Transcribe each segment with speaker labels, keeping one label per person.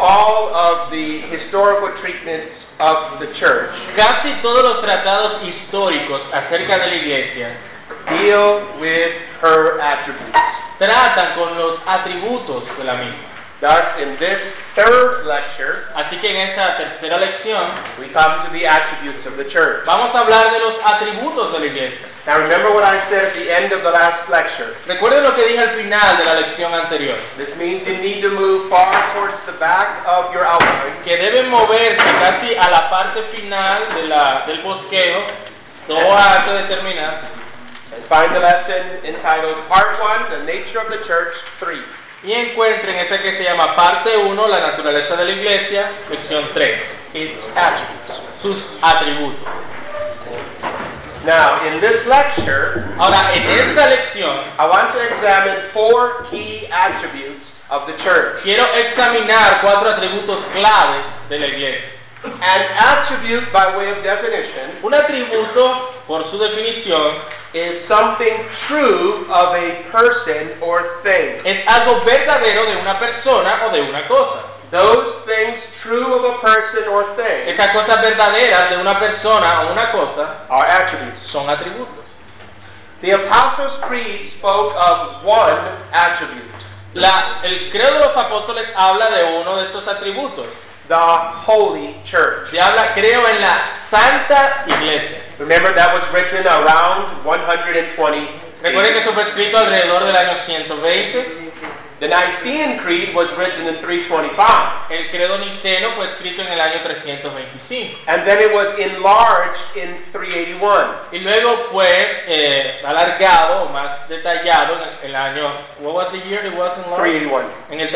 Speaker 1: all of the historical treatments of the church
Speaker 2: Casi todos los tratados históricos acerca de la iglesia
Speaker 1: deal with her attributes.
Speaker 2: tratan con los atributos de la misma.
Speaker 1: Thus, in this third lecture,
Speaker 2: Así que en esta tercera lección
Speaker 1: we come to the attributes of the church.
Speaker 2: vamos a hablar de los atributos de la iglesia.
Speaker 1: Now, remember what I said at the end of the last lecture.
Speaker 2: Recuerden lo que dije al final de la lección anterior,
Speaker 1: This means you need to move far towards the back of your outline
Speaker 2: que deben moverse casi a la parte final de la, del bosquejo, todo antes de terminar,
Speaker 1: and find the lesson entitled Part 1 The Nature of the Church 3.
Speaker 2: y encuentren esta que se llama parte 1, la naturaleza de la iglesia, lección 3,
Speaker 1: Its attributes.
Speaker 2: sus atributos.
Speaker 1: Now, in this lecture,
Speaker 2: Ahora, en esta lección
Speaker 1: I want to examine four key attributes of the church.
Speaker 2: quiero examinar cuatro atributos claves de la iglesia.
Speaker 1: An attribute, by way of definition,
Speaker 2: Un atributo, por su definición,
Speaker 1: is something true of a person or thing.
Speaker 2: es algo verdadero de una persona o de una cosa.
Speaker 1: Those things true of a person or thing
Speaker 2: Estas cosas verdaderas de una persona o una cosa
Speaker 1: are attributes.
Speaker 2: son atributos.
Speaker 1: The Apostles' Creed spoke of one attribute,
Speaker 2: La- el credo de los apóstoles habla de uno de estos atributos.
Speaker 1: the Holy Church.
Speaker 2: Se habla, creo, en la Santa Iglesia.
Speaker 1: Remember, that was written around 120.
Speaker 2: Recuerden que eso fue escrito alrededor del año 120.
Speaker 1: The Nicene Creed was written in 325.
Speaker 2: El credo niceno fue escrito en el año 325.
Speaker 1: And then it was enlarged in 381.
Speaker 2: Y luego fue eh, alargado o más detallado en el, el año. What was the year it was enlarged?
Speaker 1: 381.
Speaker 2: En el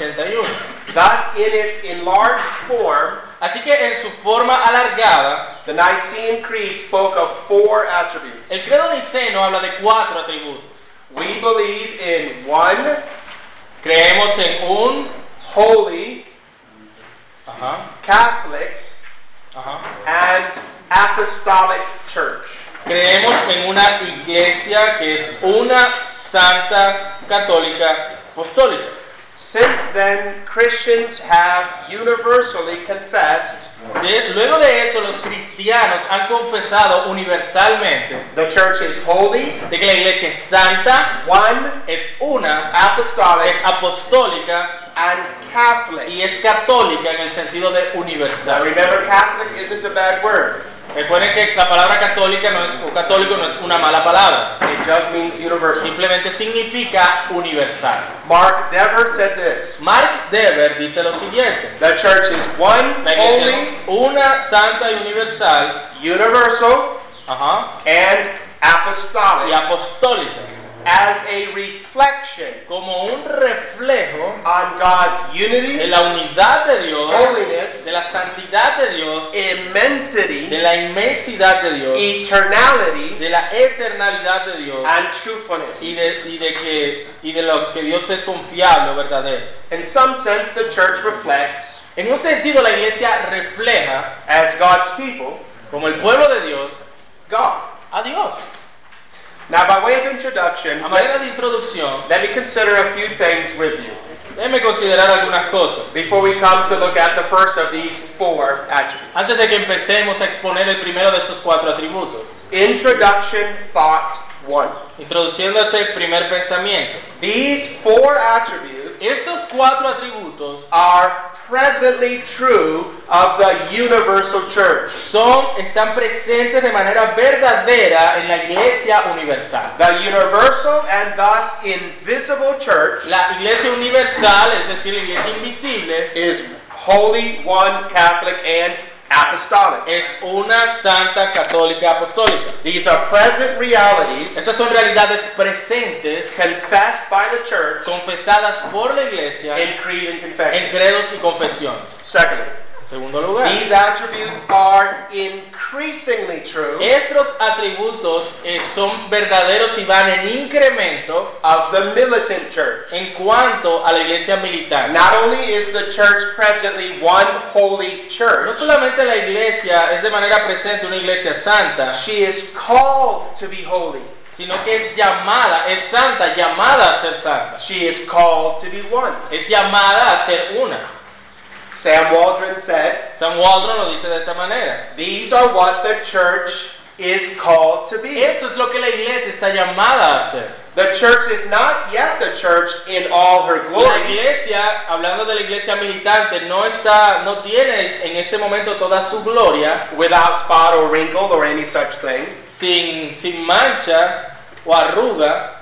Speaker 2: 381.
Speaker 1: Thus, in its enlarged form,
Speaker 2: Así que en su forma alargada,
Speaker 1: the Nicene Creed spoke of four attributes.
Speaker 2: El credo niceno habla de cuatro atributos.
Speaker 1: We believe in one,
Speaker 2: Creemos en un,
Speaker 1: holy,
Speaker 2: ajá,
Speaker 1: Catholic,
Speaker 2: ajá.
Speaker 1: and apostolic church.
Speaker 2: creemos en una iglesia que es una santa católica apostólica.
Speaker 1: Since then, Christians have universally confessed
Speaker 2: De- luego de eso, los cristianos han confesado universalmente
Speaker 1: the church is holy,
Speaker 2: de que la iglesia es santa,
Speaker 1: one,
Speaker 2: es una,
Speaker 1: apostolic,
Speaker 2: es apostólica
Speaker 1: and Catholic.
Speaker 2: y es católica en el sentido de
Speaker 1: Now
Speaker 2: universal.
Speaker 1: remember, Catholic isn't a bad word.
Speaker 2: Recuerden que la palabra católica no es, o católico no es una mala palabra.
Speaker 1: It just means universal.
Speaker 2: simplemente significa universal.
Speaker 1: Mark Dever said this
Speaker 2: Mark Dever dice lo siguiente:
Speaker 1: The church is one,
Speaker 2: La iglesia
Speaker 1: holy,
Speaker 2: es una santa y universal
Speaker 1: universal,
Speaker 2: ajá,
Speaker 1: and
Speaker 2: y
Speaker 1: apostolic
Speaker 2: apostólica,
Speaker 1: as a reflection
Speaker 2: como un reflejo
Speaker 1: on God's
Speaker 2: de
Speaker 1: unity,
Speaker 2: la unidad de Dios,
Speaker 1: holiness,
Speaker 2: de la santidad de Dios, de
Speaker 1: immensity,
Speaker 2: la inmensidad de Dios,
Speaker 1: eternality,
Speaker 2: de la eternalidad de Dios
Speaker 1: and truthfulness.
Speaker 2: y de, y de que y de lo que Dios es confiable, verdadero.
Speaker 1: In some sense, the church reflects,
Speaker 2: En un sentido, la iglesia refleja,
Speaker 1: as God's people,
Speaker 2: como el pueblo de Dios,
Speaker 1: God.
Speaker 2: a Dios.
Speaker 1: Now, by way of introduction, let,
Speaker 2: A manera de introducción,
Speaker 1: let me consider a few things with you
Speaker 2: Déjeme considerar algunas cosas.
Speaker 1: before we come to look at the first of these four attributes.
Speaker 2: Antes de que empecemos a exponer el primero de estos cuatro atributos,
Speaker 1: Introduction Thought 1.
Speaker 2: introduciendo este primer pensamiento.
Speaker 1: These four attributes
Speaker 2: Estos cuatro atributos
Speaker 1: are presently true of the universal church.
Speaker 2: son, están presentes de manera verdadera en la iglesia universal.
Speaker 1: The universal and thus invisible church
Speaker 2: La iglesia universal, es decir, la iglesia invisible,
Speaker 1: is holy, one, Catholic, and apostolic.
Speaker 2: es una santa católica apostólica.
Speaker 1: These are present realities
Speaker 2: Estas son realidades presentes,
Speaker 1: confessed by the church
Speaker 2: confesadas por la iglesia
Speaker 1: in
Speaker 2: en
Speaker 1: creed and confession.
Speaker 2: credos y confesiones.
Speaker 1: Secondly,
Speaker 2: En segundo lugar,
Speaker 1: these attributes are increasingly true
Speaker 2: Estos atributos eh, son verdaderos y van en incremento
Speaker 1: of the militant church.
Speaker 2: en cuanto a la iglesia militar.
Speaker 1: Not only is the church presently one holy
Speaker 2: No
Speaker 1: church,
Speaker 2: solamente la iglesia es de manera presente una iglesia santa,
Speaker 1: she is called to be holy.
Speaker 2: sino que es llamada, es santa, llamada a ser santa.
Speaker 1: She is called to be one.
Speaker 2: Es llamada a ser una.
Speaker 1: Sam Waldron said,
Speaker 2: San Waldron lo dice de esta manera.
Speaker 1: These are what the church is called to be.
Speaker 2: Esto es lo que la iglesia está llamada a hacer.
Speaker 1: The church is not yet the church in all her
Speaker 2: La
Speaker 1: glory.
Speaker 2: iglesia, hablando de la iglesia militante, no está, no tiene en este momento toda su gloria
Speaker 1: without spot or wrinkle or any such thing.
Speaker 2: sin, sin mancha o arruga,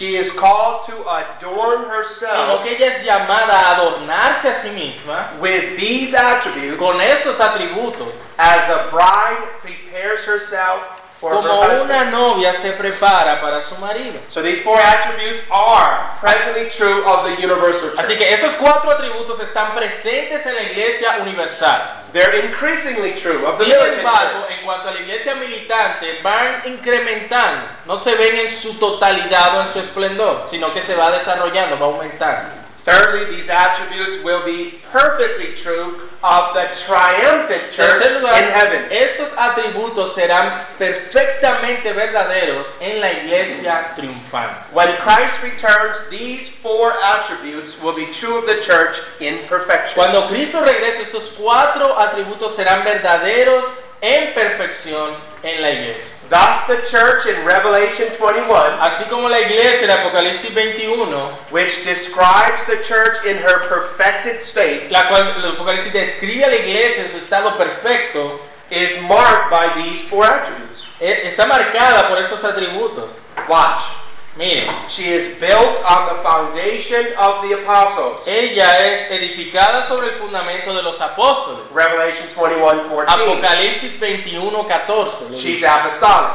Speaker 1: She is called to adorn
Speaker 2: sino
Speaker 1: herself
Speaker 2: que ella es llamada a adornarse a sí misma
Speaker 1: with these attributes
Speaker 2: con esos atributos,
Speaker 1: as the bride prepares herself for her
Speaker 2: como
Speaker 1: husband.
Speaker 2: una novia se prepara para su marido.
Speaker 1: So these four attributes are presently true of the universal
Speaker 2: Así
Speaker 1: church.
Speaker 2: que esos cuatro atributos están presentes en la iglesia universal.
Speaker 1: They're increasingly true of the
Speaker 2: Sin
Speaker 1: militant church.
Speaker 2: embargo, en cuanto a la iglesia militante, van incrementando, no se ven en su totalidad o en su esplendor, sino que se va desarrollando, va aumentando.
Speaker 1: Thirdly, these attributes will be perfectly true of the triumphant
Speaker 2: En
Speaker 1: church
Speaker 2: tercer lugar,
Speaker 1: in heaven.
Speaker 2: estos atributos serán perfectamente verdaderos en la iglesia triunfante.
Speaker 1: When Christ returns, these four attributes will be true of the church in perfection.
Speaker 2: Cuando Cristo regrese, estos cuatro atributos serán verdaderos en perfección en la iglesia.
Speaker 1: Thus, the church in Revelation 21,
Speaker 2: Así como la iglesia en Apocalipsis 21,
Speaker 1: which describes the church in her perfected state,
Speaker 2: la cual el Apocalipsis describe a la iglesia en su estado perfecto,
Speaker 1: is marked by these four attributes.
Speaker 2: e- está marcada por estos atributos.
Speaker 1: Watch.
Speaker 2: Miren,
Speaker 1: She is built on the foundation of the apostles.
Speaker 2: ella es edificada sobre el fundamento de los apóstoles.
Speaker 1: Revelation 21, 14.
Speaker 2: Apocalipsis 21, 14. lo
Speaker 1: She's
Speaker 2: dice.
Speaker 1: apostolic.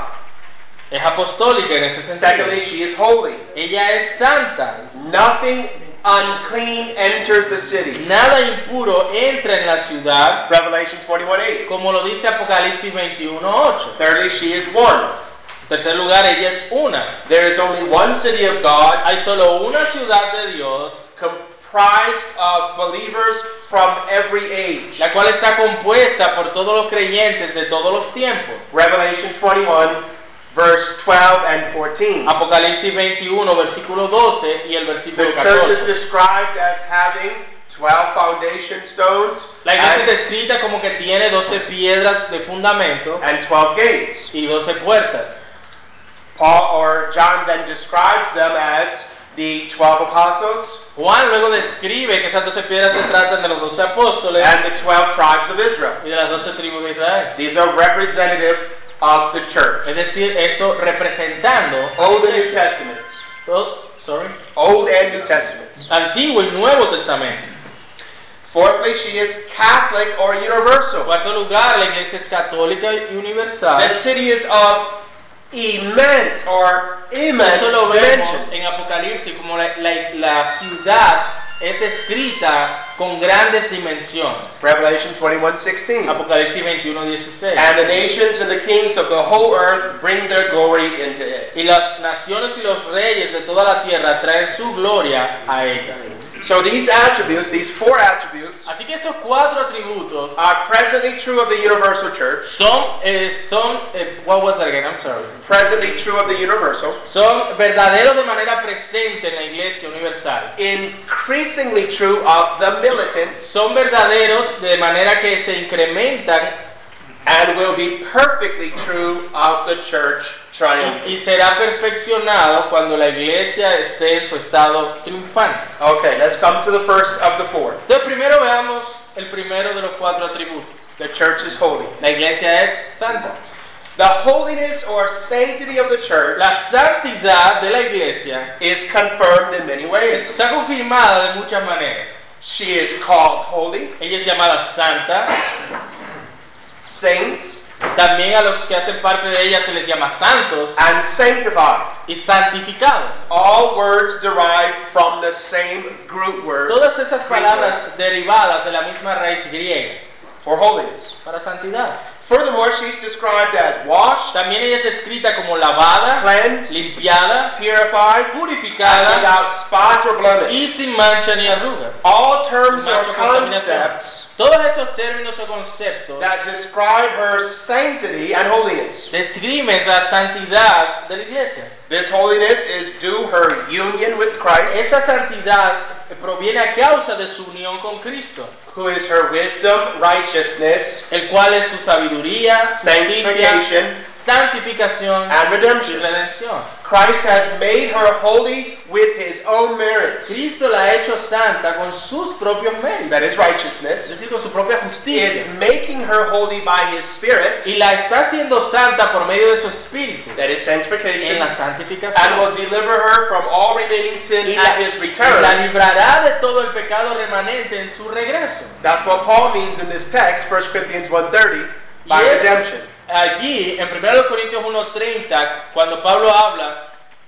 Speaker 2: Es apostólica en ese sentido.
Speaker 1: Secondly, she is holy.
Speaker 2: Ella es santa.
Speaker 1: Nothing unclean enters the city.
Speaker 2: Nada impuro entra en la ciudad,
Speaker 1: Revelation 21, 8.
Speaker 2: como lo dice Apocalipsis 21, 8.
Speaker 1: Thirdly, she is one.
Speaker 2: En tercer lugar, ella es una.
Speaker 1: There is only one city of God
Speaker 2: Hay solo una ciudad de Dios
Speaker 1: comprised of believers from every age.
Speaker 2: la cual está compuesta por todos los creyentes de todos los tiempos.
Speaker 1: Revelation 21, verse 12 and 14.
Speaker 2: Apocalipsis 21, versículo 12 y el
Speaker 1: The
Speaker 2: versículo
Speaker 1: church is
Speaker 2: 14.
Speaker 1: described as having 12 foundation stones
Speaker 2: La iglesia
Speaker 1: and,
Speaker 2: es descrita como que tiene 12 piedras de fundamento
Speaker 1: and 12 gates.
Speaker 2: y 12 puertas.
Speaker 1: Paul or John then describes them as the 12 apostles
Speaker 2: Juan luego describe que esas 12 piedras se tratan de los 12 apóstoles
Speaker 1: and the 12 tribes of Israel.
Speaker 2: y de las 12 tribus de Israel.
Speaker 1: These are representatives of the church.
Speaker 2: Es decir, esto representando
Speaker 1: Old and New Testaments.
Speaker 2: todo- sorry,
Speaker 1: Old and New Testaments.
Speaker 2: Antiguo y Nuevo Testamento.
Speaker 1: Fourthly, she is Catholic or
Speaker 2: En
Speaker 1: universal.
Speaker 2: cuarto lugar, la iglesia es católica y universal.
Speaker 1: The city is of immense or immense
Speaker 2: Eso lo vemos
Speaker 1: dimensions.
Speaker 2: en Apocalipsis, como la, la- la ciudad es escrita con grandes dimensiones.
Speaker 1: Revelation
Speaker 2: Hmm.
Speaker 1: 21:16.
Speaker 2: Apocalipsis 21, 16.
Speaker 1: And the nations and the kings of the whole earth bring their glory into it.
Speaker 2: Y las naciones y los reyes de toda la tierra traen su gloria a ella.
Speaker 1: So these attributes, these four attributes,
Speaker 2: Así que estos cuatro atributos
Speaker 1: are presently true of the universal church,
Speaker 2: son, eh, son, eh, what was that again? I'm sorry.
Speaker 1: presently true of the universal,
Speaker 2: Son verdaderos de manera presente en la iglesia universal.
Speaker 1: increasingly true of the militant,
Speaker 2: Son verdaderos de manera que se incrementan
Speaker 1: and will be perfectly true of the church triumphant.
Speaker 2: y será perfeccionado cuando la iglesia esté en su estado triunfante.
Speaker 1: Okay, let's come to the first of the four.
Speaker 2: Entonces primero veamos el primero de los cuatro atributos.
Speaker 1: The church is holy.
Speaker 2: La iglesia es santa.
Speaker 1: The holiness or sanctity of the church
Speaker 2: La santidad de la iglesia
Speaker 1: is confirmed in many ways.
Speaker 2: está confirmada de muchas maneras.
Speaker 1: She is called holy,
Speaker 2: Ella es llamada santa,
Speaker 1: saints,
Speaker 2: también a los que hacen parte de ella se les llama santos
Speaker 1: and sanctified.
Speaker 2: y santificados.
Speaker 1: All words derived from the same root word
Speaker 2: Todas esas palabras derivadas de la misma raíz griega
Speaker 1: for holiness.
Speaker 2: para santidad.
Speaker 1: Furthermore, she's described as washed,
Speaker 2: También ella es escrita como lavada,
Speaker 1: cleansed,
Speaker 2: limpiada,
Speaker 1: purified, and
Speaker 2: purificada
Speaker 1: without spot or blemish.
Speaker 2: y sin mancha ni arruga.
Speaker 1: All terms or
Speaker 2: Sin mancha o contaminación.
Speaker 1: concepts
Speaker 2: Todos estos términos o conceptos
Speaker 1: that describe her sanctity and holiness.
Speaker 2: describen la santidad de la iglesia.
Speaker 1: This holiness is due her union with Christ,
Speaker 2: Esa santidad eh, pro- proviene a causa de su unión con Cristo,
Speaker 1: who is her wisdom, righteousness,
Speaker 2: el cual es su sabiduría, justicia,
Speaker 1: sanctification,
Speaker 2: santificación
Speaker 1: and
Speaker 2: y
Speaker 1: redemption.
Speaker 2: redención.
Speaker 1: Christ has made her holy with his own merit.
Speaker 2: Cristo la ha hecho santa con sus propios méritos,
Speaker 1: That is
Speaker 2: es
Speaker 1: righteousness.
Speaker 2: decir, con su propia
Speaker 1: He
Speaker 2: justicia.
Speaker 1: is making her holy by his spirit.
Speaker 2: Y la está haciendo santa por medio de su espíritu,
Speaker 1: That is
Speaker 2: en
Speaker 1: sanctification.
Speaker 2: la
Speaker 1: And will
Speaker 2: santificación.
Speaker 1: deliver her from all remaining sin
Speaker 2: Y
Speaker 1: at
Speaker 2: la,
Speaker 1: his
Speaker 2: y la
Speaker 1: return.
Speaker 2: librará de todo el pecado remanente en su regreso.
Speaker 1: That's what Paul means in this text, 1 Corinthians 1.30, by
Speaker 2: Yes.
Speaker 1: redemption.
Speaker 2: Allí, en 1 Corintios 1.30, cuando Pablo habla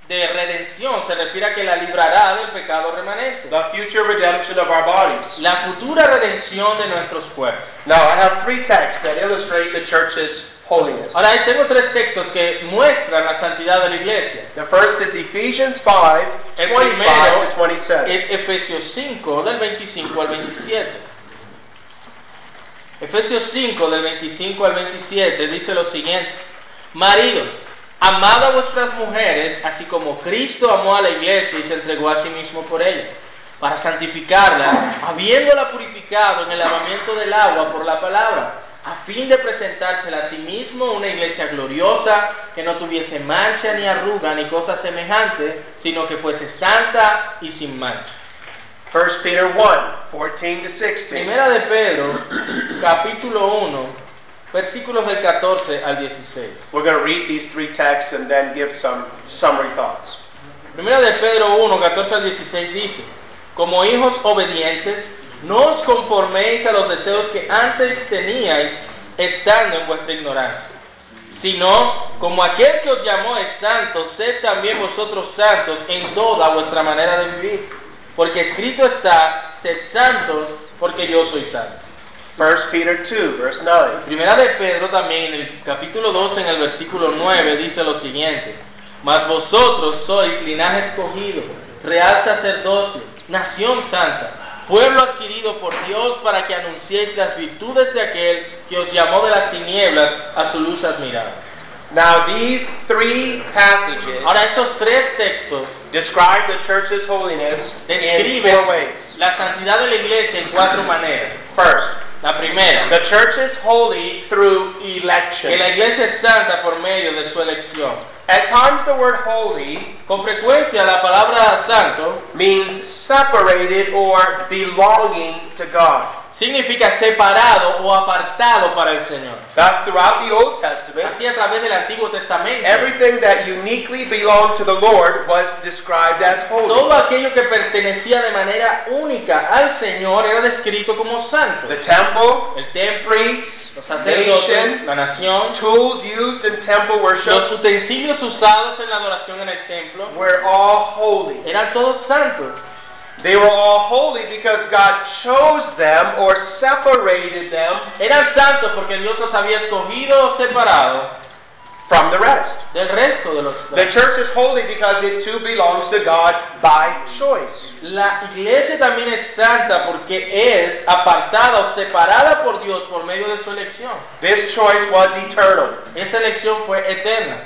Speaker 2: de redención, se refiere a que la librará del pecado remanente.
Speaker 1: The future redemption of our bodies.
Speaker 2: La futura redención de nuestros cuerpos.
Speaker 1: Now, I have three texts that illustrate the church's holiness.
Speaker 2: Ahora, ahí tengo tres textos que muestran la santidad de la iglesia.
Speaker 1: The first is Ephesians 5,
Speaker 2: El
Speaker 1: 25 to
Speaker 2: primero
Speaker 1: 27.
Speaker 2: es Efesios 5, del 25 al 27. Efesios 5, del 25 al 27 dice lo siguiente. Maridos, amad a vuestras mujeres, así como Cristo amó a la iglesia y se entregó a sí mismo por ella, para santificarla, habiéndola purificado en el lavamiento del agua por la palabra, a fin de presentársela a sí mismo una iglesia gloriosa, que no tuviese mancha ni arruga ni cosa semejante, sino que fuese santa y sin mancha.
Speaker 1: 1 Peter 1, 14 to 16.
Speaker 2: Primera de Pedro, capítulo 1, versículos del 14 al 16.
Speaker 1: We're going to read these three texts and then give some summary thoughts.
Speaker 2: Primera de Pedro 1, 14 al 16 dice, como hijos obedientes, no os conforméis a los deseos que antes teníais estando en vuestra ignorancia, sino como aquel que os llamó es santo, sed también vosotros santos en toda vuestra manera de vivir, porque escrito está, sed santos porque yo soy santo.
Speaker 1: 1 Peter 2, verse 9.
Speaker 2: Primera de Pedro también, en el capítulo 12, en el versículo 9, dice lo siguiente. Mas vosotros sois linaje escogido, real sacerdocio, nación santa, pueblo adquirido por Dios para que anunciéis las virtudes de aquel que os llamó de las tinieblas a su luz admirable.
Speaker 1: Now, these three passages
Speaker 2: Ahora, estos tres textos
Speaker 1: describe the church's holiness in
Speaker 2: describen
Speaker 1: four ways.
Speaker 2: la santidad de la iglesia en cuatro maneras.
Speaker 1: First,
Speaker 2: La primera,
Speaker 1: the church is holy through
Speaker 2: que la
Speaker 1: election.
Speaker 2: iglesia es santa por medio de su elección.
Speaker 1: At times, the word holy
Speaker 2: Con frecuencia la palabra santo
Speaker 1: means separated or belonging to God.
Speaker 2: significa separado o apartado para el Señor.
Speaker 1: That's throughout the Old Testament.
Speaker 2: Así a través del Antiguo Testamento.
Speaker 1: Everything that uniquely belonged to the Lord was described as
Speaker 2: todo
Speaker 1: holy.
Speaker 2: aquello que pertenecía de manera única al Señor era descrito como santo.
Speaker 1: The temple,
Speaker 2: El templo,
Speaker 1: priests,
Speaker 2: los sacerdotes,
Speaker 1: nation,
Speaker 2: la nación,
Speaker 1: tools used in temple
Speaker 2: los
Speaker 1: worship
Speaker 2: utensilios usados en la adoración en el templo,
Speaker 1: were all holy.
Speaker 2: eran todos santos.
Speaker 1: They were all holy because God chose them or separated them
Speaker 2: Eran santos porque Dios los había escogido o separado
Speaker 1: from the rest.
Speaker 2: del resto de los
Speaker 1: The church is holy because it too belongs to God by choice.
Speaker 2: La iglesia también es santa porque es apartada o separada por Dios por medio de su elección.
Speaker 1: This choice was eternal.
Speaker 2: Esa elección fue eterna.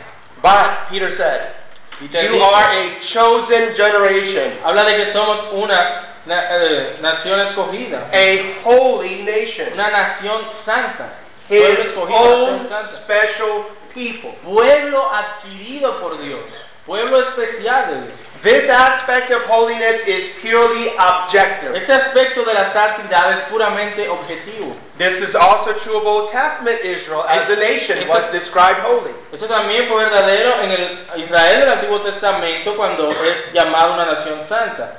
Speaker 1: But, Peter said,
Speaker 2: Y te
Speaker 1: You
Speaker 2: digo,
Speaker 1: are a chosen generation,
Speaker 2: habla de que somos una na- eh, nación escogida,
Speaker 1: a holy nation,
Speaker 2: una nación santa,
Speaker 1: His
Speaker 2: pueblo escogido,
Speaker 1: own
Speaker 2: nación santa,
Speaker 1: special people.
Speaker 2: pueblo adquirido por Dios, pueblo especial de Dios.
Speaker 1: This aspect of holiness is purely objective.
Speaker 2: Este aspecto de la santidad es puramente objetivo.
Speaker 1: This is also true of Old Testament Israel as a nation was described holy.
Speaker 2: Esto también fue verdadero en el Israel del Antiguo Testamento cuando es llamado una nación santa.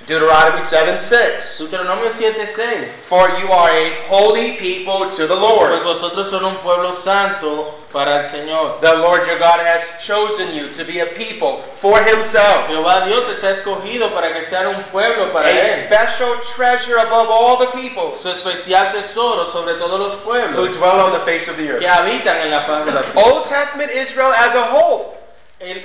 Speaker 1: Deuteronomy 7:6.
Speaker 2: Deuteronomio 7:6.
Speaker 1: For you are a holy people to the
Speaker 2: Pues
Speaker 1: Lord.
Speaker 2: vosotros son un pueblo santo para el Señor.
Speaker 1: The Lord your God has chosen you to be a people for himself,
Speaker 2: Jehová Dios te ha escogido para que sean un pueblo para
Speaker 1: a
Speaker 2: él.
Speaker 1: special treasure above all the peoples.
Speaker 2: Su especial tesoro sobre todos los
Speaker 1: who
Speaker 2: pueblos
Speaker 1: dwell on the face of the earth.
Speaker 2: que habitan en la paz de la tierra.
Speaker 1: Old Testament Israel as a whole.
Speaker 2: El,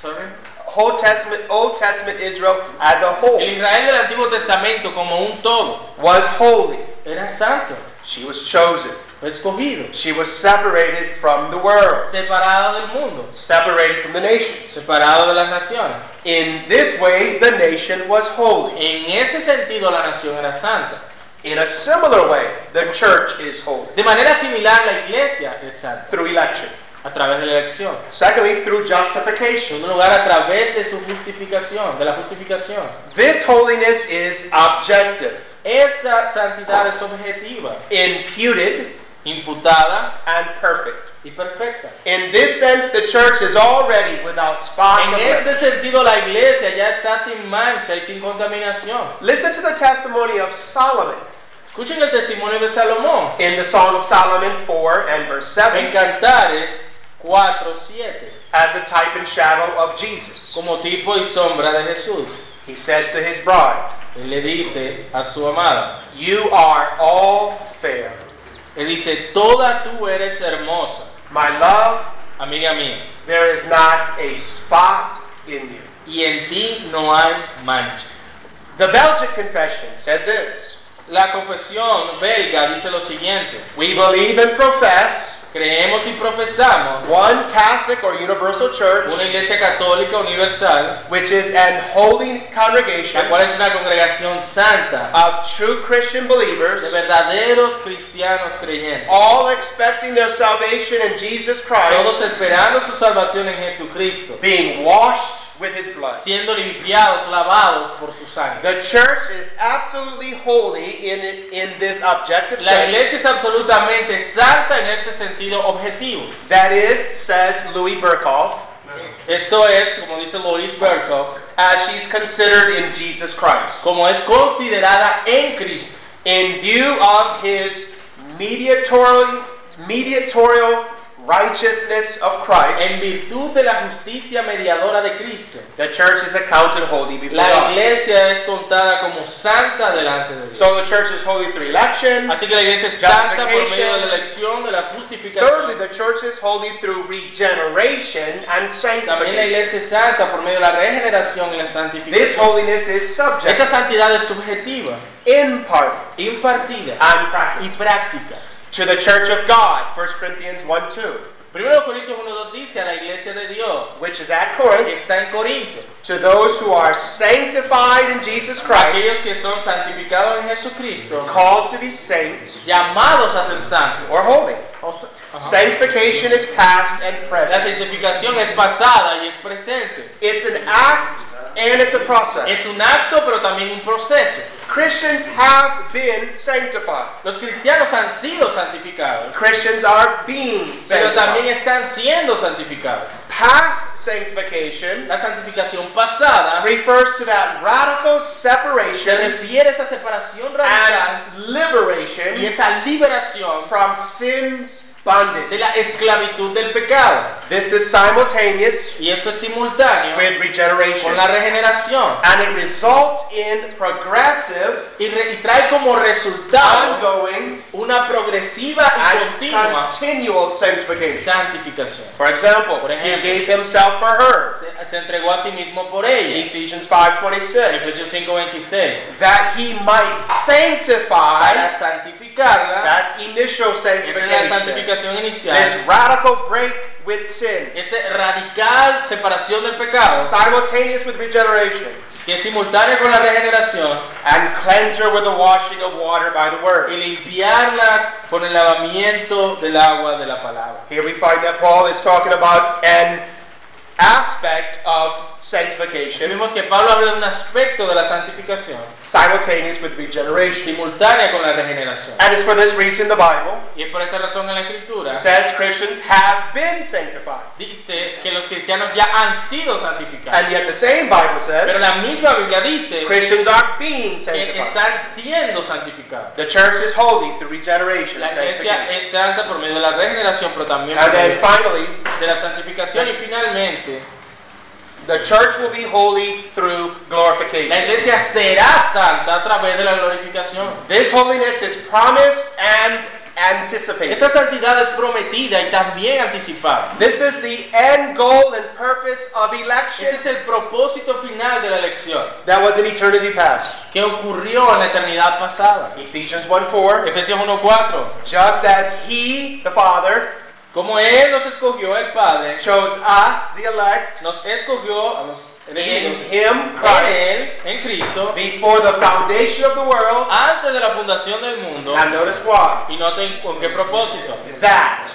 Speaker 2: sorry.
Speaker 1: Old Testament, Old Testament Israel as a whole
Speaker 2: El Israel del Antiguo Testamento como un todo
Speaker 1: was holy.
Speaker 2: era santo.
Speaker 1: She was chosen.
Speaker 2: fue escogido,
Speaker 1: She was separated from the world,
Speaker 2: separado del mundo,
Speaker 1: separated from the nations.
Speaker 2: separado de las naciones.
Speaker 1: In this way, the nation was holy.
Speaker 2: En ese sentido la nación era santa.
Speaker 1: In a similar way, the church is holy
Speaker 2: De manera similar la iglesia es santa,
Speaker 1: through election.
Speaker 2: a través de la elección.
Speaker 1: Secondly, through
Speaker 2: En
Speaker 1: justification.
Speaker 2: segundo lugar, a través de su justificación, de la justificación.
Speaker 1: This holiness is objective,
Speaker 2: Esta santidad es objetiva,
Speaker 1: imputed,
Speaker 2: imputada
Speaker 1: and perfect.
Speaker 2: y perfecta.
Speaker 1: In this sense, the church is already without spot
Speaker 2: En
Speaker 1: or blemish.
Speaker 2: este sentido, la iglesia ya está sin mancha y sin contaminación.
Speaker 1: Listen to the testimony of Solomon
Speaker 2: Escuchen el testimonio de Salomón
Speaker 1: in the Song of Solomon 4 and verse
Speaker 2: en
Speaker 1: 7
Speaker 2: Cantares 4:7,
Speaker 1: as a type and shadow of Jesus.
Speaker 2: como tipo y sombra de Jesús.
Speaker 1: He says to his bride,
Speaker 2: Él le dice a su amada,
Speaker 1: You are all fair,
Speaker 2: él dice, toda tú eres hermosa,
Speaker 1: my love,
Speaker 2: amiga mía,
Speaker 1: there is not a spot in you.
Speaker 2: y en ti no hay mancha.
Speaker 1: The Belgic Confession said this
Speaker 2: La confesión belga dice lo siguiente,
Speaker 1: We believe and profess
Speaker 2: creemos y profesamos
Speaker 1: one Catholic or universal church,
Speaker 2: una iglesia católica universal,
Speaker 1: which is an holy
Speaker 2: la
Speaker 1: congregation
Speaker 2: cual es una congregación santa,
Speaker 1: of true Christian believers.
Speaker 2: de verdaderos cristianos creyentes,
Speaker 1: all expecting their salvation in Jesus Christ,
Speaker 2: todos esperando su salvación en Jesucristo.
Speaker 1: being washed with his blood.
Speaker 2: siendo limpiados, lavados por su sangre.
Speaker 1: The church is absolutely holy in, in this objective
Speaker 2: La
Speaker 1: sense.
Speaker 2: iglesia es absolutamente santa en este sentido objetivo.
Speaker 1: That is, says Louis Burkhoff,
Speaker 2: Esto es, como dice Boris Berkoff,
Speaker 1: as she's considered in Jesus Christ.
Speaker 2: como es considerada en Cristo,
Speaker 1: In view of his mediatorial, mediatorial righteousness of Christ,
Speaker 2: en virtud de la justicia mediadora de Cristo.
Speaker 1: the church is accounted holy before
Speaker 2: La
Speaker 1: God.
Speaker 2: iglesia es contada como santa delante de Dios.
Speaker 1: So the church is holy through election.
Speaker 2: Así que la iglesia es santa por medio de la elección, de la
Speaker 1: Thirdly,
Speaker 2: justificación.
Speaker 1: the church is holy through regeneration and
Speaker 2: También la
Speaker 1: sanctification.
Speaker 2: iglesia es santa por medio de la regeneración y la
Speaker 1: This
Speaker 2: santificación.
Speaker 1: holiness is subject,
Speaker 2: Esta santidad es subjetiva,
Speaker 1: imparted,
Speaker 2: impartida
Speaker 1: and
Speaker 2: y
Speaker 1: practiced.
Speaker 2: práctica.
Speaker 1: To the church of God, 1 Corinthians 1
Speaker 2: Primero Corintios 1.2 dice a la iglesia de Dios
Speaker 1: 2, which is at
Speaker 2: que
Speaker 1: Corinth,
Speaker 2: está en Corinto,
Speaker 1: to those who are sanctified in Jesus Christ,
Speaker 2: aquellos que son santificados en Jesucristo,
Speaker 1: called to be saints
Speaker 2: llamados a ser santos.
Speaker 1: or holy.
Speaker 2: Ajá.
Speaker 1: Sanctification is past and
Speaker 2: La
Speaker 1: present.
Speaker 2: santificación es pasada y es presente.
Speaker 1: It's an act and it's a process.
Speaker 2: Es un acto pero también un proceso.
Speaker 1: Christians have been sanctified.
Speaker 2: Los cristianos han sido santificados,
Speaker 1: Christians are being
Speaker 2: pero
Speaker 1: sanctified.
Speaker 2: también están siendo santificados.
Speaker 1: Past sanctification
Speaker 2: La santificación pasada
Speaker 1: refers to that radical
Speaker 2: se
Speaker 1: separation
Speaker 2: refiere a esa separación radical
Speaker 1: and
Speaker 2: y
Speaker 1: liberation
Speaker 2: esa liberación
Speaker 1: from sin's
Speaker 2: de
Speaker 1: bondage.
Speaker 2: la esclavitud del pecado.
Speaker 1: This is simultaneous
Speaker 2: Y esto es simultáneo
Speaker 1: with
Speaker 2: con la
Speaker 1: regeneration,
Speaker 2: regeneración
Speaker 1: and it results in progressive,
Speaker 2: y, re- y trae como resultado
Speaker 1: ongoing,
Speaker 2: una progresiva y
Speaker 1: and
Speaker 2: continua
Speaker 1: continual sanctification.
Speaker 2: santificación.
Speaker 1: For example,
Speaker 2: Por
Speaker 1: he
Speaker 2: ejemplo.
Speaker 1: gave himself for her,
Speaker 2: Se, se entregó a sí mismo por ella.
Speaker 1: Ephesians 5:26,
Speaker 2: Efesios 5:26.
Speaker 1: that he might sanctify
Speaker 2: Para santificarla,
Speaker 1: that initial
Speaker 2: esa es la
Speaker 1: sanctification,
Speaker 2: santificación inicial.
Speaker 1: this radical break with sin.
Speaker 2: Esa radical separación del pecado,
Speaker 1: simultaneous with regeneration,
Speaker 2: que es simultánea con la regeneración,
Speaker 1: and cleanser with the washing of water by the
Speaker 2: y
Speaker 1: word.
Speaker 2: limpiarla con el lavamiento del agua de la palabra.
Speaker 1: Here we find that Paul is talking about an aspect of sanctification
Speaker 2: Vemos que Pablo habla de un aspecto de la santificación
Speaker 1: simultaneous with regeneration.
Speaker 2: simultánea con la regeneración.
Speaker 1: And it's for this reason the Bible
Speaker 2: Y es por esta razón en la escritura
Speaker 1: says Christians have been sanctified.
Speaker 2: dice que los cristianos ya han sido santificados.
Speaker 1: And yet the same Bible
Speaker 2: Pero
Speaker 1: says
Speaker 2: la misma Biblia dice
Speaker 1: Christians are being
Speaker 2: que
Speaker 1: sanctified.
Speaker 2: están siendo santificados.
Speaker 1: The church is holy through regeneration.
Speaker 2: La
Speaker 1: and
Speaker 2: iglesia
Speaker 1: sanctification.
Speaker 2: es santa por medio de la regeneración, pero también
Speaker 1: And
Speaker 2: por
Speaker 1: then
Speaker 2: medio
Speaker 1: finally,
Speaker 2: de la santificación. Y finalmente,
Speaker 1: the church will be holy through glorification.
Speaker 2: la iglesia será santa a través de la glorificación.
Speaker 1: This holiness is promised and anticipated.
Speaker 2: Esta santidad es prometida y también anticipada.
Speaker 1: This is the end goal and purpose of
Speaker 2: Ese Este es
Speaker 1: election
Speaker 2: el propósito final de la elección,
Speaker 1: that was in eternity past.
Speaker 2: que ocurrió en la eternidad pasada.
Speaker 1: Ephesians 1 4.
Speaker 2: Efesios 1:4.
Speaker 1: Just as He, the Father,
Speaker 2: Como Él nos escogió el Padre,
Speaker 1: chose us, the elect,
Speaker 2: nos escogió a los
Speaker 1: in
Speaker 2: elegidos
Speaker 1: Him,
Speaker 2: por
Speaker 1: Christ,
Speaker 2: Él en Cristo
Speaker 1: before the foundation of the world.
Speaker 2: antes de la fundación del mundo.
Speaker 1: Now notice why.
Speaker 2: Y noten con qué propósito.
Speaker 1: That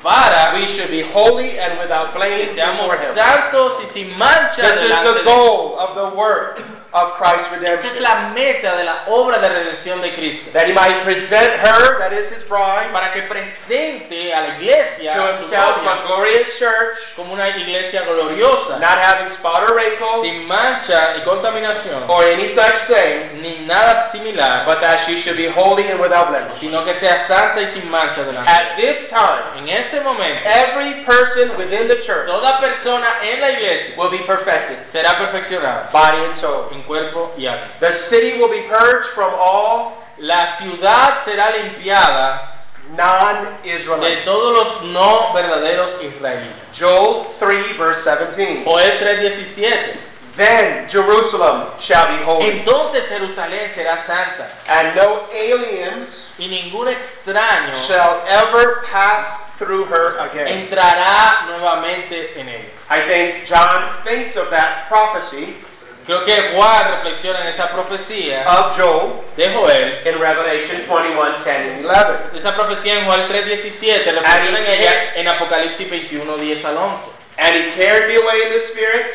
Speaker 2: Para
Speaker 1: we should be holy and without blame
Speaker 2: que seamos
Speaker 1: before Him.
Speaker 2: santos y sin mancha
Speaker 1: This is
Speaker 2: delante
Speaker 1: the
Speaker 2: de Él.
Speaker 1: goal of the work of Christ's
Speaker 2: Esta es
Speaker 1: redemption.
Speaker 2: la meta de la obra de redención de Cristo.
Speaker 1: That He might present her, that is His bride,
Speaker 2: Para que presente a la
Speaker 1: to
Speaker 2: iglesia su
Speaker 1: Himself a
Speaker 2: novia,
Speaker 1: glorious church,
Speaker 2: como una iglesia gloriosa,
Speaker 1: not having spot or wrinkle
Speaker 2: sin mancha y contaminación,
Speaker 1: or any such thing,
Speaker 2: ni nada similar,
Speaker 1: but that she should be holy and without blemish.
Speaker 2: sino que sea santa y sin mancha delante. de
Speaker 1: At this time,
Speaker 2: Él. En este momento,
Speaker 1: every person within the church
Speaker 2: toda persona en la iglesia
Speaker 1: will be perfected,
Speaker 2: será perfeccionada
Speaker 1: body and soul.
Speaker 2: en cuerpo y alma.
Speaker 1: The city will be purged from all
Speaker 2: La ciudad será limpiada de
Speaker 1: non-Israelites.
Speaker 2: todos los no verdaderos israelíes.
Speaker 1: Joel 3 verse 17.
Speaker 2: Joel 3:17.
Speaker 1: Then Jerusalem shall be holy,
Speaker 2: Entonces Jerusalén será santa
Speaker 1: and no aliens
Speaker 2: y ningún extraño
Speaker 1: shall ever pass through her again.
Speaker 2: entrará nuevamente en ella.
Speaker 1: I think John thinks of that prophecy
Speaker 2: Creo que Juan reflexiona en esa profecía
Speaker 1: of Joel
Speaker 2: de Joel.
Speaker 1: in Revelation 21, 10, and 11.
Speaker 2: Esa profecía en Joel 3:17 reflexiona en ella en Apocalipsis 21, 10 al 11.
Speaker 1: And he carried me away in the Spirit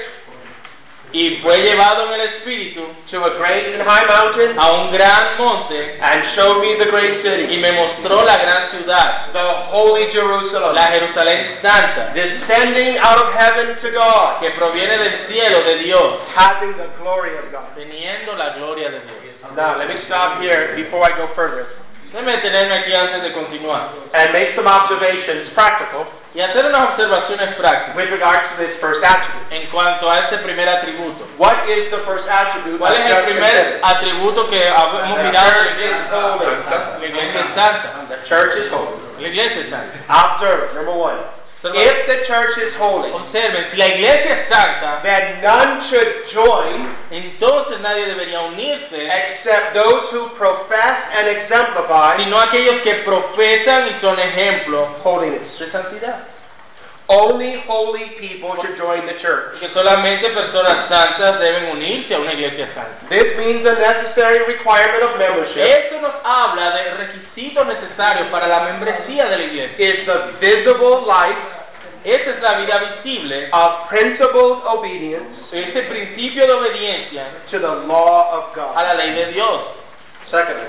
Speaker 2: Y fue llevado en el Espíritu
Speaker 1: to a great and high mountain,
Speaker 2: a un gran monte
Speaker 1: and showed me the great
Speaker 2: y
Speaker 1: city,
Speaker 2: me mostró la gran ciudad,
Speaker 1: the holy Jerusalem,
Speaker 2: la Jerusalén santa,
Speaker 1: descending out of heaven to God,
Speaker 2: que proviene del cielo de Dios,
Speaker 1: having the glory of God.
Speaker 2: teniendo la gloria de Dios.
Speaker 1: Now, let me stop here before I go further
Speaker 2: Déjeme detenerme aquí antes de continuar.
Speaker 1: and make some observations, practical,
Speaker 2: y hacer unas observaciones prácticas
Speaker 1: with regards to this first attribute.
Speaker 2: en cuanto a este primer atributo.
Speaker 1: What is the first attribute?
Speaker 2: ¿Cuál
Speaker 1: that
Speaker 2: es el
Speaker 1: just
Speaker 2: primer
Speaker 1: considered?
Speaker 2: atributo que hemos mirado en la iglesia? La iglesia es santa.
Speaker 1: The church is holy.
Speaker 2: La iglesia es santa.
Speaker 1: Observe, number one. If
Speaker 2: Observa-
Speaker 1: the church is holy,
Speaker 2: Observen, si la iglesia es santa,
Speaker 1: then none should join
Speaker 2: entonces nadie debería unirse,
Speaker 1: except those who profess and exemplify
Speaker 2: sino aquellos que profesan y son ejemplo
Speaker 1: holiness.
Speaker 2: de santidad.
Speaker 1: Only holy people should join the church.
Speaker 2: Porque solamente personas santas deben unirse a una iglesia santa.
Speaker 1: This means a necessary requirement of membership
Speaker 2: Esto nos habla de requisitos necesarios para la membresía de la iglesia.
Speaker 1: is the visible life
Speaker 2: Esa es la vida visible
Speaker 1: of principled obedience
Speaker 2: ese principio de obediencia
Speaker 1: to the law of
Speaker 2: a
Speaker 1: God.
Speaker 2: la ley de Dios.
Speaker 1: Secondly,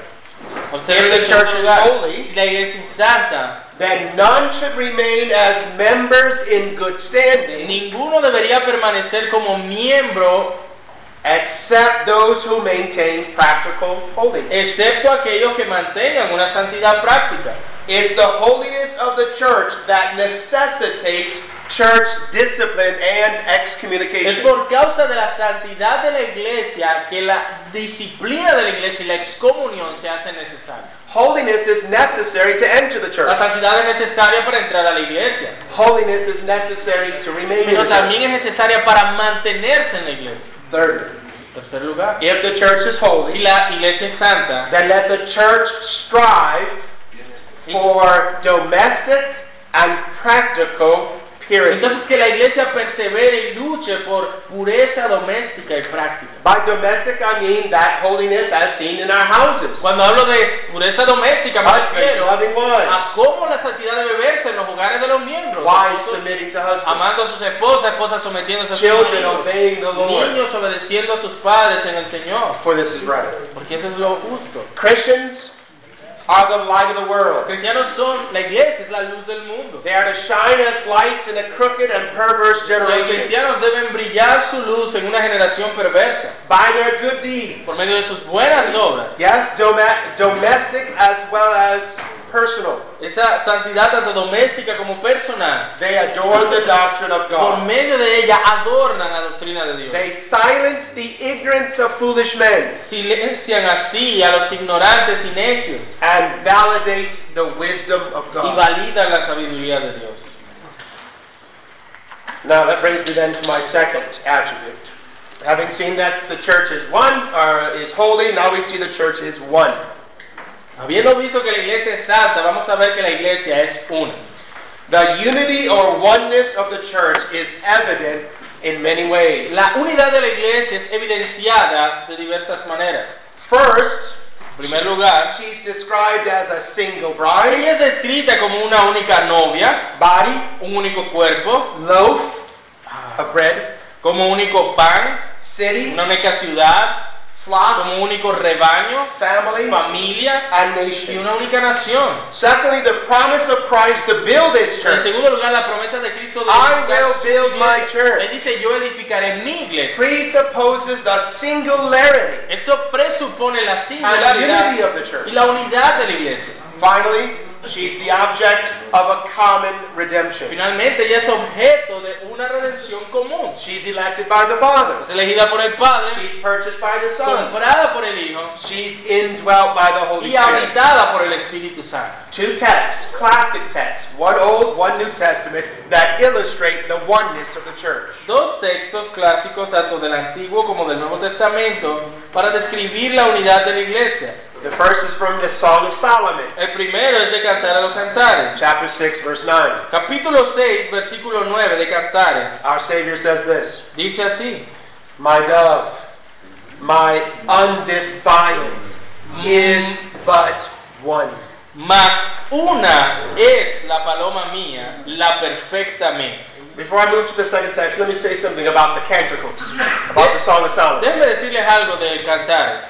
Speaker 2: Observen
Speaker 1: the
Speaker 2: en
Speaker 1: church
Speaker 2: segundo
Speaker 1: is
Speaker 2: lugar,
Speaker 1: holy,
Speaker 2: si la iglesia es santa,
Speaker 1: then none should remain as members in good standing
Speaker 2: ninguno debería permanecer como miembro
Speaker 1: except those who maintain practical holiness.
Speaker 2: excepto aquellos que mantengan una santidad práctica.
Speaker 1: It's the holiness of the church that necessitates church discipline and
Speaker 2: Es
Speaker 1: excommunication.
Speaker 2: por causa de la santidad de la iglesia que la disciplina de la iglesia y la excomunión se hacen necesarias.
Speaker 1: Holiness is necessary to enter the
Speaker 2: La
Speaker 1: church.
Speaker 2: santidad es necesaria para entrar a la iglesia,
Speaker 1: Holiness is necessary to remain in
Speaker 2: pero
Speaker 1: the church.
Speaker 2: también es necesaria para mantenerse en la iglesia.
Speaker 1: Thirdly,
Speaker 2: Tercer lugar,
Speaker 1: if the church is
Speaker 2: y
Speaker 1: holy,
Speaker 2: la iglesia es santa,
Speaker 1: then let the church strive for domestic and practical purity.
Speaker 2: Entonces que la iglesia persevere y luche por pureza doméstica y práctica.
Speaker 1: By domestic, I mean that holiness as seen in our houses.
Speaker 2: Cuando hablo de pureza doméstica, me
Speaker 1: Husbands
Speaker 2: refiero
Speaker 1: loving wives,
Speaker 2: a cómo la santidad debe verse en los hogares de los miembros.
Speaker 1: wives submitting to husbands,
Speaker 2: Amando a sus esposas, esposas sometiéndose a sus
Speaker 1: children
Speaker 2: maridos,
Speaker 1: obeying the Lord.
Speaker 2: niños obedeciendo a sus padres en el Señor,
Speaker 1: For this is right.
Speaker 2: porque eso es lo justo.
Speaker 1: Christians are the light of the
Speaker 2: Los
Speaker 1: world.
Speaker 2: cristianos son, la iglesia es la luz del mundo.
Speaker 1: They are to shine as lights in a crooked and perverse
Speaker 2: Los
Speaker 1: generation.
Speaker 2: cristianos deben brillar su luz en una generación perversa
Speaker 1: By their good deeds.
Speaker 2: por medio de sus buenas obras.
Speaker 1: Yes, doma- domestic as well as personal.
Speaker 2: Esa santidad tanto doméstica como personal,
Speaker 1: They adorn the doctrine of
Speaker 2: por
Speaker 1: God.
Speaker 2: medio de ella adornan la doctrina de Dios.
Speaker 1: They silence the ignorance of foolish men
Speaker 2: Silencian así a los ignorantes y necios
Speaker 1: and validate the wisdom of
Speaker 2: y
Speaker 1: God.
Speaker 2: validan la sabiduría de Dios.
Speaker 1: Now that brings me then to my second attribute. Having seen that the church is one, or is holy, now we see the church is one.
Speaker 2: Habiendo visto que la iglesia es santa, vamos a ver que la iglesia es una.
Speaker 1: The unity or oneness of the church is evident in many ways.
Speaker 2: La unidad de la iglesia es evidenciada de diversas maneras.
Speaker 1: First,
Speaker 2: En primer lugar,
Speaker 1: she's described as a single
Speaker 2: ella
Speaker 1: bride,
Speaker 2: es descrita como una única novia,
Speaker 1: body,
Speaker 2: un único cuerpo,
Speaker 1: loaf of bread,
Speaker 2: como único pan,
Speaker 1: city,
Speaker 2: una única ciudad,
Speaker 1: flock,
Speaker 2: como único rebaño,
Speaker 1: family,
Speaker 2: familia
Speaker 1: and
Speaker 2: y
Speaker 1: nation.
Speaker 2: una única nación.
Speaker 1: Secondly, the promise of Christ to build his
Speaker 2: En
Speaker 1: church.
Speaker 2: segundo lugar, la promesa de Cristo de
Speaker 1: I will build my
Speaker 2: Él
Speaker 1: church.
Speaker 2: dice, yo edificaré mi iglesia.
Speaker 1: Presupposes the singularity
Speaker 2: Esto presupone la
Speaker 1: and the unity
Speaker 2: singularidad
Speaker 1: of the
Speaker 2: y
Speaker 1: church.
Speaker 2: la unidad de la iglesia.
Speaker 1: Finally, she's the object of a common redemption.
Speaker 2: Finalmente, ella es objeto de una redención común.
Speaker 1: She's elected by the Father.
Speaker 2: Es elegida por el Padre,
Speaker 1: She's purchased by the Son.
Speaker 2: comprada por el Hijo
Speaker 1: She's indwelt by the Holy
Speaker 2: y
Speaker 1: Spirit.
Speaker 2: habitada por el Espíritu Santo.
Speaker 1: Two texts, classic texts, one Old, one New Testament, that illustrate the oneness of the church.
Speaker 2: Dos textos clásicos, tanto del Antiguo como del Nuevo Testamento, para describir la unidad de la iglesia.
Speaker 1: The first is from the Song of Solomon,
Speaker 2: El primero es de Cantar a los Cantares.
Speaker 1: chapter 6, verse 9.
Speaker 2: Capítulo 6, versículo 9 de Cantares.
Speaker 1: Our Savior says this
Speaker 2: Dice así.
Speaker 1: My dove, my undefiled, is but one.
Speaker 2: Mas una es la paloma mía, la perfectamente.
Speaker 1: Before I move to the second text, let me say something about the canticles, about the Song of Solomon.
Speaker 2: Déjenme decirles algo de Cantares.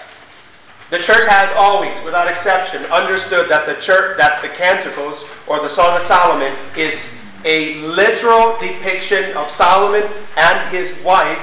Speaker 1: The church has always, without exception, understood that the church, that the canticles or the Song of Solomon is a literal depiction of Solomon and his wife,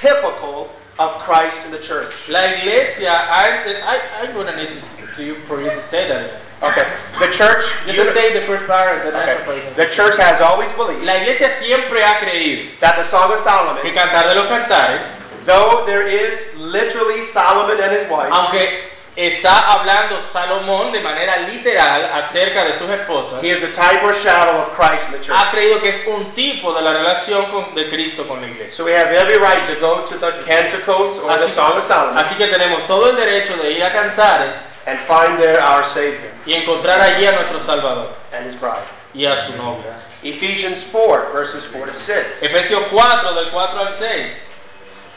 Speaker 1: typical of Christ in the church.
Speaker 2: La iglesia ha ente- I, I'm gonna need to you for you to say that.
Speaker 1: Okay. The church,
Speaker 2: You can say the first part and the
Speaker 1: Okay.
Speaker 2: next part.
Speaker 1: the church has always believed
Speaker 2: La iglesia siempre ha creído
Speaker 1: that the Song of
Speaker 2: que
Speaker 1: Solomon,
Speaker 2: Cantar de los Cantares,
Speaker 1: though there is literally Solomon and his wife,
Speaker 2: Um, aunque está hablando Salomón de manera literal acerca de sus esposas,
Speaker 1: he is the type or shadow of Christ in the church.
Speaker 2: ha creído que es un tipo de la relación con- de Cristo con la iglesia.
Speaker 1: So we have every right to go to the canticles or the Song of Solomon
Speaker 2: Así que tenemos todo el derecho de ir a Cantares
Speaker 1: and find there our Savior.
Speaker 2: y encontrar allí a nuestro Salvador
Speaker 1: and his bride.
Speaker 2: y a su novia.
Speaker 1: Ephesians 4, verses 4 to
Speaker 2: Efesios 4, del 4 al 6.
Speaker 1: 6.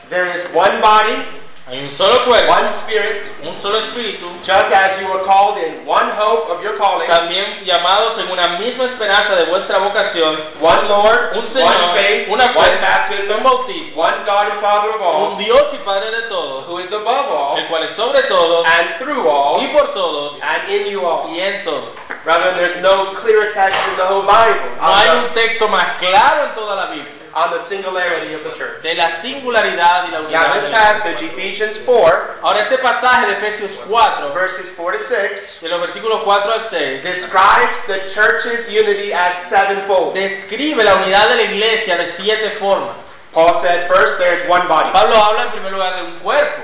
Speaker 1: There is one body,
Speaker 2: Hay un solo cuerpo,
Speaker 1: one spirit,
Speaker 2: un solo espíritu,
Speaker 1: just as you were called in one hope of your calling,
Speaker 2: también llamados en una misma esperanza de vuestra vocación,
Speaker 1: one Lord,
Speaker 2: un
Speaker 1: one
Speaker 2: Señor,
Speaker 1: faith,
Speaker 2: una
Speaker 1: one
Speaker 2: fuerza, un
Speaker 1: baptism,
Speaker 2: bautismo,
Speaker 1: one God and Father of all,
Speaker 2: un Dios y Padre de todos,
Speaker 1: who is above all,
Speaker 2: el cual es sobre todos,
Speaker 1: and through all,
Speaker 2: y por todos,
Speaker 1: and in you all.
Speaker 2: y en todos.
Speaker 1: Rather, there's no clearer text in the whole Bible
Speaker 2: No hay
Speaker 1: on
Speaker 2: un texto más claro en toda la Biblia
Speaker 1: the, on the singularity of the church.
Speaker 2: de la singularidad y la
Speaker 1: Now,
Speaker 2: unidad. de
Speaker 1: this
Speaker 2: la
Speaker 1: passage,
Speaker 2: iglesia.
Speaker 1: Ephesians 4,
Speaker 2: Ahora, este pasaje de Efesios 4,
Speaker 1: verses 4 to 6,
Speaker 2: de los versículos 4 al 6,
Speaker 1: describes the church's unity as sevenfold.
Speaker 2: describe la unidad de la iglesia de siete formas.
Speaker 1: Paul said, first, there's one body.
Speaker 2: Pablo habla en primer lugar de un cuerpo.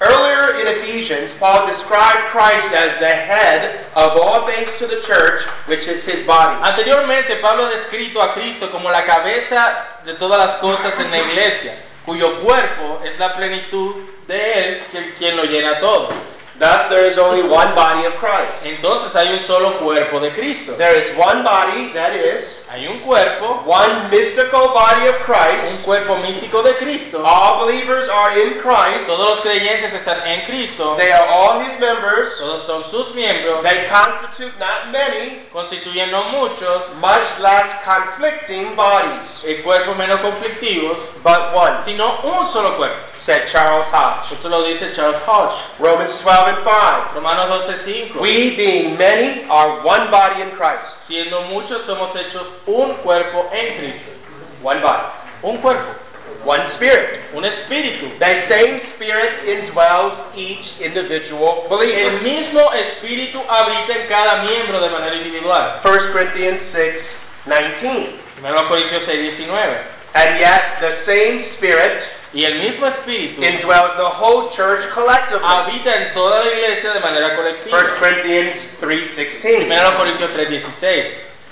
Speaker 1: Earlier in Ephesians, Paul described Christ as the head of all things to the church, which is his body.
Speaker 2: Anteriormente, Pablo ha descrito a Cristo como la cabeza de todas las cosas en la iglesia, cuyo cuerpo es la plenitud de Él, que- quien lo llena todo.
Speaker 1: Thus, there is only one body of Christ.
Speaker 2: Entonces hay un solo cuerpo de Cristo.
Speaker 1: There is one body, that is,
Speaker 2: Hay un cuerpo,
Speaker 1: one mystical body of Christ.
Speaker 2: un cuerpo místico de Cristo.
Speaker 1: All believers are in Christ.
Speaker 2: Todos los creyentes están en Cristo,
Speaker 1: They are all his members.
Speaker 2: todos son sus miembros,
Speaker 1: They constitute not many,
Speaker 2: constituyen no muchos,
Speaker 1: much less conflicting bodies,
Speaker 2: eh, cuerpos menos conflictivos,
Speaker 1: but one,
Speaker 2: sino un solo cuerpo.
Speaker 1: said Charles Hodge.
Speaker 2: Eso lo dice Charles Hodge,
Speaker 1: Romans 12 and 5.
Speaker 2: Romanos 12:5.
Speaker 1: We, being many, are one body in Christ.
Speaker 2: Siendo muchos, somos hechos un cuerpo en Cristo.
Speaker 1: One body.
Speaker 2: Un cuerpo,
Speaker 1: One spirit.
Speaker 2: un espíritu.
Speaker 1: The same spirit indwells each individual
Speaker 2: El
Speaker 1: believer.
Speaker 2: mismo espíritu habita en cada miembro de manera individual.
Speaker 1: 1 Corinthians 6, 19.
Speaker 2: 1 Corintios 6, 19.
Speaker 1: And yet, the same spirit
Speaker 2: Y el mismo espíritu
Speaker 1: indwells the whole church collectively.
Speaker 2: habita en toda la iglesia de manera
Speaker 1: 1
Speaker 2: colectiva.
Speaker 1: Corinthians 3, 16.
Speaker 2: 1 Corintios 3, 16.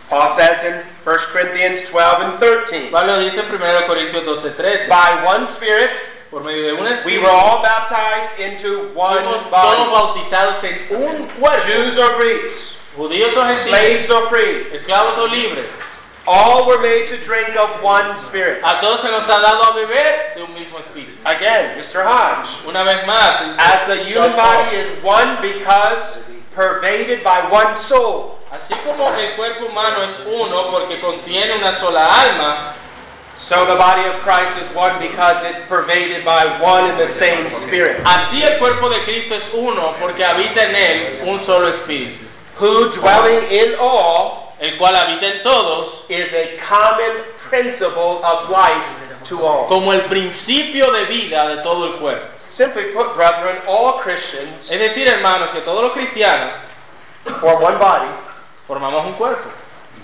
Speaker 1: Paul says in 1 Corinthians 12 and 13,
Speaker 2: Pablo dice en 1 Corintios 12, 13.
Speaker 1: By one spirit,
Speaker 2: por medio de una
Speaker 1: We were all baptized into one
Speaker 2: fuimos todos
Speaker 1: body.
Speaker 2: bautizados en un cuerpo,
Speaker 1: Jews or Greeks,
Speaker 2: judíos o gentiles,
Speaker 1: slaves or free,
Speaker 2: esclavos o libres,
Speaker 1: all were made to drink of one spirit.
Speaker 2: a todos se nos ha dado a beber de un mismo espíritu.
Speaker 1: Again, Mr. Hodge,
Speaker 2: Una vez más,
Speaker 1: as the human body is one because pervaded by one soul.
Speaker 2: así como el cuerpo humano es uno porque contiene una sola alma,
Speaker 1: So the body of Christ is one because it's pervaded by one and the same Spirit,
Speaker 2: así el cuerpo de Cristo es uno porque habita en él un solo espíritu,
Speaker 1: who dwelling in all
Speaker 2: el cual habita en todos
Speaker 1: is a common principle of life to all.
Speaker 2: como el principio de vida de todo el cuerpo.
Speaker 1: Simply put, brethren, all Christians
Speaker 2: Es decir, hermanos, que todos los cristianos
Speaker 1: form one body.
Speaker 2: formamos un cuerpo.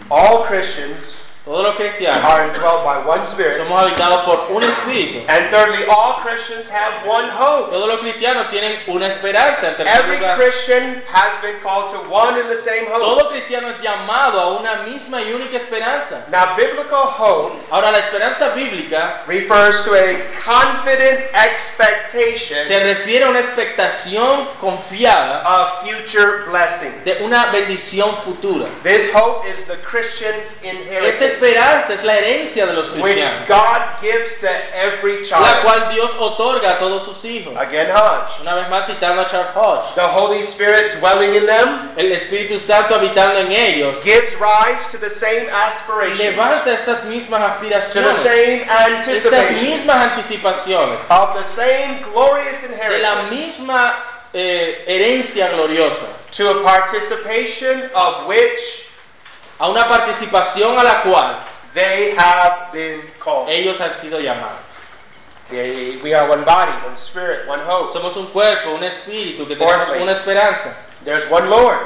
Speaker 1: All Christians
Speaker 2: Todos los cristianos
Speaker 1: are indwelt by one Spirit.
Speaker 2: somos habitados por un espíritu.
Speaker 1: And thirdly, all Christians have one hope.
Speaker 2: Todos los cristianos tienen una esperanza. En tercer
Speaker 1: Every
Speaker 2: lugar,
Speaker 1: Christian has been called to one and the same hope.
Speaker 2: todo cristiano es llamado a una misma y única esperanza.
Speaker 1: Now, biblical hope
Speaker 2: Ahora, la esperanza bíblica
Speaker 1: refers to a confident expectation
Speaker 2: se refiere a una expectación confiada
Speaker 1: of future blessings.
Speaker 2: de una bendición futura.
Speaker 1: This hope is the Christian's
Speaker 2: Esta
Speaker 1: inheritance,
Speaker 2: esperanza es la herencia de los
Speaker 1: which
Speaker 2: cristianos,
Speaker 1: God gives to every
Speaker 2: la
Speaker 1: child.
Speaker 2: cual Dios otorga a todos sus hijos.
Speaker 1: Again, Hodge.
Speaker 2: Una vez más citando a Charles Hodge,
Speaker 1: The Holy Spirit dwelling in them
Speaker 2: el Espíritu Santo habitando en ellos
Speaker 1: gives rise to the same aspirations,
Speaker 2: levanta estas mismas
Speaker 1: to the
Speaker 2: aspiraciones,
Speaker 1: same
Speaker 2: estas
Speaker 1: anticipation
Speaker 2: mismas anticipaciones
Speaker 1: of the same glorious
Speaker 2: de la
Speaker 1: inheritance
Speaker 2: misma eh, herencia gloriosa
Speaker 1: to a participation of which
Speaker 2: a una participación a la cual
Speaker 1: they have been called.
Speaker 2: ellos han sido llamados.
Speaker 1: They- We are one body, one spirit, one hope.
Speaker 2: Somos un cuerpo, un espíritu que tenemos
Speaker 1: Fourthly.
Speaker 2: una esperanza.
Speaker 1: There's one Lord.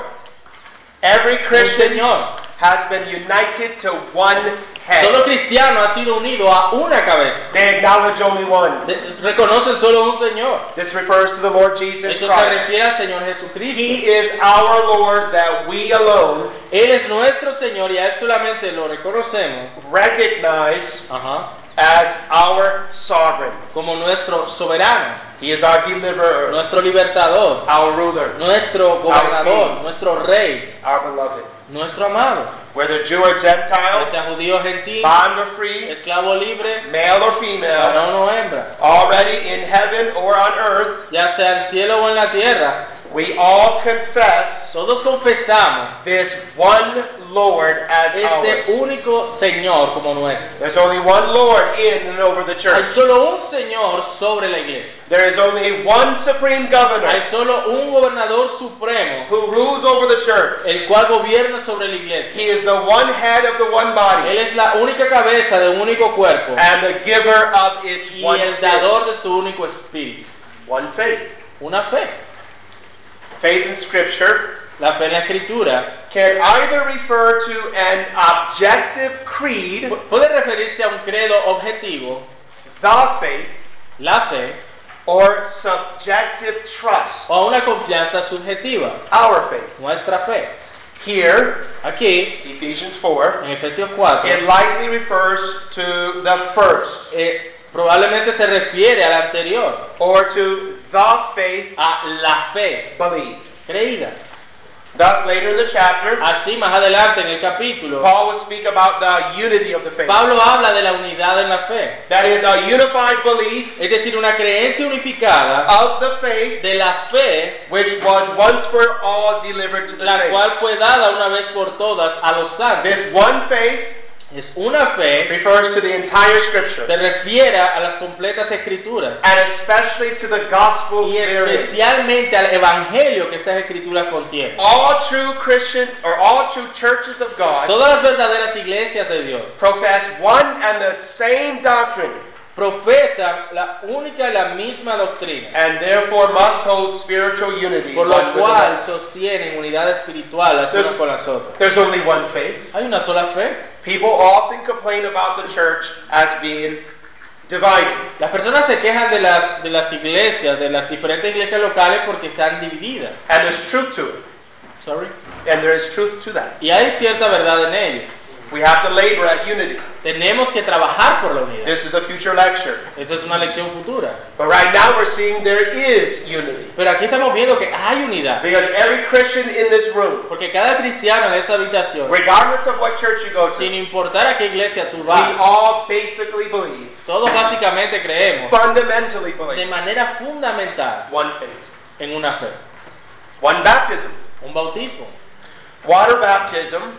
Speaker 1: Every
Speaker 2: El
Speaker 1: Christian
Speaker 2: Señor.
Speaker 1: has been united to one
Speaker 2: Todo
Speaker 1: head.
Speaker 2: cristiano ha sido unido a una cabeza.
Speaker 1: They acknowledge only one.
Speaker 2: De- Reconocen solo un Señor.
Speaker 1: This refers to the Lord Jesus
Speaker 2: Esto se
Speaker 1: Christ.
Speaker 2: refiere al Señor
Speaker 1: He
Speaker 2: Jesucristo.
Speaker 1: is our Lord that we alone
Speaker 2: Él es nuestro Señor y a Él solamente lo reconocemos
Speaker 1: recognize
Speaker 2: ajá,
Speaker 1: as our sovereign.
Speaker 2: como nuestro soberano,
Speaker 1: He is our deliverer,
Speaker 2: nuestro libertador,
Speaker 1: our ruler,
Speaker 2: nuestro
Speaker 1: Our
Speaker 2: gobernador, nuestro rey,
Speaker 1: our beloved.
Speaker 2: nuestro amado.
Speaker 1: Whether Jew or
Speaker 2: Ya
Speaker 1: Gentile,
Speaker 2: sea judío, gentil,
Speaker 1: bond or free,
Speaker 2: esclavo libre,
Speaker 1: male or female,
Speaker 2: varón o hembra,
Speaker 1: already in heaven or on earth,
Speaker 2: ya sea en cielo o en la tierra,
Speaker 1: we all confess
Speaker 2: todos confesamos
Speaker 1: this one Lord as ours.
Speaker 2: este único Señor como nuestro.
Speaker 1: There's only one Lord in and over the
Speaker 2: Hay
Speaker 1: church.
Speaker 2: solo un Señor sobre la iglesia.
Speaker 1: There is only one supreme governor
Speaker 2: Hay solo un gobernador supremo,
Speaker 1: who rules over the church.
Speaker 2: el cual gobierna sobre la iglesia.
Speaker 1: He is the one head of the one
Speaker 2: Él
Speaker 1: body
Speaker 2: es la única cabeza de un único cuerpo
Speaker 1: and the giver of its
Speaker 2: y
Speaker 1: one
Speaker 2: el
Speaker 1: spirit.
Speaker 2: dador de su único espíritu.
Speaker 1: One faith.
Speaker 2: Una fe.
Speaker 1: Faith in Scripture
Speaker 2: La fe en la escritura
Speaker 1: can either refer to an objective creed,
Speaker 2: pu- puede referirse a un credo objetivo,
Speaker 1: the faith,
Speaker 2: la fe,
Speaker 1: or subjective trust,
Speaker 2: o a una confianza subjetiva,
Speaker 1: our faith.
Speaker 2: nuestra fe.
Speaker 1: Here,
Speaker 2: Aquí,
Speaker 1: Ephesians 4,
Speaker 2: en Efesios 4,
Speaker 1: it likely refers to the first
Speaker 2: eh, probablemente se refiere al anterior,
Speaker 1: or to the faith
Speaker 2: a la fe
Speaker 1: believed.
Speaker 2: creída.
Speaker 1: Thus, later in the chapter,
Speaker 2: Así más adelante en el capítulo,
Speaker 1: Paul will speak about the unity of the faith.
Speaker 2: Pablo habla de la unidad en la fe,
Speaker 1: That is, a unified belief
Speaker 2: es decir, una creencia unificada
Speaker 1: of the faith
Speaker 2: de la fe,
Speaker 1: which was once for all delivered to the
Speaker 2: la
Speaker 1: faith.
Speaker 2: cual fue dada una vez por todas a los santos.
Speaker 1: This one faith
Speaker 2: Es una fe
Speaker 1: refers to the entire
Speaker 2: se
Speaker 1: scripture
Speaker 2: refiere a las completas escrituras
Speaker 1: and especially to the gospel
Speaker 2: y
Speaker 1: theory.
Speaker 2: especialmente al evangelio que estas escrituras contienen.
Speaker 1: All true Christians or all true churches of God
Speaker 2: Todas las verdaderas iglesias de Dios
Speaker 1: profess one and the same doctrine
Speaker 2: profesan la única y la misma doctrina,
Speaker 1: and therefore must hold spiritual unity.
Speaker 2: por
Speaker 1: one
Speaker 2: lo
Speaker 1: with
Speaker 2: cual sostienen unidad espiritual las unas con las otras.
Speaker 1: another. There's only one faith.
Speaker 2: Hay una sola fe.
Speaker 1: People often complain about the church as being divided.
Speaker 2: Las personas se quejan de las, de las iglesias, de las diferentes iglesias locales porque están divididas.
Speaker 1: And there's truth to it.
Speaker 2: Sorry.
Speaker 1: And there is truth to that.
Speaker 2: Y hay cierta verdad en ello.
Speaker 1: We have to labor at unity.
Speaker 2: Tenemos que trabajar por la unidad.
Speaker 1: This is a future lecture.
Speaker 2: Esa es una lección futura.
Speaker 1: But right now we're seeing there is unity.
Speaker 2: Pero aquí estamos viendo que hay unidad.
Speaker 1: Because every Christian in this room,
Speaker 2: Porque cada cristiano en esta habitación,
Speaker 1: regardless of what church you go to,
Speaker 2: sin importar a qué iglesia
Speaker 1: we
Speaker 2: tú vas,
Speaker 1: all basically believe,
Speaker 2: todos básicamente creemos
Speaker 1: fundamentally
Speaker 2: de
Speaker 1: believe,
Speaker 2: manera fundamental
Speaker 1: one faith,
Speaker 2: en una fe,
Speaker 1: one baptism.
Speaker 2: un bautismo.
Speaker 1: Water baptism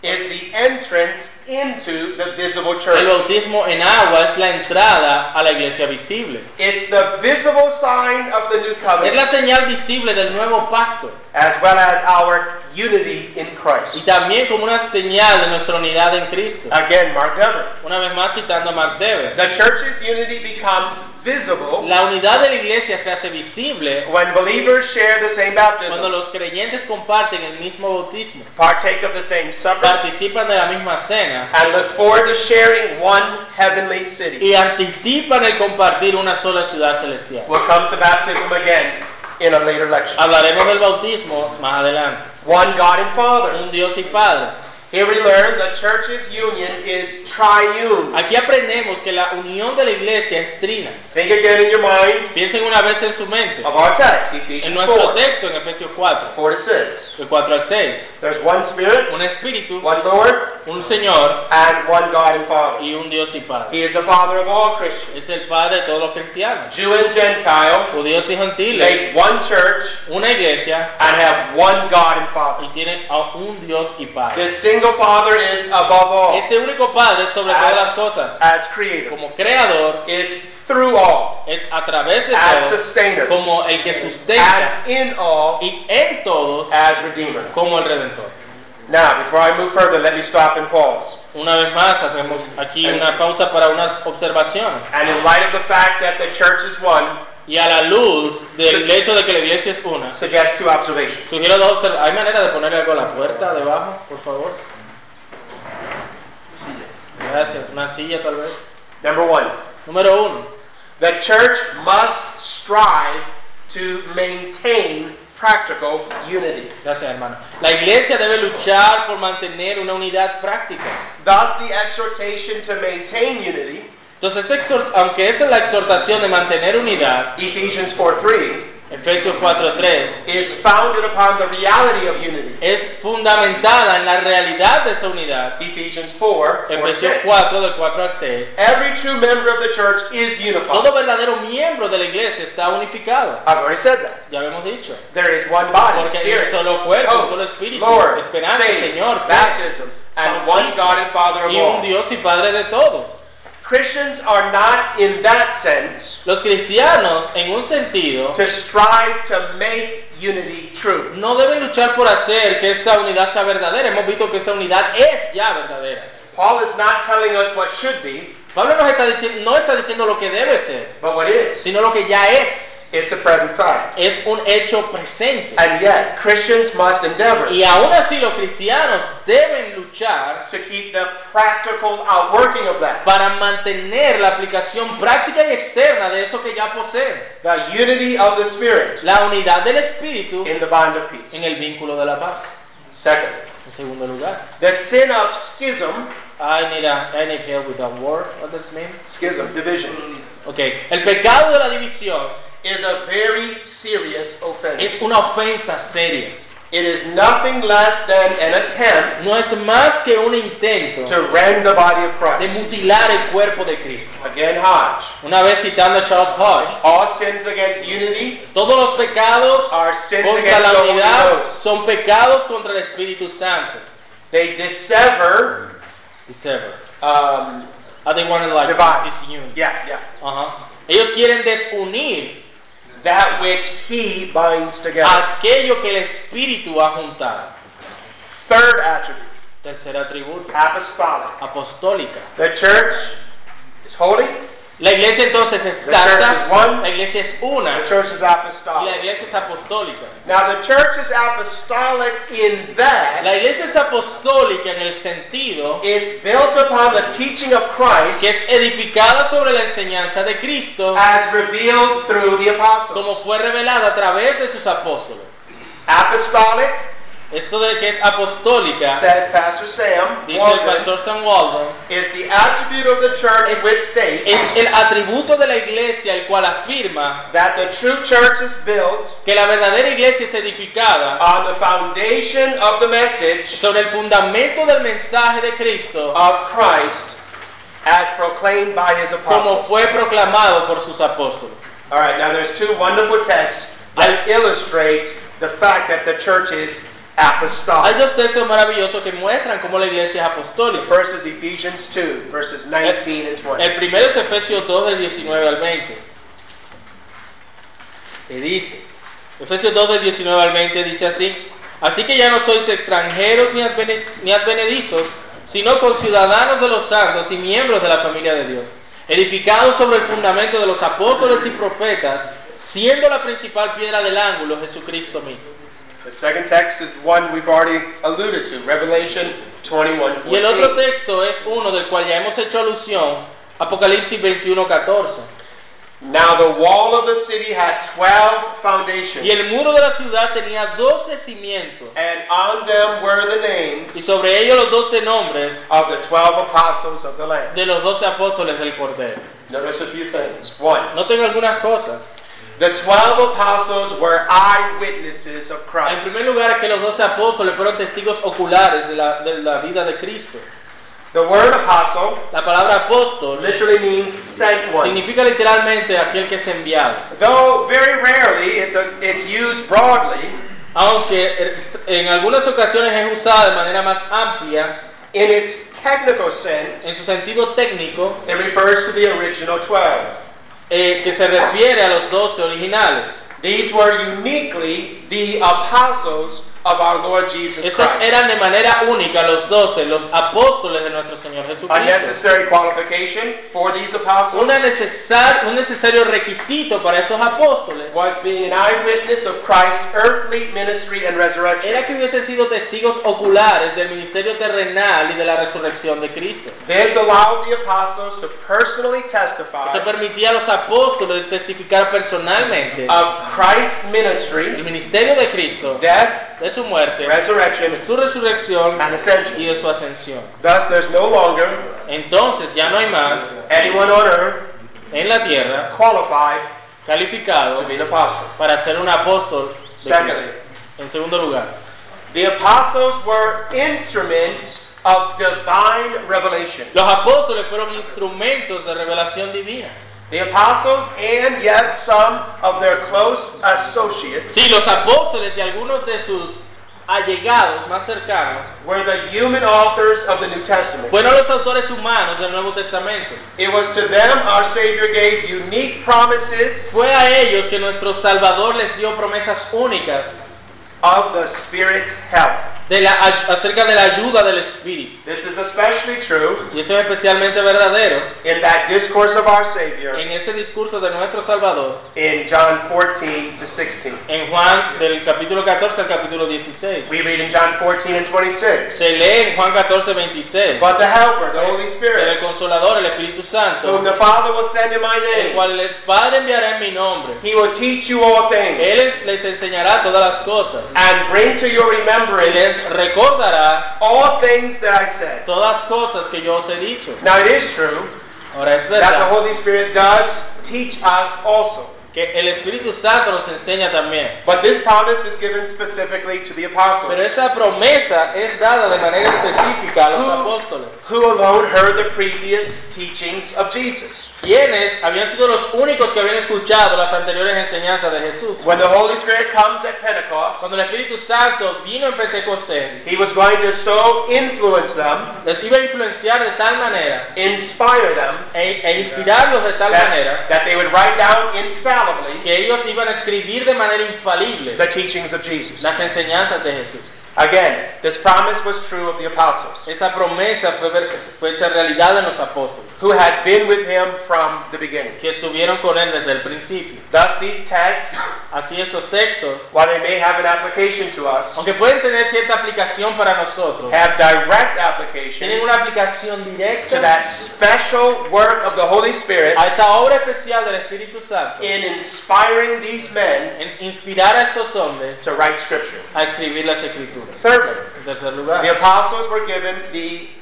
Speaker 1: is the entrance into the visible
Speaker 2: El
Speaker 1: church.
Speaker 2: bautismo en agua es la entrada a la iglesia visible.
Speaker 1: It's the visible sign of the new
Speaker 2: Es
Speaker 1: covenant,
Speaker 2: la señal visible del nuevo pacto
Speaker 1: as well as our unity in Christ.
Speaker 2: y también como una señal de nuestra unidad en Cristo.
Speaker 1: Again, Mark Dever.
Speaker 2: Una vez más citando a Mark Dever,
Speaker 1: The church's unity becomes visible
Speaker 2: la unidad de la iglesia se hace visible
Speaker 1: when believers share the same
Speaker 2: cuando
Speaker 1: baptism,
Speaker 2: los creyentes comparten el mismo bautismo,
Speaker 1: partake of the same supper,
Speaker 2: participan de la misma cena
Speaker 1: and look forward to sharing one heavenly city.
Speaker 2: y anticipan el compartir una sola ciudad celestial.
Speaker 1: We'll come to baptism again in a later lecture.
Speaker 2: Hablaremos del bautismo más adelante.
Speaker 1: One God and Father.
Speaker 2: Un Dios y Padre.
Speaker 1: Here we learn the church's union is triune.
Speaker 2: Aquí aprendemos que la unión de la iglesia es trina.
Speaker 1: Think again in your mind
Speaker 2: Piensen una vez en su mente.
Speaker 1: of our text,
Speaker 2: En
Speaker 1: Ephesians
Speaker 2: nuestro
Speaker 1: 4,
Speaker 2: texto, en Efesios 4,
Speaker 1: 4 to 6.
Speaker 2: del 4 al 6,
Speaker 1: There's one Spirit,
Speaker 2: un espíritu,
Speaker 1: one Lord,
Speaker 2: un Señor
Speaker 1: and one God and Father.
Speaker 2: y un Dios y Padre.
Speaker 1: He is the Father of all Christians,
Speaker 2: Es el Padre de todos los cristianos,
Speaker 1: Jew and Gentile.
Speaker 2: judíos y gentiles,
Speaker 1: make one church
Speaker 2: una iglesia
Speaker 1: and have one God and Father.
Speaker 2: y tienen a un Dios y Padre.
Speaker 1: This single Father is above all,
Speaker 2: Este único Padre es sobre todas las cosas,
Speaker 1: as creator,
Speaker 2: como creador,
Speaker 1: is through all,
Speaker 2: es a través de
Speaker 1: as
Speaker 2: todo,
Speaker 1: sustainer,
Speaker 2: como el que
Speaker 1: and
Speaker 2: sustenta
Speaker 1: in all,
Speaker 2: y en todos
Speaker 1: as redeemer.
Speaker 2: como el Redentor.
Speaker 1: Now, before I move further, let me stop and pause.
Speaker 2: Una vez más hacemos aquí una pausa para unas observaciones
Speaker 1: And in light of the fact that the church is one,
Speaker 2: y a la luz del hecho de que la iglesia es una,
Speaker 1: suggest two observations.
Speaker 2: Sugiero dos observ- ¿Hay manera de poner algo a la puerta debajo, por favor? Gracias. Una silla, tal vez.
Speaker 1: Number one,
Speaker 2: Número uno.
Speaker 1: the church must strive to maintain practical unity.
Speaker 2: Gracias, hermano. La iglesia debe luchar por mantener una unidad práctica.
Speaker 1: Thus, the exhortation to maintain unity
Speaker 2: Entonces, esta exhor- aunque esta es la exhortación de mantener unidad,
Speaker 1: Ephesians 4:3
Speaker 2: Efesios 4.3,
Speaker 1: is founded upon the reality of unity.
Speaker 2: es fundamentada en la realidad de esa unidad.
Speaker 1: Ephesians 4,
Speaker 2: Efesios 4, del 4 al 6.
Speaker 1: Every true member of the church is
Speaker 2: Todo
Speaker 1: unified.
Speaker 2: verdadero miembro de la iglesia está unificado.
Speaker 1: I've already said that.
Speaker 2: Ya habíamos dicho.
Speaker 1: There is one body,
Speaker 2: Porque hay un
Speaker 1: Spirit, Oh,
Speaker 2: solo cuerpo, un solo espíritu,
Speaker 1: Lord,
Speaker 2: esperanza,
Speaker 1: faith,
Speaker 2: Señor, fe,
Speaker 1: baptism, and one God and Father of
Speaker 2: y un
Speaker 1: all.
Speaker 2: Dios y Padre de todos.
Speaker 1: Christians are not, in that sense,
Speaker 2: Los cristianos, en un sentido,
Speaker 1: to strive to make unity true.
Speaker 2: no deben luchar por hacer que esta unidad sea verdadera. Hemos visto que esta unidad es ya verdadera.
Speaker 1: Paul is not telling us what should be,
Speaker 2: Pablo nos está diciendo, no está diciendo lo que debe ser,
Speaker 1: but what is.
Speaker 2: sino lo que ya es.
Speaker 1: It's the present time.
Speaker 2: Es un hecho presente.
Speaker 1: And yet, Christians must endeavor
Speaker 2: Y aún así los cristianos deben luchar
Speaker 1: to keep the practical outworking of that.
Speaker 2: para mantener la aplicación práctica y externa de eso que ya poseen.
Speaker 1: The unity of the Spirit
Speaker 2: La unidad del Espíritu
Speaker 1: in the bond of peace.
Speaker 2: en el vínculo de la paz.
Speaker 1: Second,
Speaker 2: En segundo lugar,
Speaker 1: the sin of schism,
Speaker 2: I need, a, I need help with a word, what does it mean?
Speaker 1: schism, division,
Speaker 2: Okay. El pecado de la división
Speaker 1: is a very serious offense.
Speaker 2: es una ofensa seria.
Speaker 1: It is nothing less than an attempt
Speaker 2: No es más que un
Speaker 1: to
Speaker 2: intento
Speaker 1: rend the body of
Speaker 2: de
Speaker 1: Christ.
Speaker 2: mutilar el cuerpo de Cristo.
Speaker 1: Again, Hodge.
Speaker 2: Una vez citando a Charles Hodge,
Speaker 1: All sins against unity
Speaker 2: todos los pecados
Speaker 1: are sins
Speaker 2: contra
Speaker 1: against
Speaker 2: la
Speaker 1: the Holy Ghost.
Speaker 2: unidad son pecados contra el Espíritu Santo.
Speaker 1: They dissever,
Speaker 2: Discover.
Speaker 1: um,
Speaker 2: I think one is Ah, like
Speaker 1: Divide.
Speaker 2: disunion.
Speaker 1: yeah, yeah,
Speaker 2: Ajá. Ellos quieren desunir
Speaker 1: that which He binds together.
Speaker 2: aquello que el Espíritu ha juntado.
Speaker 1: Third attribute,
Speaker 2: Tercer atributo.
Speaker 1: apostolic.
Speaker 2: Apostólica.
Speaker 1: The church is holy.
Speaker 2: La iglesia entonces es
Speaker 1: The church is
Speaker 2: santa,
Speaker 1: one.
Speaker 2: la iglesia es
Speaker 1: The
Speaker 2: una
Speaker 1: church is
Speaker 2: y la
Speaker 1: apostolic.
Speaker 2: iglesia es apostólica.
Speaker 1: Now, the church is apostolic in that
Speaker 2: La iglesia es apostólica en el sentido
Speaker 1: it's built upon the teaching of Christ
Speaker 2: que es edificada sobre la enseñanza de Cristo
Speaker 1: as revealed through the apostles.
Speaker 2: como fue revelada a través de sus apóstoles.
Speaker 1: Apostolic
Speaker 2: Esto de que es apostólica,
Speaker 1: that Pastor Sam
Speaker 2: dice el
Speaker 1: Walton
Speaker 2: pastor Sam Walden,
Speaker 1: is the attribute of the church which states
Speaker 2: es el atributo de la iglesia el cual afirma
Speaker 1: that the true church is built
Speaker 2: que la verdadera iglesia es edificada
Speaker 1: on the foundation of the message
Speaker 2: sobre el fundamento del mensaje de Cristo
Speaker 1: of Christ as proclaimed by his apostles.
Speaker 2: como fue proclamado por sus apóstoles.
Speaker 1: All right, now there's two wonderful texts that illustrate the fact that the church is
Speaker 2: Hay
Speaker 1: apostolic.
Speaker 2: dos textos maravillosos que muestran cómo la iglesia es
Speaker 1: The
Speaker 2: apostólica.
Speaker 1: first is Ephesians 2, verses 19 and 20.
Speaker 2: El primero es Efesios 2 del 19 al 20. Que dice, Efesios 2 del 19 al 20 dice así, así que ya no sois extranjeros ni, advene- ni advenedizos, sino conciudadanos de los santos y miembros de la familia de Dios, edificados sobre el fundamento de los apóstoles y profetas, siendo la principal piedra del ángulo Jesucristo mismo.
Speaker 1: The second text is one we've already alluded to, Revelation 21,
Speaker 2: Y el otro texto es uno del cual ya hemos hecho alusión, Apocalipsis 21, 14.
Speaker 1: Now the wall of the city had 12 foundations,
Speaker 2: Y el muro de la ciudad tenía doce cimientos,
Speaker 1: and on them were the names
Speaker 2: y sobre ellos los doce nombres
Speaker 1: of the 12 apostles of the Lamb.
Speaker 2: de los doce apóstoles del Cordero.
Speaker 1: Notice a few things. One,
Speaker 2: No tengo algunas cosas.
Speaker 1: the 12 apostles were eyewitnesses of
Speaker 2: En
Speaker 1: Christ.
Speaker 2: primer lugar, es que los doce apóstoles fueron testigos oculares de la, de la vida de Cristo.
Speaker 1: The word apostle
Speaker 2: La palabra apóstol
Speaker 1: literally means sent one.
Speaker 2: significa literalmente aquel que es enviado.
Speaker 1: Though very rarely it's, a, it's used broadly,
Speaker 2: Aunque eh, en algunas ocasiones es usada de manera más amplia,
Speaker 1: in its technical sense,
Speaker 2: en su sentido técnico,
Speaker 1: it refers to the original 12.
Speaker 2: eh, que se refiere a los doce originales.
Speaker 1: These were uniquely the apostles of our Lord Jesus
Speaker 2: Estos
Speaker 1: Christ.
Speaker 2: eran de manera única los doce, los apóstoles de nuestro Señor
Speaker 1: A
Speaker 2: Jesucristo.
Speaker 1: necessary qualification for these apostles
Speaker 2: Una necesar- un necesario requisito para esos apóstoles
Speaker 1: was being an eyewitness of Christ's earthly ministry and
Speaker 2: era
Speaker 1: resurrection.
Speaker 2: que hubiesen sido testigos oculares del ministerio terrenal y de la resurrección de Cristo.
Speaker 1: This allowed the apostles to personally
Speaker 2: Esto
Speaker 1: testify
Speaker 2: permitía a los apóstoles testificar personalmente
Speaker 1: of Christ's
Speaker 2: el
Speaker 1: ministry,
Speaker 2: ministerio de Cristo,
Speaker 1: death,
Speaker 2: de su muerte, de
Speaker 1: resurrection,
Speaker 2: su resurrección
Speaker 1: and
Speaker 2: y
Speaker 1: ascension.
Speaker 2: de su ascensión.
Speaker 1: Thus, there's no longer
Speaker 2: Entonces ya no hay más
Speaker 1: anyone on earth
Speaker 2: en la tierra
Speaker 1: qualified
Speaker 2: calificado
Speaker 1: to be an apostle.
Speaker 2: para ser un apóstol de Cristo.
Speaker 1: Secondly,
Speaker 2: En segundo lugar,
Speaker 1: The apostles were instruments of divine revelation.
Speaker 2: Los apóstoles fueron instrumentos de revelación divina.
Speaker 1: The apostles and yes, some of their close associates
Speaker 2: Sí, los apóstoles y algunos de sus allegados más cercanos
Speaker 1: were the human authors of the New Testament.
Speaker 2: fueron los autores humanos del Nuevo Testamento.
Speaker 1: It was to them our Savior gave unique promises
Speaker 2: Fue a ellos que nuestro Salvador les dio promesas únicas
Speaker 1: of the Spirit's help.
Speaker 2: de la, acerca de la ayuda del Espíritu.
Speaker 1: This is especially true
Speaker 2: Y eso es especialmente verdadero
Speaker 1: in that discourse of our Savior
Speaker 2: en ese discurso de nuestro Salvador
Speaker 1: in John 14 to 16.
Speaker 2: en Juan del capítulo 14 al capítulo 16.
Speaker 1: We read in John 14 and 26.
Speaker 2: Se lee en Juan 14, 26.
Speaker 1: But the Helper, the Holy
Speaker 2: El
Speaker 1: Spirit,
Speaker 2: Consolador, el Espíritu Santo,
Speaker 1: whom the Father will send in my
Speaker 2: el
Speaker 1: name,
Speaker 2: cual el Padre enviará en mi nombre.
Speaker 1: He will teach you all things
Speaker 2: Él les- les enseñará todas las cosas.
Speaker 1: and bring to your
Speaker 2: Él
Speaker 1: remembrance
Speaker 2: les recordará
Speaker 1: all things that I said.
Speaker 2: todas las cosas que yo os he dicho.
Speaker 1: Now it is true
Speaker 2: Ahora es
Speaker 1: that the
Speaker 2: verdad
Speaker 1: Holy Spirit does teach us also,
Speaker 2: que el Espíritu Santo nos enseña también.
Speaker 1: but this promise is given specifically to the
Speaker 2: Pero
Speaker 1: apostles,
Speaker 2: esa promesa es dada de manera específica a los apóstoles,
Speaker 1: who alone heard the previous teachings of Jesus.
Speaker 2: quienes habían sido los únicos que habían escuchado las anteriores enseñanzas de Jesús.
Speaker 1: When the Holy Spirit comes at Pentecost,
Speaker 2: Cuando el Espíritu Santo vino en Pentecostés,
Speaker 1: he was going to so influence them,
Speaker 2: les iba a influenciar de tal manera
Speaker 1: inspire them,
Speaker 2: e, e inspirarlos de tal manera
Speaker 1: that, that they would write down infallibly
Speaker 2: que ellos iban a escribir de manera infalible
Speaker 1: the teachings of Jesus.
Speaker 2: las enseñanzas de Jesús.
Speaker 1: Again, this promise was true of the apostles.
Speaker 2: Esa promesa fue, ver- fue hecha realidad en los apóstoles,
Speaker 1: who had been with him from the beginning.
Speaker 2: que estuvieron con él desde el principio.
Speaker 1: Thus, these texts,
Speaker 2: Así estos textos,
Speaker 1: while they may have an application to us,
Speaker 2: aunque pueden tener cierta aplicación para nosotros,
Speaker 1: have direct
Speaker 2: tienen
Speaker 1: application
Speaker 2: una aplicación
Speaker 1: to that
Speaker 2: directa
Speaker 1: special work of the Holy Spirit
Speaker 2: a esa obra especial del Espíritu Santo
Speaker 1: in inspiring these men
Speaker 2: en inspirar a estos hombres
Speaker 1: to write scripture.
Speaker 2: a escribir las escrituras.
Speaker 1: Thirdly,
Speaker 2: En tercer
Speaker 1: the
Speaker 2: lugar,
Speaker 1: apostles were given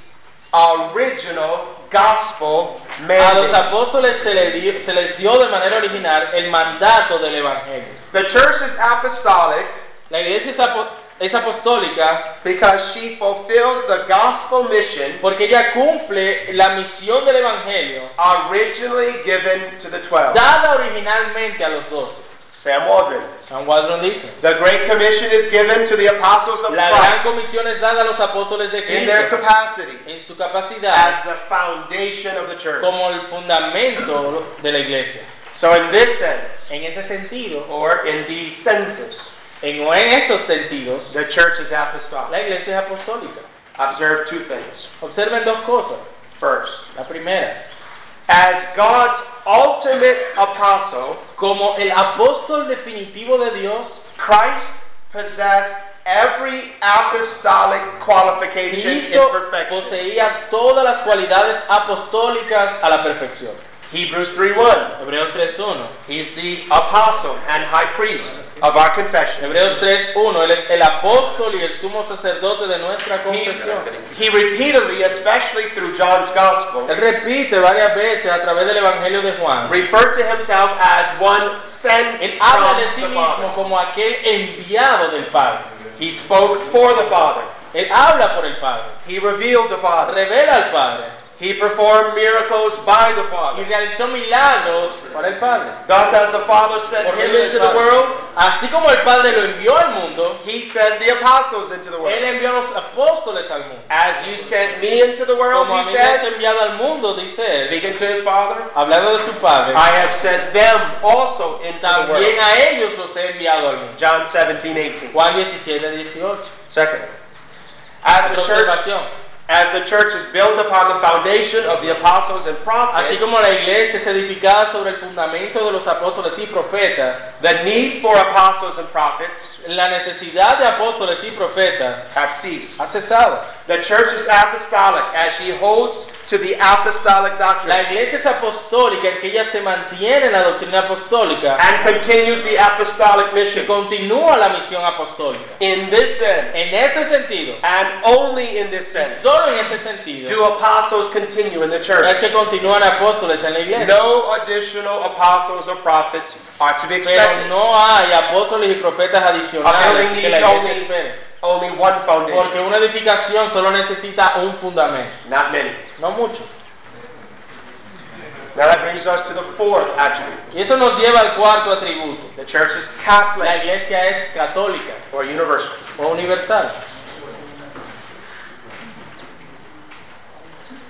Speaker 1: the original gospel
Speaker 2: a los
Speaker 1: mandate.
Speaker 2: apóstoles se les, dio, se les dio de manera original el mandato del Evangelio.
Speaker 1: The church is apostolic
Speaker 2: La iglesia es, apo- es apostólica
Speaker 1: because she fulfills the gospel mission
Speaker 2: porque ella cumple la misión del Evangelio
Speaker 1: originally given to the twelve.
Speaker 2: dada originalmente a los doce.
Speaker 1: Sam Waldron.
Speaker 2: San Wadron dice,
Speaker 1: The Great Commission is given to the apostles of
Speaker 2: la gran
Speaker 1: Christ
Speaker 2: comisión es dada a los apóstoles de
Speaker 1: in their
Speaker 2: Cristo
Speaker 1: capacity
Speaker 2: en su
Speaker 1: as
Speaker 2: capacidad
Speaker 1: the foundation of the church.
Speaker 2: como el fundamento de la iglesia.
Speaker 1: So in this sense,
Speaker 2: En ese sentido,
Speaker 1: or in these senses,
Speaker 2: en, o en estos sentidos,
Speaker 1: the church is apostolic.
Speaker 2: la iglesia es apostólica.
Speaker 1: Observe two things.
Speaker 2: Observen dos cosas.
Speaker 1: First,
Speaker 2: La primera,
Speaker 1: as God's ultimate apostle,
Speaker 2: como el apóstol definitivo de Dios,
Speaker 1: Christ possessed every apostolic qualification in
Speaker 2: Cristo
Speaker 1: perfection.
Speaker 2: poseía todas las cualidades apostólicas a la perfección.
Speaker 1: Hebrews 3.1
Speaker 2: Hebreos 3.1.
Speaker 1: He's the apostle and high priest of our confession.
Speaker 2: Hebreos 3.1. Él es el apóstol y el sumo sacerdote de nuestra confesión.
Speaker 1: He repeatedly, especially through John's Gospel,
Speaker 2: Él repite varias veces a través del Evangelio de Juan.
Speaker 1: referred to himself as one sent
Speaker 2: Él habla
Speaker 1: from
Speaker 2: de sí
Speaker 1: the Father.
Speaker 2: mismo como aquel enviado del Padre.
Speaker 1: He spoke for the Father.
Speaker 2: Él habla por el Padre.
Speaker 1: He revealed the Father.
Speaker 2: Revela al Padre.
Speaker 1: He performed miracles by the
Speaker 2: Y
Speaker 1: Father.
Speaker 2: realizó milagros para el Padre.
Speaker 1: Thus, as the Father sent
Speaker 2: Porque
Speaker 1: him
Speaker 2: él es
Speaker 1: into
Speaker 2: el
Speaker 1: the
Speaker 2: Padre.
Speaker 1: world,
Speaker 2: Así como el Padre lo envió al mundo,
Speaker 1: he sent the apostles into the
Speaker 2: Él
Speaker 1: world.
Speaker 2: envió a los apóstoles al mundo.
Speaker 1: As you sent me into the world,
Speaker 2: Como a
Speaker 1: he
Speaker 2: mí me has
Speaker 1: said,
Speaker 2: enviado al mundo, dice él,
Speaker 1: speaking to his Father,
Speaker 2: hablando de su Padre,
Speaker 1: I have sent them also into the
Speaker 2: también
Speaker 1: world.
Speaker 2: a ellos los he enviado al mundo.
Speaker 1: John 17, 18.
Speaker 2: Juan 17, 18.
Speaker 1: Second, as the
Speaker 2: Otra
Speaker 1: church
Speaker 2: observación.
Speaker 1: As the church is built upon the foundation of the apostles and
Speaker 2: Así
Speaker 1: prophets,
Speaker 2: como la iglesia es edificada sobre el fundamento de los apóstoles y profetas,
Speaker 1: the need for apostles and prophets
Speaker 2: la necesidad de apóstoles y profetas
Speaker 1: have ceased.
Speaker 2: ha cesado.
Speaker 1: The church is apostolic as she holds to the apostolic
Speaker 2: La
Speaker 1: doctrine
Speaker 2: iglesia es apostólica en que ella se mantiene en la doctrina apostólica
Speaker 1: and continues the apostolic
Speaker 2: que
Speaker 1: mission.
Speaker 2: continúa la misión apostólica.
Speaker 1: In this sense,
Speaker 2: En ese sentido,
Speaker 1: and only in this sense,
Speaker 2: solo en ese
Speaker 1: do
Speaker 2: sentido,
Speaker 1: apostles continue in the
Speaker 2: es
Speaker 1: church.
Speaker 2: que continúan apóstoles en la iglesia.
Speaker 1: No additional apostles or prophets are to be
Speaker 2: Pero
Speaker 1: expected.
Speaker 2: no hay apóstoles y profetas adicionales que la iglesia espere.
Speaker 1: Only one
Speaker 2: Porque
Speaker 1: foundation,
Speaker 2: una edificación solo necesita un fundamento,
Speaker 1: not many.
Speaker 2: no mucho.
Speaker 1: Now that brings us to the fourth attribute.
Speaker 2: Y eso nos lleva al cuarto atributo.
Speaker 1: The church is
Speaker 2: La
Speaker 1: Catholic
Speaker 2: iglesia es católica
Speaker 1: or universal.
Speaker 2: o universal.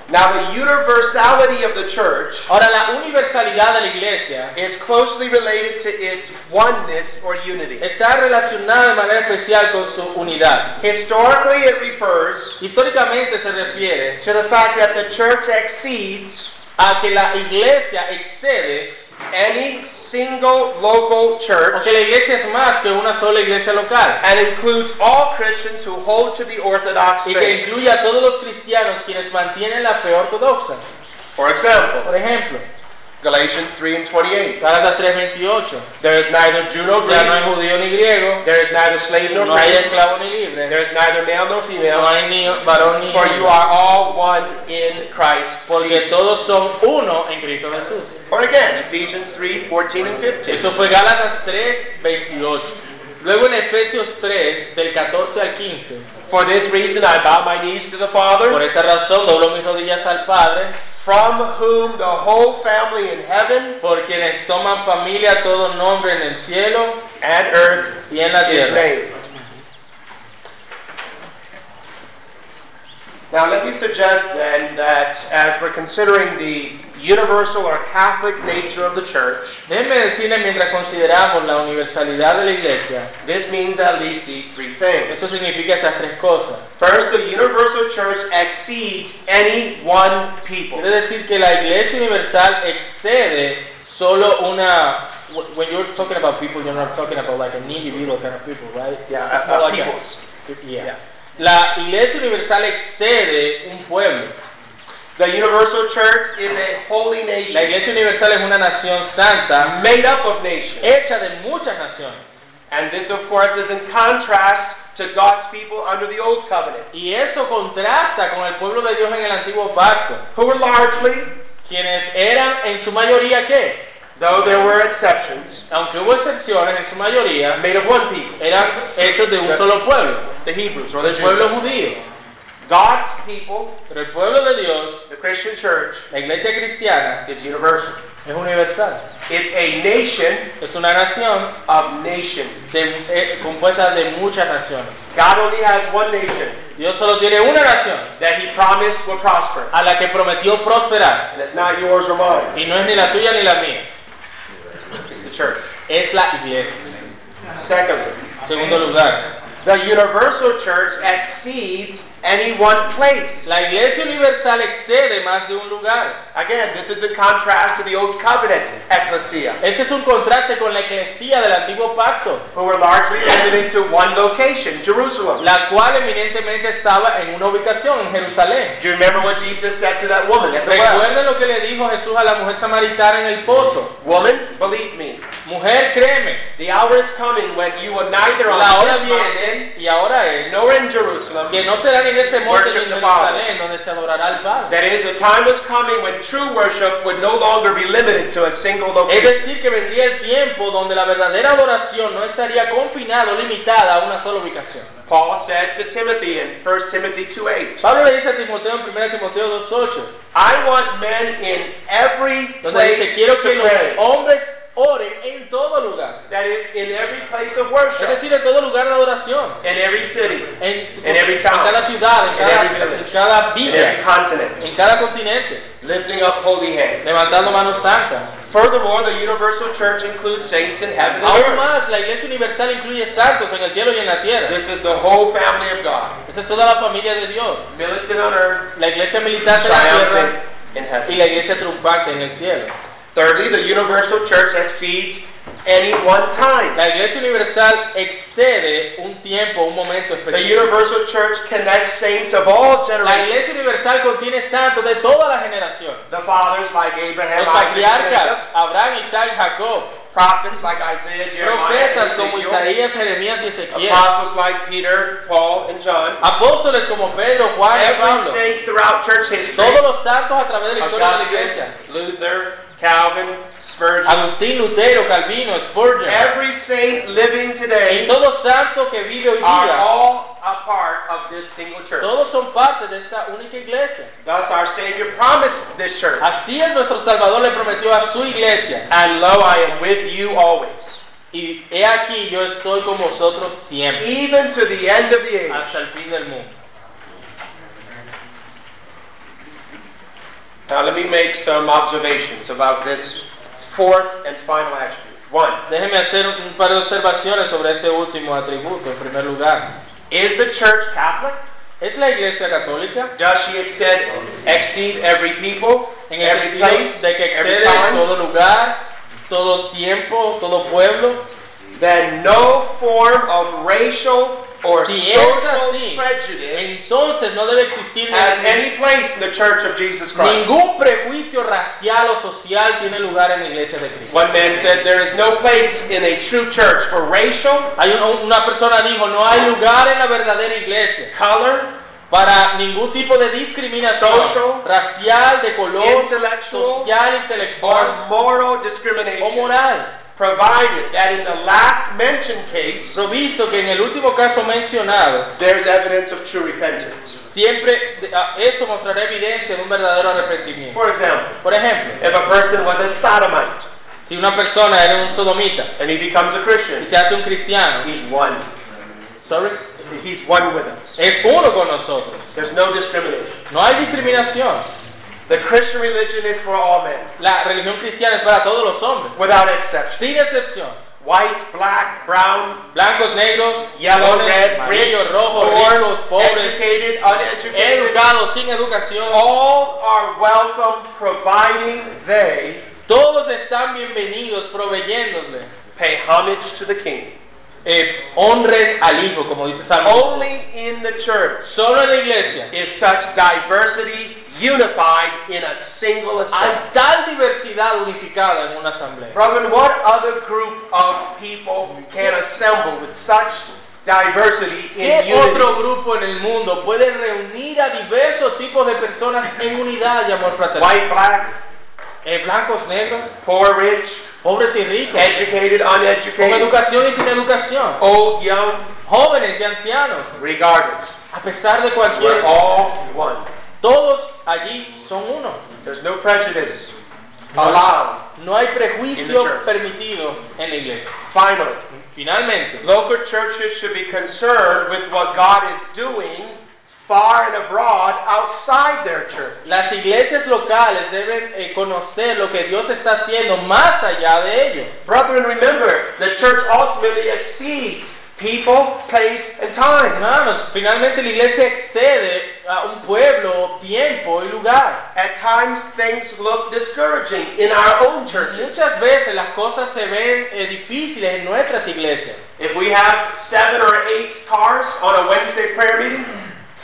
Speaker 1: Now, the universality of the church
Speaker 2: Ahora, la universalidad de la iglesia
Speaker 1: is closely related to its oneness or unity.
Speaker 2: está relacionada de manera especial con su unidad.
Speaker 1: Historically, it refers
Speaker 2: Históricamente se refiere
Speaker 1: to the fact that the church exceeds
Speaker 2: a que la iglesia excede,
Speaker 1: any single local
Speaker 2: o
Speaker 1: church
Speaker 2: que la iglesia es más que una sola iglesia local,
Speaker 1: and includes all Christians who hold to the Orthodox
Speaker 2: y que
Speaker 1: faith.
Speaker 2: incluye a todos los cristianos quienes mantienen la fe ortodoxa.
Speaker 1: For example,
Speaker 2: Por ejemplo,
Speaker 1: Galatians 3 and 28.
Speaker 2: Gálatas 3:28,
Speaker 1: There is neither Jew nor
Speaker 2: ya no hay
Speaker 1: Greek,
Speaker 2: judío ni griego,
Speaker 1: there is neither slave nor
Speaker 2: no hay
Speaker 1: free,
Speaker 2: esclavo ni libre,
Speaker 1: there is neither male nor
Speaker 2: no
Speaker 1: female,
Speaker 2: hay ni varón ni
Speaker 1: for you are all one in Christ.
Speaker 2: porque todos son uno en Cristo Jesús.
Speaker 1: Or again, Ephesians 3, 14 and 15.
Speaker 2: Eso fue Gálatas 3, 28. Luego en Efesios 3, del 14 al 15.
Speaker 1: For this reason I bow my knees to the
Speaker 2: Por
Speaker 1: Father,
Speaker 2: esta razón doblo mis rodillas al Padre,
Speaker 1: from whom the whole family in heaven
Speaker 2: por quienes toman familia todo nombre en el cielo
Speaker 1: and earth
Speaker 2: y en la
Speaker 1: is
Speaker 2: tierra.
Speaker 1: named. Now let me suggest then that as we're considering the universal or Catholic nature of the Church,
Speaker 2: Déjenme decirles, mientras consideramos la universalidad de la iglesia,
Speaker 1: this means at least these three things.
Speaker 2: esto significa estas tres cosas.
Speaker 1: First, the universal Church exceeds any one people.
Speaker 2: Quiere decir que la iglesia universal excede solo una... When you're talking about people, you're not talking about like an individual kind of people, right?
Speaker 1: Yeah,
Speaker 2: It's
Speaker 1: uh,
Speaker 2: more
Speaker 1: uh,
Speaker 2: like a-
Speaker 1: peoples.
Speaker 2: Yeah. La iglesia universal excede un pueblo.
Speaker 1: The universal church is a holy
Speaker 2: La
Speaker 1: nation,
Speaker 2: Iglesia Universal es una nación santa
Speaker 1: made up of nations.
Speaker 2: hecha de muchas naciones.
Speaker 1: And this, of course, is in contrast to God's people under the old covenant,
Speaker 2: Y eso contrasta con el pueblo de Dios en el antiguo pacto,
Speaker 1: who were largely,
Speaker 2: quienes eran en su mayoría qué?
Speaker 1: though there were exceptions,
Speaker 2: Aunque hubo excepciones, en su mayoría
Speaker 1: made of one people,
Speaker 2: eran hechos de un solo pueblo,
Speaker 1: the Hebrews or the
Speaker 2: del
Speaker 1: Jews.
Speaker 2: pueblo judío.
Speaker 1: God's people,
Speaker 2: Pero el pueblo de Dios,
Speaker 1: the Christian church,
Speaker 2: la iglesia cristiana,
Speaker 1: is universal.
Speaker 2: es universal.
Speaker 1: It's a nation
Speaker 2: Es una nación
Speaker 1: of nations.
Speaker 2: de- eh, compuesta de muchas naciones.
Speaker 1: God only has one nation
Speaker 2: Dios solo tiene una nación
Speaker 1: that He promised will prosper,
Speaker 2: a la que prometió prosperar.
Speaker 1: and it's not yours or mine.
Speaker 2: Y no es ni la tuya ni la mía,
Speaker 1: It's the church.
Speaker 2: es la iglesia.
Speaker 1: Secondly,
Speaker 2: En segundo lugar,
Speaker 1: the universal church exceeds any one place.
Speaker 2: la iglesia universal excede más de un lugar.
Speaker 1: Again, this is in contrast to the old covenant ecclesia,
Speaker 2: Este es un contraste con la eclesía del antiguo pacto,
Speaker 1: who were largely limited to one location, Jerusalem.
Speaker 2: la cual eminentemente estaba en una ubicación, en Jerusalén.
Speaker 1: Do you remember what Jesus said to that woman at the well?
Speaker 2: Recuerden lo que le dijo Jesús a la mujer samaritana en el pozo.
Speaker 1: Woman, believe me,
Speaker 2: Mujer, créeme,
Speaker 1: the hour is coming when you will neither on
Speaker 2: la hora
Speaker 1: this mountain
Speaker 2: viene y ahora es
Speaker 1: nor in Jerusalem.
Speaker 2: que no será ni en este monte ni en Jerusalén donde se adorará al Padre.
Speaker 1: That is, the time was coming when true worship would no longer be limited to a single
Speaker 2: Es
Speaker 1: location.
Speaker 2: decir, que vendría el tiempo donde la verdadera adoración no estaría confinada o limitada a una sola ubicación.
Speaker 1: Paul said to Timothy in 1 Timothy 2.8,
Speaker 2: Pablo le dice a Timoteo en 1 Timoteo 2.8
Speaker 1: I want men in every
Speaker 2: Donde dice,
Speaker 1: place
Speaker 2: quiero
Speaker 1: to
Speaker 2: que los
Speaker 1: pray.
Speaker 2: hombres oren en todo lugar.
Speaker 1: That is, in every place of
Speaker 2: Es
Speaker 1: worship,
Speaker 2: decir, en todo lugar de adoración.
Speaker 1: in every city,
Speaker 2: En,
Speaker 1: In every
Speaker 2: en
Speaker 1: town.
Speaker 2: cada ciudad, en
Speaker 1: In
Speaker 2: cada,
Speaker 1: every village.
Speaker 2: en cada
Speaker 1: in every
Speaker 2: villa,
Speaker 1: continent,
Speaker 2: en cada continente,
Speaker 1: lifting up holy hands.
Speaker 2: levantando manos santas.
Speaker 1: Furthermore, the universal church includes saints in heaven and
Speaker 2: Aún
Speaker 1: earth.
Speaker 2: más, la Iglesia Universal incluye santos en el cielo y en la tierra.
Speaker 1: This is the whole family of God,
Speaker 2: Esa es toda la familia de Dios.
Speaker 1: militant on earth,
Speaker 2: La Iglesia militar en la tierra
Speaker 1: triumphant in
Speaker 2: y
Speaker 1: heaven.
Speaker 2: la Iglesia triunfante en el cielo.
Speaker 1: Thirdly, the universal church exceeds any one time.
Speaker 2: La Iglesia Universal excede un tiempo, un momento
Speaker 1: The
Speaker 2: específico.
Speaker 1: universal church connects saints of all
Speaker 2: La
Speaker 1: generations.
Speaker 2: Iglesia Universal contiene santos de toda la generación.
Speaker 1: The fathers like Abraham,
Speaker 2: Los
Speaker 1: Isaac, and Jacob,
Speaker 2: patriarcas, Abraham, Isaac, Jacob,
Speaker 1: prophets like Isaiah,
Speaker 2: profetas
Speaker 1: Jeremiah, and
Speaker 2: como
Speaker 1: Ezekiel,
Speaker 2: Isaías, Jeremías y Ezequiel,
Speaker 1: apostles like Peter, Paul, and John.
Speaker 2: apóstoles como Pedro, Juan y
Speaker 1: Every
Speaker 2: Pablo,
Speaker 1: saint throughout church history,
Speaker 2: todos los santos a través de la historia de la
Speaker 1: Augustine,
Speaker 2: iglesia,
Speaker 1: Luther, Calvin, Spurgeon,
Speaker 2: Agustín, Lutero, Calvino, Spurgeon,
Speaker 1: every saint living
Speaker 2: y
Speaker 1: today
Speaker 2: todos santos que vive hoy
Speaker 1: are
Speaker 2: día,
Speaker 1: all a part of this single church.
Speaker 2: todos son parte de esta única iglesia.
Speaker 1: Thus, our Savior promised this church,
Speaker 2: Así es, nuestro Salvador le prometió a su iglesia,
Speaker 1: and lo, I am with you always,
Speaker 2: y he aquí, yo estoy con vosotros siempre,
Speaker 1: even to the end of the age.
Speaker 2: hasta el fin del mundo.
Speaker 1: Now, let me make some observations about this fourth and final attribute. One,
Speaker 2: Déjeme hacer un par de observaciones sobre este último atributo, en primer lugar.
Speaker 1: is the church Catholic?
Speaker 2: ¿Es la Iglesia Católica
Speaker 1: Does she exceed, exceed every people,
Speaker 2: en el
Speaker 1: every
Speaker 2: sentido
Speaker 1: place,
Speaker 2: de que
Speaker 1: every
Speaker 2: excede
Speaker 1: time?
Speaker 2: todo lugar, todo tiempo, todo pueblo?
Speaker 1: Then no form of racial or
Speaker 2: Si es
Speaker 1: social
Speaker 2: así,
Speaker 1: prejudice
Speaker 2: Entonces no debe existir
Speaker 1: has
Speaker 2: ningún,
Speaker 1: any place in the Church of Jesus Christ.
Speaker 2: ningún prejuicio racial o social tiene lugar en la Iglesia de Cristo.
Speaker 1: One man said, There is no place in a true church for racial,
Speaker 2: Hay un- una persona dijo, no hay lugar en la verdadera iglesia
Speaker 1: color,
Speaker 2: para ningún tipo de discriminación
Speaker 1: Social,
Speaker 2: racial, de color,
Speaker 1: intellectual,
Speaker 2: social,
Speaker 1: or
Speaker 2: intelectual
Speaker 1: moral
Speaker 2: o
Speaker 1: discrimination,
Speaker 2: moral.
Speaker 1: provided that in the last mentioned case,
Speaker 2: Provisto que en el último caso mencionado,
Speaker 1: there's evidence of true repentance.
Speaker 2: siempre de- ah, esto mostrará evidencia de un verdadero arrepentimiento.
Speaker 1: For example,
Speaker 2: Por ejemplo,
Speaker 1: if a person was a sodomite
Speaker 2: si una persona era un sodomita
Speaker 1: and he becomes a
Speaker 2: y
Speaker 1: Christian,
Speaker 2: se hace un cristiano,
Speaker 1: he's one.
Speaker 2: sorry,
Speaker 1: He's one with us.
Speaker 2: es uno con nosotros.
Speaker 1: There's no discrimination.
Speaker 2: No hay discriminación.
Speaker 1: The Christian religion is for all men,
Speaker 2: La religión cristiana es para todos los hombres,
Speaker 1: without exception.
Speaker 2: sin excepción.
Speaker 1: White, black, brown,
Speaker 2: Blancos, negros,
Speaker 1: Yellow,
Speaker 2: colores,
Speaker 1: red,
Speaker 2: amarillos, rojos,
Speaker 1: poor,
Speaker 2: ricos, pobres,
Speaker 1: educated, uneducated,
Speaker 2: educados, sin educación,
Speaker 1: all are welcome providing they
Speaker 2: todos están bienvenidos proveyéndosle.
Speaker 1: pay homage to the King.
Speaker 2: Eh, honres al
Speaker 1: Oh.
Speaker 2: Hijo, como dice San
Speaker 1: Only in the church
Speaker 2: Solo en la iglesia
Speaker 1: is such diversity unified in a single assembly.
Speaker 2: Hay tal diversidad unificada en una asamblea.
Speaker 1: Brethren, what other group of people can assemble with such diversity in unity?
Speaker 2: ¿Qué otro grupo en el mundo puede reunir a diversos tipos de personas en unidad y amor fraternal?
Speaker 1: White, black,
Speaker 2: Eh, blancos, negros,
Speaker 1: poor, rich,
Speaker 2: pobres y ricos,
Speaker 1: educated,
Speaker 2: con
Speaker 1: uneducated,
Speaker 2: educación y sin educación,
Speaker 1: old, young,
Speaker 2: jóvenes y ancianos,
Speaker 1: regardless.
Speaker 2: a pesar de cualquier...
Speaker 1: We're all one.
Speaker 2: Todos allí son uno.
Speaker 1: There's no prejudice allowed.
Speaker 2: No hay
Speaker 1: In the
Speaker 2: prejuicio
Speaker 1: church.
Speaker 2: permitido en la iglesia.
Speaker 1: Finally,
Speaker 2: Finalmente,
Speaker 1: local churches should be concerned with what God is doing far and abroad outside their church.
Speaker 2: las iglesias locales deben eh, conocer lo que Dios está haciendo más allá de ellos.
Speaker 1: Brethren, remember, the church ultimately exceeds people, place, and time.
Speaker 2: Hermanos, finalmente la iglesia excede a un pueblo, tiempo y lugar.
Speaker 1: At times, things look discouraging in our own churches.
Speaker 2: Muchas veces las cosas se ven eh, difíciles en nuestras iglesias.
Speaker 1: If we have seven or eight cars on a Wednesday prayer meeting,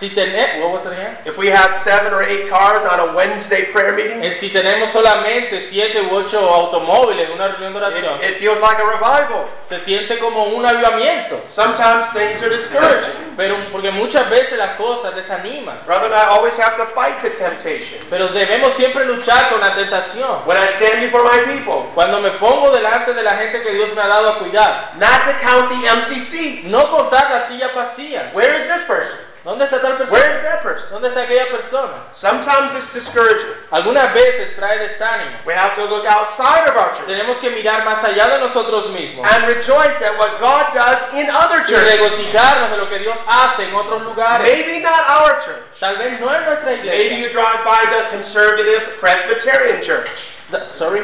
Speaker 2: Si, tene- what was it again?
Speaker 1: if we have seven or eight cars on a Wednesday prayer meeting,
Speaker 2: Eh, si tenemos solamente siete u ocho automóviles en una reunión de
Speaker 1: it,
Speaker 2: oración,
Speaker 1: it feels like a revival.
Speaker 2: se siente como un avivamiento.
Speaker 1: Sometimes things are discouraging.
Speaker 2: Pero porque muchas veces las cosas desaniman.
Speaker 1: Brother and I always have to fight the temptation.
Speaker 2: Pero debemos siempre luchar con la tentación.
Speaker 1: When I stand before my people,
Speaker 2: Cuando me pongo delante de la gente que Dios me ha dado a cuidar,
Speaker 1: not to count the empty seat.
Speaker 2: no contar las sillas vacías.
Speaker 1: Where is this person?
Speaker 2: ¿Dónde está tal
Speaker 1: Where is
Speaker 2: persona?
Speaker 1: that person?
Speaker 2: ¿Dónde está aquella persona?
Speaker 1: Sometimes it's discouraging.
Speaker 2: Algunas veces trae desánimo.
Speaker 1: We have to look outside of our church
Speaker 2: Tenemos que mirar más allá de nosotros mismos
Speaker 1: and rejoice at what God does in other
Speaker 2: y
Speaker 1: churches.
Speaker 2: regocijarnos de lo que Dios hace en otros lugares.
Speaker 1: Maybe not our church.
Speaker 2: Tal vez no en nuestra
Speaker 1: Maybe
Speaker 2: iglesia.
Speaker 1: you drive by the conservative Presbyterian church.
Speaker 2: The- sorry.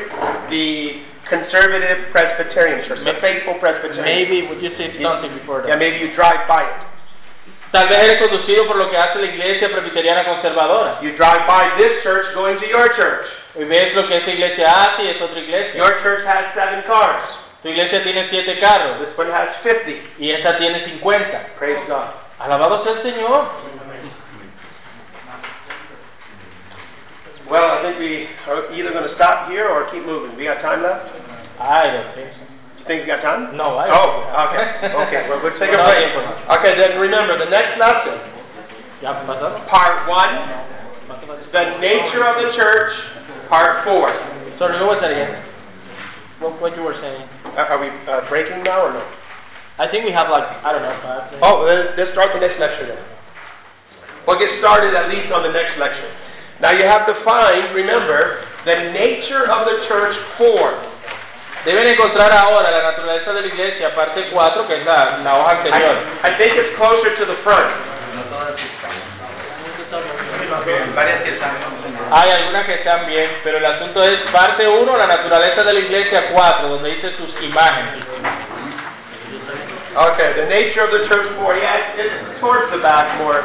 Speaker 1: The conservative Presbyterian church. The faithful Presbyterian.
Speaker 2: Maybe would you say something before that?
Speaker 1: Yeah, maybe you drive by it.
Speaker 2: Tal vez eres conducido por lo que hace la iglesia presbiteriana conservadora.
Speaker 1: You drive by this church going to your church.
Speaker 2: Y ves lo que esa iglesia hace y es otra iglesia.
Speaker 1: Your church has seven cars.
Speaker 2: Tu iglesia tiene siete carros
Speaker 1: This one has 50.
Speaker 2: y esta tiene 50.
Speaker 1: Praise God.
Speaker 2: Alabado sea el Señor.
Speaker 1: Well, I think we are either going to stop here or keep moving. We got time left?
Speaker 2: Ay, don't think so.
Speaker 1: You think we got time?
Speaker 2: No, I
Speaker 1: Oh, okay. Okay, well, we'll take a break. Okay, then remember the next lesson,
Speaker 2: ¿Ya pasaron?
Speaker 1: part one, the nature of the church, part four.
Speaker 2: Sorry, what was that again? What, what you were saying?
Speaker 1: Are are we uh, breaking now or no?
Speaker 2: I think we have like, I don't know, five. minutes.
Speaker 1: Oh, let's, let's start the next lecture then. We'll get started at least on the next lecture. Now you have to find, remember, the nature of the church form.
Speaker 2: Deben encontrar ahora la naturaleza de la iglesia, parte 4, que es la, la hoja anterior.
Speaker 1: I, I think it's closer to the front.
Speaker 2: Hay algunas que están bien, pero el asunto es parte 1, la naturaleza de la iglesia 4, donde dice sus imágenes.
Speaker 1: Okay, the nature of the church form. Yeah, it's, it's towards the back more.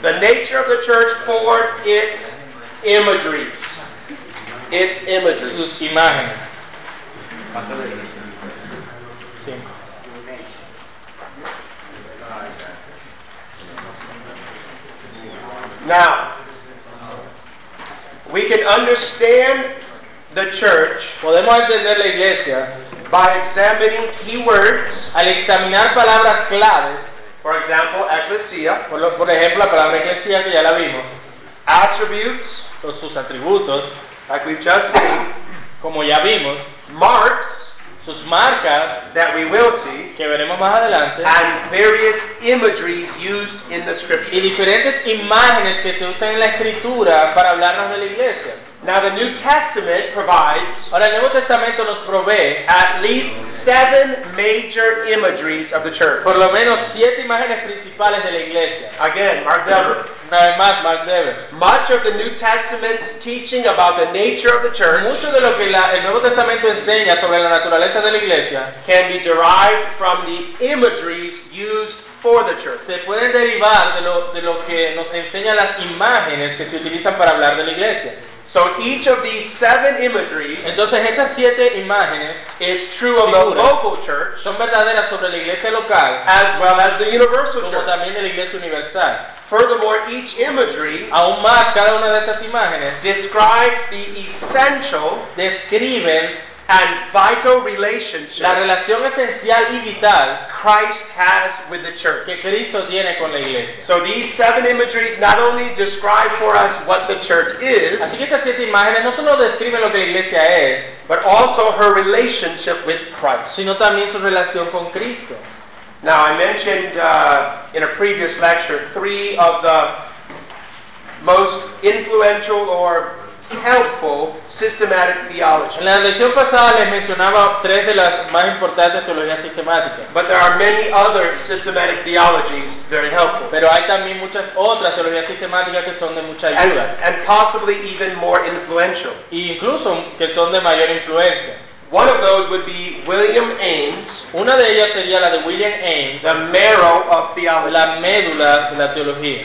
Speaker 1: The nature of the church form its imageries. Its imageries.
Speaker 2: Sus imágenes. Sí.
Speaker 1: Now, we can understand the church
Speaker 2: Podemos entender la iglesia
Speaker 1: by examining keywords,
Speaker 2: al examinar palabras claves,
Speaker 1: for example, ecclesia,
Speaker 2: por, lo- por ejemplo la palabra iglesia que ya la vimos,
Speaker 1: attributes,
Speaker 2: o sus atributos,
Speaker 1: like we've just seen,
Speaker 2: como ya vimos,
Speaker 1: marks
Speaker 2: sus marcas,
Speaker 1: that we will see,
Speaker 2: que veremos más adelante,
Speaker 1: and various imageries used in the
Speaker 2: y
Speaker 1: scripture.
Speaker 2: diferentes imágenes que se usan en la escritura para hablarnos de la iglesia.
Speaker 1: Now, the New Testament provides
Speaker 2: Ahora el Nuevo Testamento nos provee
Speaker 1: at least seven major imageries of the church.
Speaker 2: por lo menos siete imágenes principales de la iglesia.
Speaker 1: Again, Mark Dever.
Speaker 2: Una vez más, Mark Dever.
Speaker 1: Much of the New Testament's teaching about the nature of the church
Speaker 2: Mucho de lo que la- el Nuevo Testamento enseña sobre la naturaleza de la iglesia
Speaker 1: can be derived from the imageries used for the church.
Speaker 2: se puede derivar de lo, de lo que nos enseñan las imágenes que se utilizan para hablar de la iglesia.
Speaker 1: So each of these seven imageries
Speaker 2: Entonces estas siete imágenes
Speaker 1: is true of the local church
Speaker 2: son verdaderas sobre la iglesia local
Speaker 1: as well as the universal
Speaker 2: como
Speaker 1: church.
Speaker 2: también de la iglesia universal.
Speaker 1: Furthermore, each imagery
Speaker 2: Aún más, cada una de estas imágenes
Speaker 1: describes the essential
Speaker 2: describen
Speaker 1: and vital
Speaker 2: la
Speaker 1: relationship
Speaker 2: relación esencial y vital
Speaker 1: Christ has with the church.
Speaker 2: que Cristo tiene con la iglesia.
Speaker 1: So these seven imageries not only describe for us what the church is,
Speaker 2: Así que estas siete imágenes no solo describen lo que la iglesia es,
Speaker 1: but also her relationship with Christ.
Speaker 2: sino también su relación con Cristo.
Speaker 1: Now, I mentioned uh, in a previous lecture three of the most influential or helpful systematic
Speaker 2: En
Speaker 1: theology,
Speaker 2: la lección pasada les mencionaba tres de las más importantes teologías sistemáticas,
Speaker 1: but there are many other systematic theologies very helpful
Speaker 2: pero hay también muchas otras teologías sistemáticas que son de mucha
Speaker 1: and,
Speaker 2: ayuda
Speaker 1: and possibly even more influential.
Speaker 2: e incluso que son de mayor influencia.
Speaker 1: One of those would be William Ames,
Speaker 2: Una de ellas sería la de William Ames,
Speaker 1: the marrow of theology.
Speaker 2: la médula de la teología.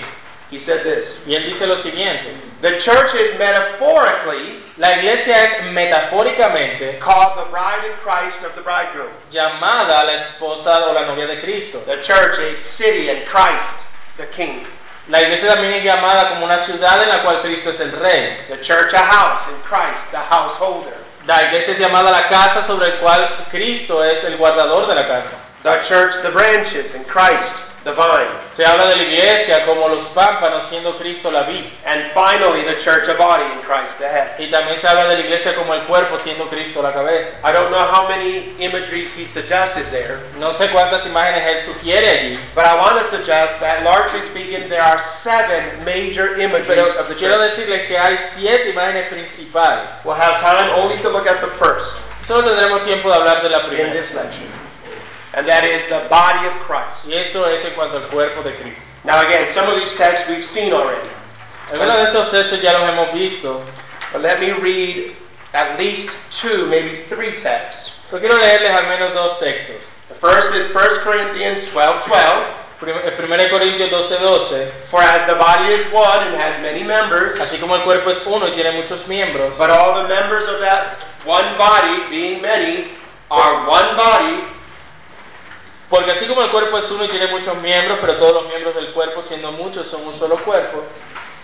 Speaker 1: He said this.
Speaker 2: Y él dice lo siguiente,
Speaker 1: The church is metaphorically
Speaker 2: la iglesia es metafóricamente
Speaker 1: called the bride in Christ of the bridegroom.
Speaker 2: llamada la esposa o la novia de Cristo.
Speaker 1: The church, a city, and Christ, the king.
Speaker 2: La iglesia también es llamada como una ciudad en la cual Cristo es el rey.
Speaker 1: The church, a house, and Christ, the householder.
Speaker 2: La iglesia es llamada la casa sobre el cual Cristo es el guardador de la casa.
Speaker 1: The church, the branches, and Christ, the vine.
Speaker 2: Se habla de la iglesia como los pámpanos siendo Cristo la vid.
Speaker 1: And finally, the church, a body, and Christ, the head.
Speaker 2: Y también se habla de la iglesia como el cuerpo siendo Cristo la cabeza.
Speaker 1: I don't know how many imageries he suggested there,
Speaker 2: No sé cuántas imágenes él sugiere allí,
Speaker 1: but I want to suggest that, largely speaking, there are seven major imageries
Speaker 2: pero
Speaker 1: of the
Speaker 2: quiero
Speaker 1: church.
Speaker 2: decirles que hay siete imágenes principales.
Speaker 1: We'll have time only to look at the first
Speaker 2: Solo tendremos tiempo de hablar de la
Speaker 1: in
Speaker 2: primera.
Speaker 1: this lecture, and that is the body of Christ.
Speaker 2: Y esto es en cuanto al cuerpo de Cristo.
Speaker 1: Now again, some of these texts we've seen already,
Speaker 2: Algunos de estos textos ya los hemos visto,
Speaker 1: but let me read at least two, maybe three texts.
Speaker 2: pero quiero leerles al menos dos textos.
Speaker 1: The first is 1 Corinthians 12:12,
Speaker 2: Prim- eh, 1 Corintios 12:12,
Speaker 1: for as the body is one and has many members,
Speaker 2: así como el cuerpo es uno y tiene muchos miembros,
Speaker 1: but all the members of that one body, being many, are one body,
Speaker 2: Porque así como el cuerpo es uno y tiene muchos miembros, pero todos los miembros del cuerpo, siendo muchos, son un solo cuerpo,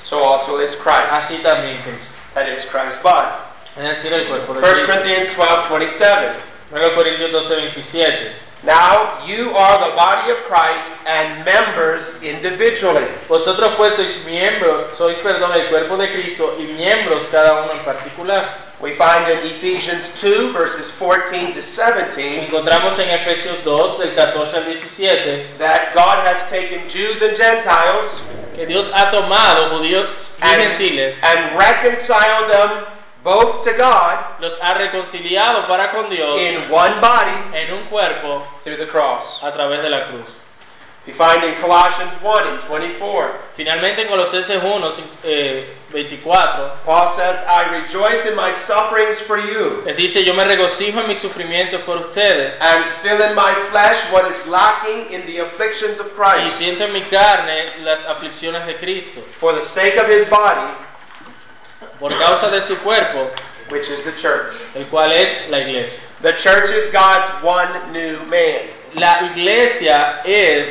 Speaker 1: so also is Christ.
Speaker 2: así también Cristo.
Speaker 1: That is Christ's body.
Speaker 2: Es decir, el cuerpo
Speaker 1: 1
Speaker 2: de Cristo.
Speaker 1: Corinthians 12:27.
Speaker 2: Luego Corintios 12, 27.
Speaker 1: Now you are the body of Christ and members individually.
Speaker 2: Vosotros pues sois miembros, sois, perdón, el cuerpo de Cristo y miembros cada uno en particular.
Speaker 1: We find in Ephesians 2, verses 14 to 17,
Speaker 2: Encontramos en Efesios 2, del 14 al 17,
Speaker 1: that God has taken Jews and Gentiles
Speaker 2: que Dios ha tomado judíos y gentiles,
Speaker 1: and reconciled them both to God
Speaker 2: los ha reconciliado para con Dios
Speaker 1: in one body
Speaker 2: en un cuerpo
Speaker 1: through the cross.
Speaker 2: a través de la cruz.
Speaker 1: We find in Colossians 1 and 24,
Speaker 2: Finalmente en Colosenses 1, cin- eh, 24,
Speaker 1: Paul says, I rejoice in my sufferings for you,
Speaker 2: les eh, dice, yo me regocijo en mis sufrimientos por ustedes
Speaker 1: and still in my flesh what is lacking in the afflictions of
Speaker 2: y
Speaker 1: Christ,
Speaker 2: siento en mi carne las aflicciones de Cristo
Speaker 1: for the sake of his body,
Speaker 2: por causa de su cuerpo,
Speaker 1: which is the church.
Speaker 2: el cual es la iglesia.
Speaker 1: The church is God's one new man.
Speaker 2: La iglesia es,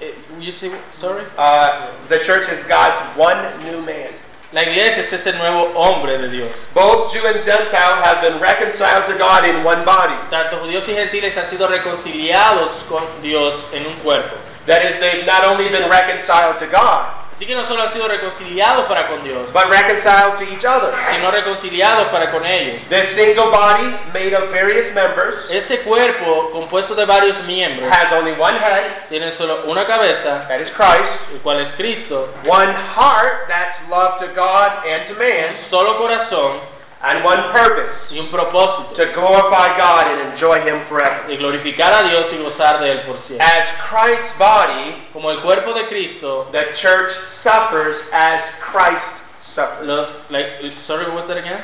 Speaker 2: eh, you see, sorry,
Speaker 1: Uh, the church is God's one new man.
Speaker 2: la iglesia es ese nuevo hombre de Dios.
Speaker 1: Both Jew and Gentile have been reconciled to God in one body.
Speaker 2: Tanto judíos y gentiles han sido reconciliados con Dios en un cuerpo.
Speaker 1: That is, they've not only been reconciled to God,
Speaker 2: Así que no solo han sido reconciliados para con Dios,
Speaker 1: but reconciled to each other.
Speaker 2: sino reconciliados para con ellos.
Speaker 1: This single body, made of various members,
Speaker 2: Ese cuerpo, compuesto de varios miembros,
Speaker 1: has only one head,
Speaker 2: tiene solo una cabeza,
Speaker 1: that is Christ,
Speaker 2: el cual es Cristo,
Speaker 1: one heart, that's love to God and to man,
Speaker 2: un solo corazón
Speaker 1: and one purpose,
Speaker 2: y un propósito
Speaker 1: to glorify God and enjoy Him forever.
Speaker 2: de glorificar a Dios y gozar de Él por siempre.
Speaker 1: As Christ's body,
Speaker 2: Como el cuerpo de Cristo,
Speaker 1: the church suffers as Christ suffers.
Speaker 2: los, like, sorry, what's that again?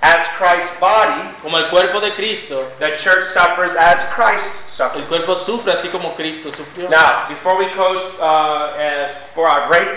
Speaker 1: As Christ's body,
Speaker 2: Como el cuerpo de Cristo,
Speaker 1: the church suffers as Christ
Speaker 2: el
Speaker 1: suffers.
Speaker 2: cuerpo sufre así como Cristo sufrió.
Speaker 1: Now, before we close uh, uh, for our break,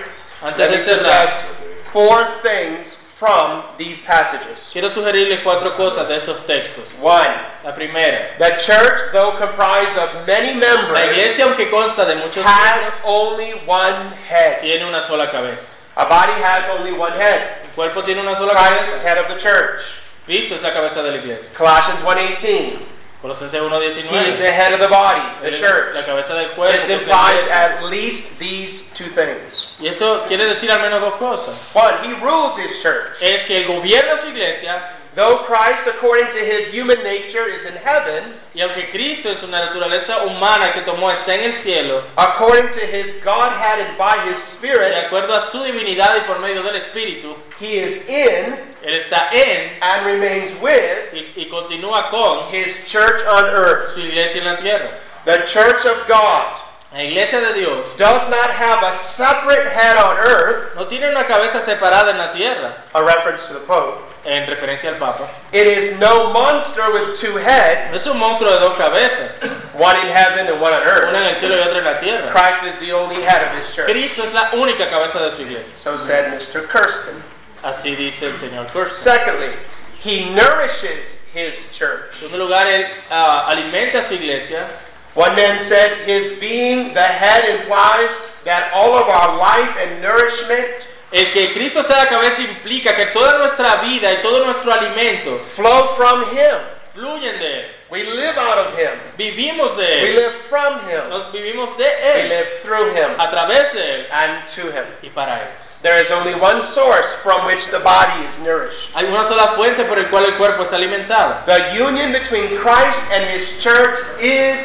Speaker 2: Antes
Speaker 1: let me
Speaker 2: de cerrar,
Speaker 1: suggest four things from these passages.
Speaker 2: Quiero sugerirles cuatro cosas de esos textos.
Speaker 1: One,
Speaker 2: La primera,
Speaker 1: the church, though comprised of many
Speaker 2: la
Speaker 1: members,
Speaker 2: iglesia, aunque consta de muchos
Speaker 1: has
Speaker 2: miembros,
Speaker 1: only one head.
Speaker 2: tiene una sola cabeza.
Speaker 1: A body has only one head.
Speaker 2: El cuerpo tiene una sola
Speaker 1: Christ, the
Speaker 2: cabeza.
Speaker 1: head of the church.
Speaker 2: Cristo es la cabeza de la iglesia.
Speaker 1: Colossians 1.18.
Speaker 2: Colosenses
Speaker 1: He is
Speaker 2: 1.19.
Speaker 1: the head of the body, the
Speaker 2: Él es
Speaker 1: church.
Speaker 2: La cabeza del cuerpo.
Speaker 1: This
Speaker 2: que es la
Speaker 1: implies
Speaker 2: iglesia.
Speaker 1: at least these two things.
Speaker 2: Y esto quiere decir al menos dos cosas.
Speaker 1: One, he rules his church.
Speaker 2: Es que el gobierno de su iglesia,
Speaker 1: Though Christ, according to his human nature, is in heaven,
Speaker 2: y aunque Cristo en su naturaleza humana que tomó está en el cielo,
Speaker 1: according to his Godhead and by his
Speaker 2: de
Speaker 1: Spirit,
Speaker 2: acuerdo a su divinidad y por medio del Espíritu,
Speaker 1: he is in
Speaker 2: Él está en
Speaker 1: and remains with
Speaker 2: y, y continúa con
Speaker 1: his church on earth.
Speaker 2: su iglesia en la tierra.
Speaker 1: The church of God
Speaker 2: La iglesia de Dios
Speaker 1: does not have a separate head on earth,
Speaker 2: no tiene una cabeza separada en la tierra,
Speaker 1: a reference to the Pope.
Speaker 2: en referencia al Papa.
Speaker 1: It is no monster with two heads,
Speaker 2: No es un monstruo de dos cabezas,
Speaker 1: one in heaven and one on
Speaker 2: una
Speaker 1: earth.
Speaker 2: en el cielo y otra en la tierra.
Speaker 1: Christ is the only head of his church.
Speaker 2: Cristo es la única cabeza de su iglesia.
Speaker 1: So said Mr. Kirsten.
Speaker 2: Así dice el señor Thurston.
Speaker 1: Secondly, he nourishes his church.
Speaker 2: En segundo lugar, él ah, alimenta a su iglesia
Speaker 1: One man said, His being the head implies that all of our life and nourishment
Speaker 2: El que Cristo sea la cabeza implica que toda nuestra vida y todo nuestro alimento
Speaker 1: flow from Him.
Speaker 2: fluyen de Él.
Speaker 1: We live out of Him.
Speaker 2: Vivimos de
Speaker 1: We
Speaker 2: Él.
Speaker 1: live from Him.
Speaker 2: Nos vivimos
Speaker 1: We
Speaker 2: de Él.
Speaker 1: live through Him
Speaker 2: A través de Él
Speaker 1: and to Him.
Speaker 2: y para Él.
Speaker 1: There is only one source from which the body is nourished.
Speaker 2: Hay una sola fuente por el cual el cuerpo está alimentado.
Speaker 1: The union between Christ and His church is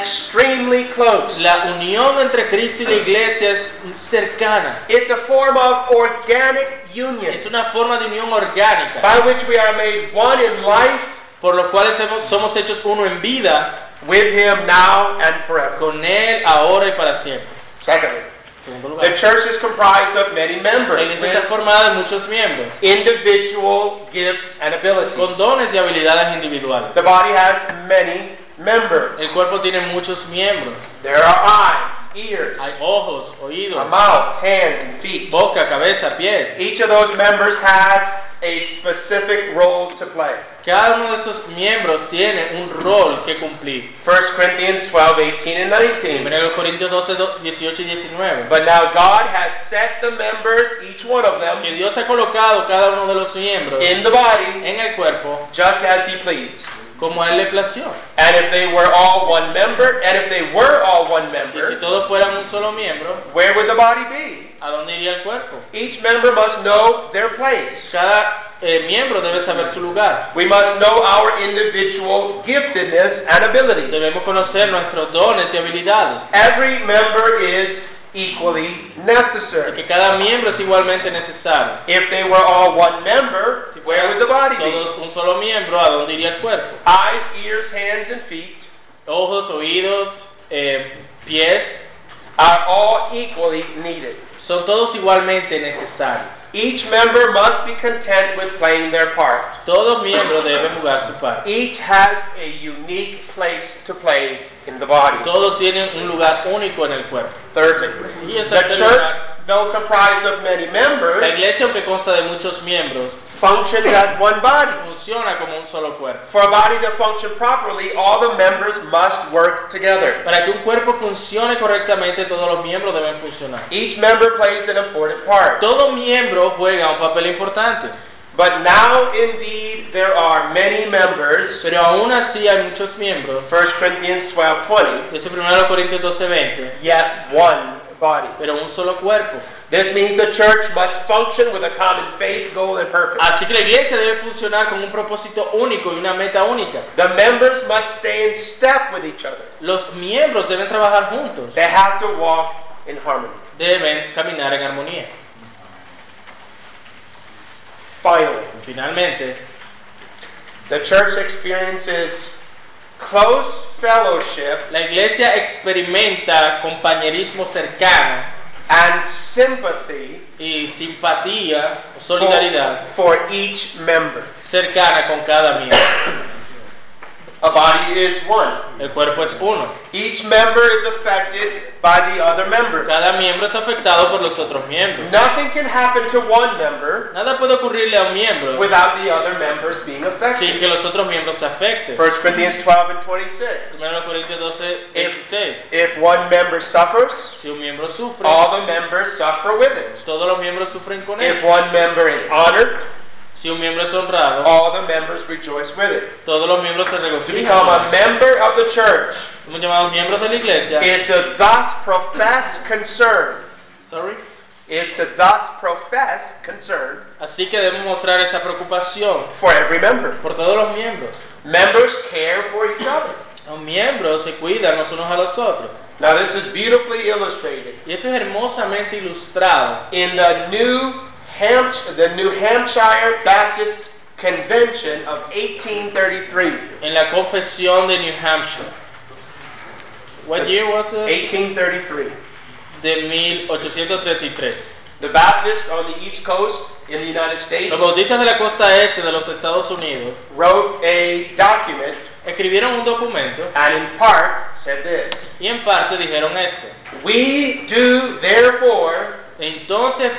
Speaker 1: extremely close.
Speaker 2: La unión entre Cristo y la iglesia es cercana.
Speaker 1: It's a form of organic
Speaker 2: Es
Speaker 1: union
Speaker 2: una forma de unión orgánica,
Speaker 1: by which we are made one in life
Speaker 2: por lo cual hemos- somos hechos uno en vida
Speaker 1: with Him now and forever.
Speaker 2: con Él ahora y para siempre.
Speaker 1: Secondly,
Speaker 2: En segundo
Speaker 1: The
Speaker 2: lugar,
Speaker 1: church is comprised of many
Speaker 2: la
Speaker 1: members
Speaker 2: iglesia está
Speaker 1: with
Speaker 2: formada de muchos miembros,
Speaker 1: individual gifts and abilities.
Speaker 2: con dones y habilidades individuales.
Speaker 1: The body has many members.
Speaker 2: El cuerpo tiene muchos miembros.
Speaker 1: There are eyes, ears,
Speaker 2: Hay ojos,
Speaker 1: a
Speaker 2: oídos,
Speaker 1: mouth, hands, and feet.
Speaker 2: boca, cabeza, pies.
Speaker 1: Each of those members has a specific role to play.
Speaker 2: Cada uno de esos miembros tiene un rol que cumplir.
Speaker 1: 1 Corinthians 12, 18, and 19.
Speaker 2: 1 Corintios 12, do- 18 y 19.
Speaker 1: But now God has set the members, each one of them,
Speaker 2: Que Dios ha colocado cada uno de los miembros
Speaker 1: in the body
Speaker 2: en el cuerpo
Speaker 1: just as He pleased.
Speaker 2: como a Él le plació.
Speaker 1: And if they were all one member, and if they were all one
Speaker 2: Y si
Speaker 1: member,
Speaker 2: todos fueran un solo miembro,
Speaker 1: where would the body be?
Speaker 2: ¿a dónde iría el cuerpo?
Speaker 1: Each member must know their place.
Speaker 2: Cada eh, miembro debe saber su lugar.
Speaker 1: We must know our individual giftedness and ability.
Speaker 2: Debemos conocer nuestros dones y habilidades.
Speaker 1: Every member is equally necessary.
Speaker 2: Porque cada miembro es igualmente necesario.
Speaker 1: If they were all one member, where would the body be?
Speaker 2: Todos un solo miembro, ¿a dónde iría el cuerpo?
Speaker 1: Eyes, ears, hands, and feet
Speaker 2: ojos, oídos, eh, pies,
Speaker 1: are all equally needed.
Speaker 2: son todos igualmente necesarios.
Speaker 1: Each member must be content with playing their part.
Speaker 2: Todos miembros deben jugar su parte.
Speaker 1: Each has a unique place to play in the body.
Speaker 2: Todos tienen un lugar único en el cuerpo.
Speaker 1: Thirdly,
Speaker 2: Y en
Speaker 1: the
Speaker 2: tercer
Speaker 1: church,
Speaker 2: lugar,
Speaker 1: though comprised of many members,
Speaker 2: la iglesia, aunque consta de muchos miembros,
Speaker 1: functions as one body.
Speaker 2: funciona como un solo cuerpo.
Speaker 1: For a body to function properly, all the members must work together.
Speaker 2: Para que un cuerpo funcione correctamente, todos los miembros deben funcionar.
Speaker 1: Each member plays an important part.
Speaker 2: Todo miembro juega un papel importante,
Speaker 1: But now, indeed, there are many members.
Speaker 2: pero aún así hay muchos miembros.
Speaker 1: 1 Corinthians 12:20.
Speaker 2: Dice 1 Corintios 12:20,
Speaker 1: Yet one body.
Speaker 2: pero un solo cuerpo.
Speaker 1: This means the church must function with a common faith, goal, and purpose.
Speaker 2: Así que la iglesia debe funcionar con un propósito único y una meta única.
Speaker 1: The members must stay in step with each other.
Speaker 2: Los miembros deben trabajar juntos,
Speaker 1: They have to walk in harmony.
Speaker 2: deben caminar en armonía.
Speaker 1: Finally,
Speaker 2: Finalmente,
Speaker 1: the church experiences close fellowship
Speaker 2: la iglesia experimenta compañerismo cercano
Speaker 1: and sympathy
Speaker 2: y simpatía o solidaridad
Speaker 1: for each member.
Speaker 2: cercana con cada miembro.
Speaker 1: A A body is one.
Speaker 2: El cuerpo es uno.
Speaker 1: Each member is affected by the other member.
Speaker 2: Cada miembro es afectado por los otros miembros.
Speaker 1: Nothing can happen to one member
Speaker 2: Nada puede ocurrirle a un miembro
Speaker 1: without the other members being
Speaker 2: sin
Speaker 1: affected.
Speaker 2: que los otros miembros se afecten.
Speaker 1: 1 Corinthians 12 and 26.
Speaker 2: 1 Corintios 12, 16.
Speaker 1: If one member suffers,
Speaker 2: Si un miembro sufre,
Speaker 1: all the members suffer with it.
Speaker 2: todos los miembros sufren con
Speaker 1: If
Speaker 2: él.
Speaker 1: one member is honored,
Speaker 2: Si un miembro es honrado,
Speaker 1: all the members rejoice with it.
Speaker 2: todos los miembros se
Speaker 1: To become a
Speaker 2: regocijan.
Speaker 1: member of the church
Speaker 2: Somos llamados miembros de la iglesia.
Speaker 1: is to thus profess concern,
Speaker 2: Sorry.
Speaker 1: is to thus profess concern
Speaker 2: Así que debemos mostrar esa preocupación
Speaker 1: for every member.
Speaker 2: por todos los miembros.
Speaker 1: Members care for each other.
Speaker 2: Los miembros se cuidan los unos a los otros.
Speaker 1: Now, this is beautifully illustrated
Speaker 2: Y esto es hermosamente ilustrado
Speaker 1: in the New Hampshire, the New Hampshire Baptist Convention of 1833.
Speaker 2: en la confesión de New Hampshire. What year was it?
Speaker 1: 1833.
Speaker 2: De 1833.
Speaker 1: The Baptists on the East Coast in the United States
Speaker 2: Los bautistas de la costa este de los Estados Unidos
Speaker 1: wrote a document
Speaker 2: escribieron un documento
Speaker 1: and, in part, said this.
Speaker 2: y en parte dijeron esto.
Speaker 1: We do therefore
Speaker 2: Entonces,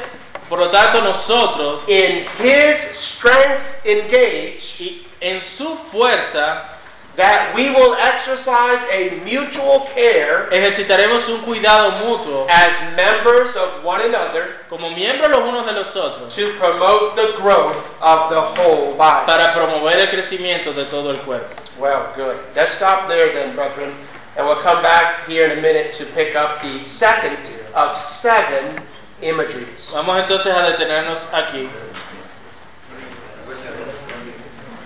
Speaker 2: por lo tanto, nosotros
Speaker 1: in his strength engage
Speaker 2: y en su fuerza
Speaker 1: that we will exercise a mutual care
Speaker 2: ejercitaremos un cuidado mutuo
Speaker 1: as members of one another
Speaker 2: como miembros los unos de los otros
Speaker 1: to promote the growth of the whole body.
Speaker 2: para promover el crecimiento de todo el cuerpo.
Speaker 1: Well, good. Let's stop there then, brethren, and we'll come back here in a minute to pick up the second of seven imageries.
Speaker 2: Vamos entonces a detenernos aquí.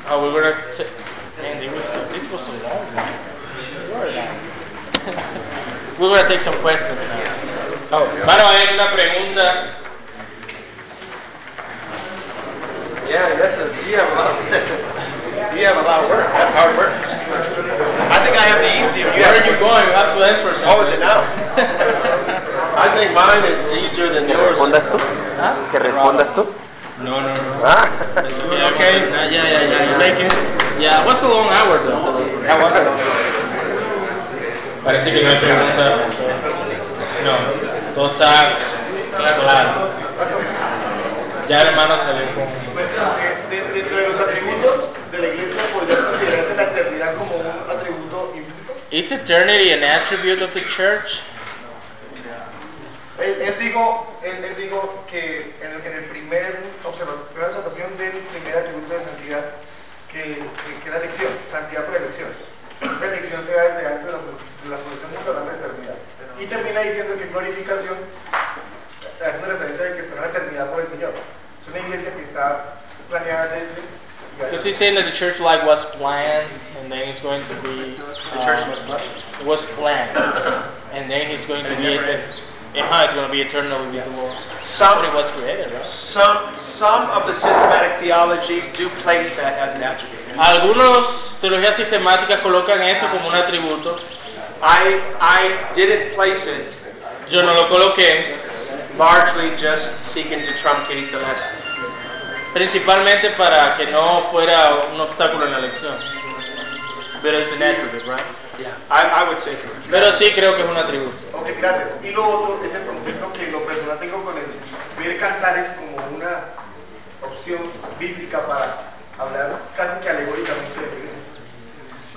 Speaker 2: Oh, we're gonna t- Man, they were- this was so long. We're gonna take some questions now.
Speaker 1: Oh,
Speaker 2: Hermano, hay una pregunta.
Speaker 1: yeah, this is, you have a lot, you have a lot of work. That's hard work. I think I have the easier.
Speaker 2: Where are you going? You have to answer something.
Speaker 1: Oh, is it now? I think mine is easier than yours.
Speaker 3: tú? ¿Que respondas tú?
Speaker 2: No, no, no.
Speaker 3: Ah.
Speaker 2: Yeah, okay. Yeah, yeah, yeah, yeah. You make it. Yeah, what's a long hour though?
Speaker 1: How was it?
Speaker 2: Parece que no hay pregunta. No, todo está claro. Ya el hermano se ve con...
Speaker 4: Pues, este, Dentro de los atributos de la iglesia podría considerarse la eternidad como un atributo implícito.
Speaker 2: Is eternity an attribute of the church?
Speaker 4: Él, él dijo, él, él dijo que en el, en el primer observación, primera observación del primer atributo de santidad, que, que, que era elección, santidad por elección. La elección se da desde antes de la de la solución mutua de la eternidad. Y termina diciendo que glorificación es una referencia de que será la eternidad por el Señor. Es una iglesia que está planeada desde...
Speaker 2: Because he's saying that the church life was planned and then it's going to be... The
Speaker 1: church was planned.
Speaker 2: It was planned. And then it's going to be... Uh-huh, it's going to be eternal with the Lord. Somebody was created, right?
Speaker 1: Some, some of the systematic theologies do place that as an attribute.
Speaker 2: Algunas teologías sistemáticas colocan eso como un atributo.
Speaker 1: I, I didn't place it
Speaker 2: Yo no lo coloqué,
Speaker 1: largely just seeking to truncate the lesson.
Speaker 2: principalmente para que no fuera un obstáculo en la elección. Pero es un attribute, right?
Speaker 1: Yeah, I, I would say so.
Speaker 2: Pero sí creo que es un atributo.
Speaker 4: Ok, gracias. Y lo otro es el concepto que lo personal tengo con el ver cantares como una opción bíblica para hablar casi que alegóricamente de Dios.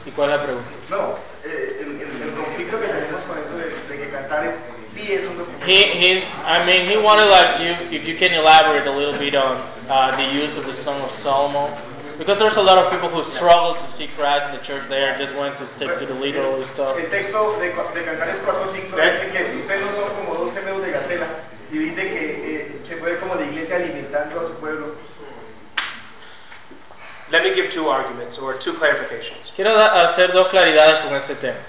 Speaker 2: ¿Y cuál es la pregunta?
Speaker 4: No, eh, el, el- el conflicto que tenemos con esto de, de que cantares sí es un documento.
Speaker 2: He, he, I mean, he wanted like you, if you can elaborate a little bit on uh, the use of the Song of Solomon, because there's a lot of people who struggle to see Christ in the church. They are just going to stick to the literal stuff.
Speaker 4: El texto de, Ca- de Cantares 4.5 dice que ustedes no son como 12 medos de gacela y dice que eh, se puede como la iglesia alimentando a su pueblo.
Speaker 1: Let me give two arguments or two clarifications.
Speaker 2: Quiero da- hacer dos claridades con este tema.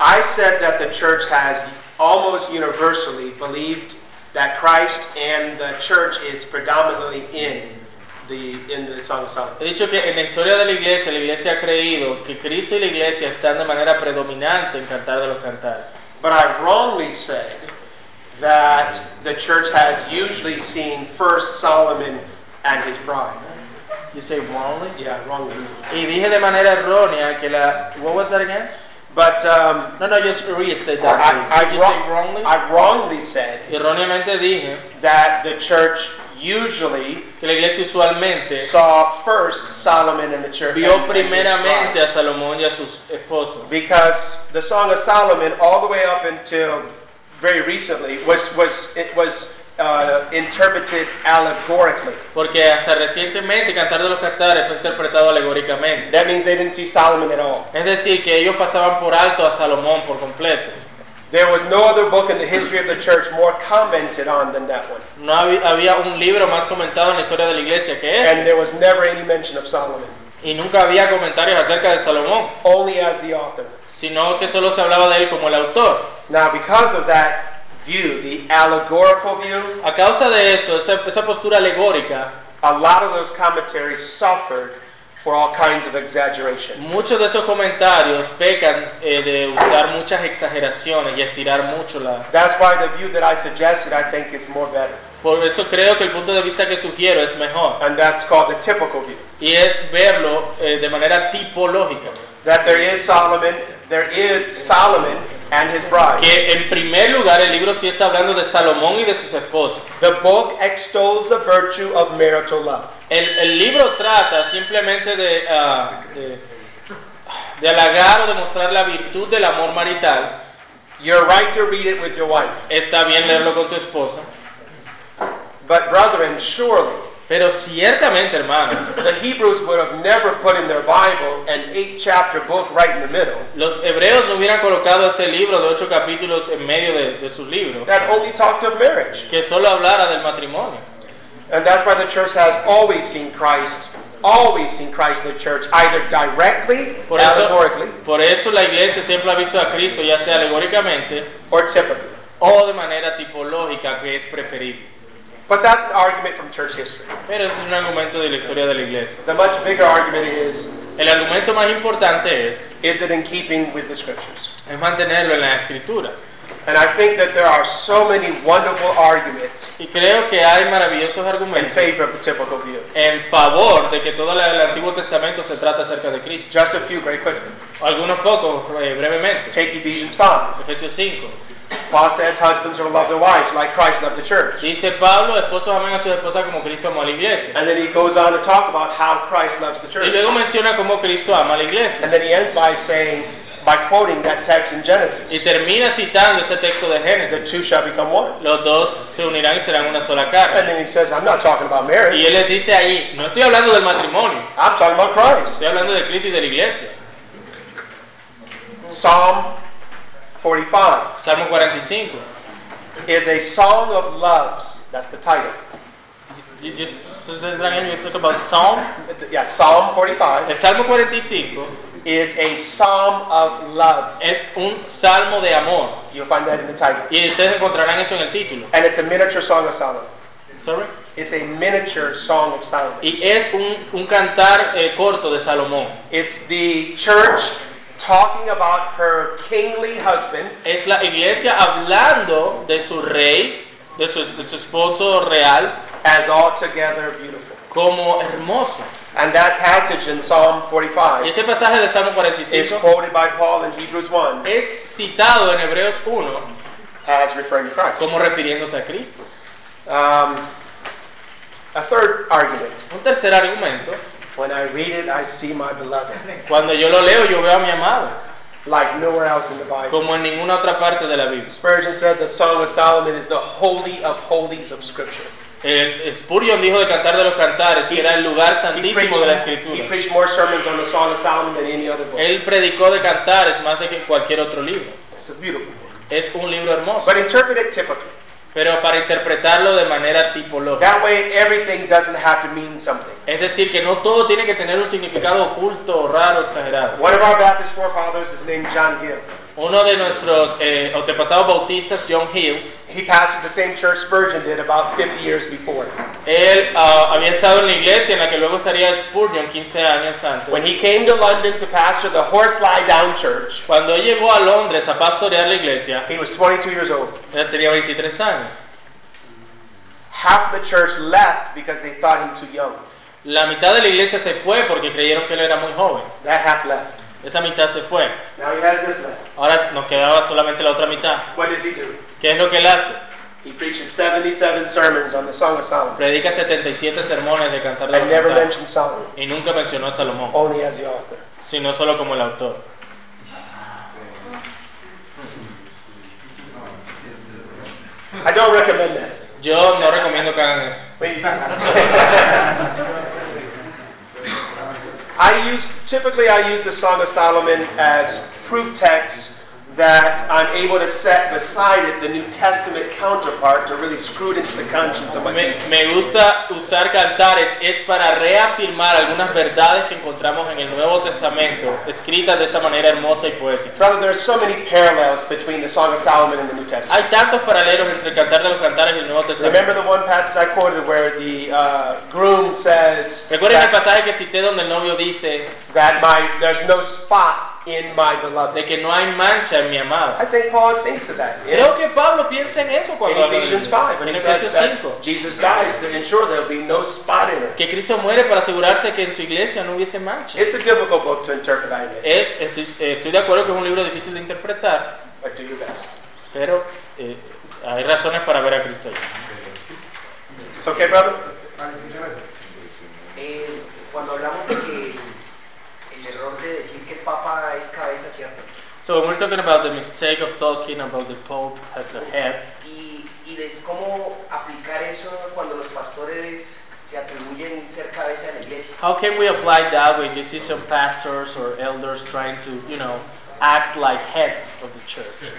Speaker 1: I said that the church has almost universally believed that Christ and the church is predominantly in the in the Song of Solomon.
Speaker 2: He dicho que en la historia de la iglesia, la iglesia ha creído que Cristo y la iglesia están de manera predominante en Cantar de los Cantares.
Speaker 1: But I wrongly said that the church has usually seen first Solomon and his bride.
Speaker 2: You say wrongly.
Speaker 5: Yeah, wrong reason.
Speaker 2: Y dije de manera errónea que la. What was that again?
Speaker 1: But um,
Speaker 2: No, no, just restate that.
Speaker 1: I,
Speaker 2: please.
Speaker 1: I,
Speaker 2: Did you
Speaker 1: wrong,
Speaker 2: say wrongly?
Speaker 1: I wrongly said
Speaker 2: Erróneamente dije
Speaker 1: that the church usually
Speaker 2: que la iglesia usualmente
Speaker 1: saw first Solomon and the church.
Speaker 2: vio
Speaker 1: and- and his
Speaker 2: primeramente
Speaker 1: bride.
Speaker 2: a Salomón y a sus esposos.
Speaker 1: because the Song of Solomon, all the way up until very recently, was was it was uh, interpreted allegorically.
Speaker 2: Porque hasta recientemente Cantar de los Cantares fue interpretado alegóricamente.
Speaker 1: That means they didn't see Solomon at all.
Speaker 2: Es decir, que ellos pasaban por alto a Salomón por completo.
Speaker 1: There was no other book in the history of the church more commented on than that one.
Speaker 2: No habi- había un libro más comentado en la historia de la iglesia que este.
Speaker 1: And there was never any mention of Solomon,
Speaker 2: Y nunca había comentarios acerca de Salomón,
Speaker 1: only as the author.
Speaker 2: sino que solo se hablaba de él como el autor.
Speaker 1: Now, because of that view, the allegorical view,
Speaker 2: A causa de eso, esa, esa postura alegórica,
Speaker 1: a lot of those commentaries suffered for all kinds of exaggeration.
Speaker 2: muchos de esos comentarios pecan eh, de usar muchas exageraciones y estirar mucho la...
Speaker 1: That's why the view that I suggested, I think, is more better.
Speaker 2: Por eso creo que el punto de vista que sugiero es mejor
Speaker 1: And that's called the typical view.
Speaker 2: y es verlo eh, de manera tipológica.
Speaker 1: That there is Solomon, there is Solomon and his bride.
Speaker 2: Que en primer lugar el libro sí está hablando de Salomón y de sus esposas.
Speaker 1: The book extols the virtue of marital love.
Speaker 2: El, el libro trata simplemente de, ah, de, de halagar o demostrar la virtud del amor marital.
Speaker 1: You're right to read it with your wife.
Speaker 2: Está bien leerlo con tu esposa.
Speaker 1: But brethren, surely
Speaker 2: Pero ciertamente, hermano,
Speaker 1: the Hebrews would have never put in their Bible an eight chapter book right in the middle
Speaker 2: los hebreos no hubieran colocado este libro de ocho capítulos en medio de, de sus libros,
Speaker 1: that only talked of marriage.
Speaker 2: que solo hablara del matrimonio.
Speaker 1: And that's why the church has always seen Christ, always seen Christ in the church, either directly,
Speaker 2: Por
Speaker 1: allegorically,
Speaker 2: eso, por eso la iglesia siempre ha visto a Cristo, ya sea alegóricamente
Speaker 1: or typically.
Speaker 2: o de manera tipológica, que es preferible.
Speaker 1: But that's an argument from church history.
Speaker 2: Pero ese es un argumento de la historia de la iglesia.
Speaker 1: The much bigger argument is,
Speaker 2: El argumento más importante es
Speaker 1: is it in keeping with the scriptures?
Speaker 2: es mantenerlo en la escritura.
Speaker 1: And I think that there are so many wonderful arguments
Speaker 2: Y creo que hay maravillosos
Speaker 1: in
Speaker 2: argumentos
Speaker 1: favor of the typical view.
Speaker 2: en favor de que todo la- el Antiguo Testamento se trata acerca de Cristo.
Speaker 1: Just a few very quickly.
Speaker 2: Algunos pocos, eh, brevemente.
Speaker 1: Take Ephesians 5.
Speaker 2: Efesios 5.
Speaker 1: Paul says husbands are to love their wives like Christ loved the church.
Speaker 2: Dice Pablo, esposos amen a sus esposas como Cristo amó a la iglesia.
Speaker 1: And then he goes on to talk about how Christ loves the
Speaker 2: Y
Speaker 1: church.
Speaker 2: luego menciona cómo Cristo ama a la iglesia.
Speaker 1: And then he ends by saying, by quoting that text in Genesis,
Speaker 2: Y termina citando este texto de
Speaker 1: the
Speaker 2: Génesis.
Speaker 1: two shall become one.
Speaker 2: Los dos se unirán y serán una sola
Speaker 1: And
Speaker 2: carne.
Speaker 1: then he says, I'm not talking about marriage.
Speaker 2: Y él les dice ahí, no estoy hablando del matrimonio,
Speaker 1: I'm talking about Christ.
Speaker 2: estoy hablando de Cristo y de la iglesia.
Speaker 1: Psalm 45
Speaker 2: Salmo 45.
Speaker 1: is a song of love. That's the title.
Speaker 2: You just, so there's like you talk about Psalm.
Speaker 1: Yeah, Psalm 45
Speaker 2: El Salmo 45
Speaker 1: is a psalm of love.
Speaker 2: es un salmo de amor
Speaker 1: You'll find that in the title.
Speaker 2: y ustedes encontrarán eso en el título.
Speaker 1: And it's a miniature song of Solomon.
Speaker 2: Sorry.
Speaker 1: It's a miniature song of Solomon.
Speaker 2: Y es un, un cantar eh, corto de Salomón.
Speaker 1: It's the church talking about her kingly husband
Speaker 2: Es la iglesia hablando de su rey, de su, de su esposo real,
Speaker 1: as altogether beautiful.
Speaker 2: como hermoso.
Speaker 1: And that passage in Psalm
Speaker 2: Y
Speaker 1: 45
Speaker 2: este pasaje de Salmo
Speaker 1: is
Speaker 2: 45
Speaker 1: quoted by Paul in Hebrews 1
Speaker 2: es citado en Hebreos 1
Speaker 1: as referring to Christ.
Speaker 2: como refiriéndose a Cristo.
Speaker 1: Um, a third argument.
Speaker 2: Un tercer argumento,
Speaker 1: When I read it, I see my beloved,
Speaker 2: cuando yo lo leo yo veo a mi amado,
Speaker 1: like nowhere else in the Bible.
Speaker 2: como en ninguna otra parte de la Biblia.
Speaker 1: Spurgeon said the Song of Solomon is the holy of holies of Scripture.
Speaker 2: El Spurgeon dijo de Cantar de los Cantares que era el lugar
Speaker 1: He
Speaker 2: santísimo de la
Speaker 1: preached, he
Speaker 2: Escritura.
Speaker 1: preached more sermons on the Song of Solomon than any other book.
Speaker 2: Él predicó de Cantares más de que cualquier otro libro.
Speaker 1: It's a beautiful book.
Speaker 2: Es un libro hermoso,
Speaker 1: But interpret it typically.
Speaker 2: pero para interpretarlo de manera tipológica.
Speaker 1: That way, everything doesn't have to mean something.
Speaker 2: Es decir, que no todo tiene que tener un significado oculto, raro, exagerado.
Speaker 1: One of our Baptist forefathers is named John Gill.
Speaker 2: Uno de nuestros eh, antepasados bautistas, John Hill,
Speaker 1: He pastored the same church Spurgeon did about 50 years before.
Speaker 2: él ah, había estado en la iglesia en la que luego estaría Spurgeon 15 años
Speaker 1: When
Speaker 2: antes.
Speaker 1: he came to London to pastor the Horsefly Down Church,
Speaker 2: Cuando él llegó a Londres a pastorear la iglesia,
Speaker 1: he was 22 years old.
Speaker 2: él tenía 23 años.
Speaker 1: Half the church left because they thought him too young.
Speaker 2: La mitad de la iglesia se fue porque creyeron que él era muy joven.
Speaker 1: That half left.
Speaker 2: Esa mitad se fue.
Speaker 1: Now he has this left.
Speaker 2: Ahora nos quedaba solamente la otra mitad.
Speaker 1: What did he do?
Speaker 2: ¿Qué es lo que él hace?
Speaker 1: He preaches 77 sermons on the Song of Solomon
Speaker 2: Predica 77 sermones de cantar de
Speaker 1: and
Speaker 2: los
Speaker 1: never
Speaker 2: Cantares,
Speaker 1: mentions Solomon,
Speaker 2: y nunca mencionó a Salomón,
Speaker 1: only as the author.
Speaker 2: sino solo como el autor.
Speaker 1: I don't recommend that.
Speaker 2: Yo no recomiendo que hagan eso.
Speaker 1: Wait. I use typically I use the Song of Solomon as proof text that I'm able to set beside it the New Testament counterpart to really screw it into the conscience of my
Speaker 2: Me,
Speaker 1: people.
Speaker 2: me gusta usar cantares es para reafirmar algunas verdades que encontramos en el Nuevo Testamento, escritas de esta manera hermosa y poética.
Speaker 1: Brother, there are so many parallels between the Song of Solomon and the New Testament.
Speaker 2: Hay tantos paralelos entre el cantar de los cantares y el Nuevo Testamento.
Speaker 1: Remember the one passage I quoted where the uh, groom says
Speaker 2: Recuerden el
Speaker 1: that,
Speaker 2: pasaje que cité donde el novio dice
Speaker 1: that my there's no spot in my beloved.
Speaker 2: de que no hay mancha en mi amado.
Speaker 1: I think Paul thinks of that. you know?
Speaker 2: Creo que Pablo piensa en eso
Speaker 1: In
Speaker 2: cuando habla de
Speaker 1: Ephesians 5, when
Speaker 2: en
Speaker 1: it says
Speaker 2: Efesios
Speaker 1: that
Speaker 2: 5,
Speaker 1: Jesus dies to ensure there'll be no spot in it.
Speaker 2: que Cristo muere para asegurarse que en su iglesia no hubiese mancha.
Speaker 1: It's a difficult book to interpret, I admit,
Speaker 2: Es- estoy, eh, estoy de acuerdo que es un libro difícil de interpretar,
Speaker 1: but do your best.
Speaker 2: pero eh, hay razones para ver a Cristo ahí.
Speaker 1: It's okay, brother?
Speaker 5: Eh, cuando hablamos de que el error de decir que el Papa es cabeza, ¿cierto?
Speaker 2: So we're talking about the mistake of talking about the Pope as a head,
Speaker 5: Y, y de cómo aplicar eso cuando los pastores se atribuyen ser cabeza de la iglesia.
Speaker 2: how can we apply that when you see some pastors or elders trying to, you know, act like heads of the church?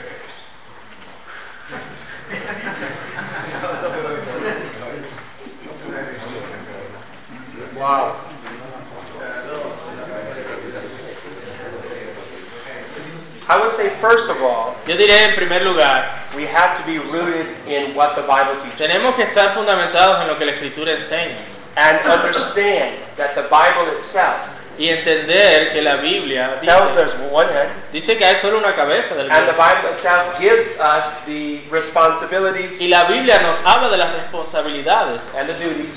Speaker 1: I would say, first of all,
Speaker 2: Yo diré en primer lugar,
Speaker 1: we have to be rooted in what the Bible teaches
Speaker 2: tenemos que estar fundamentados en lo que la Escritura enseña
Speaker 1: and understand that the Bible itself
Speaker 2: y entender que la Biblia
Speaker 1: tells
Speaker 2: dice,
Speaker 1: us one head,
Speaker 2: dice que hay solo una cabeza del
Speaker 1: and the
Speaker 2: mundo.
Speaker 1: Bible itself gives us the responsibilities
Speaker 2: Y la Biblia nos habla de las responsabilidades
Speaker 1: and the duties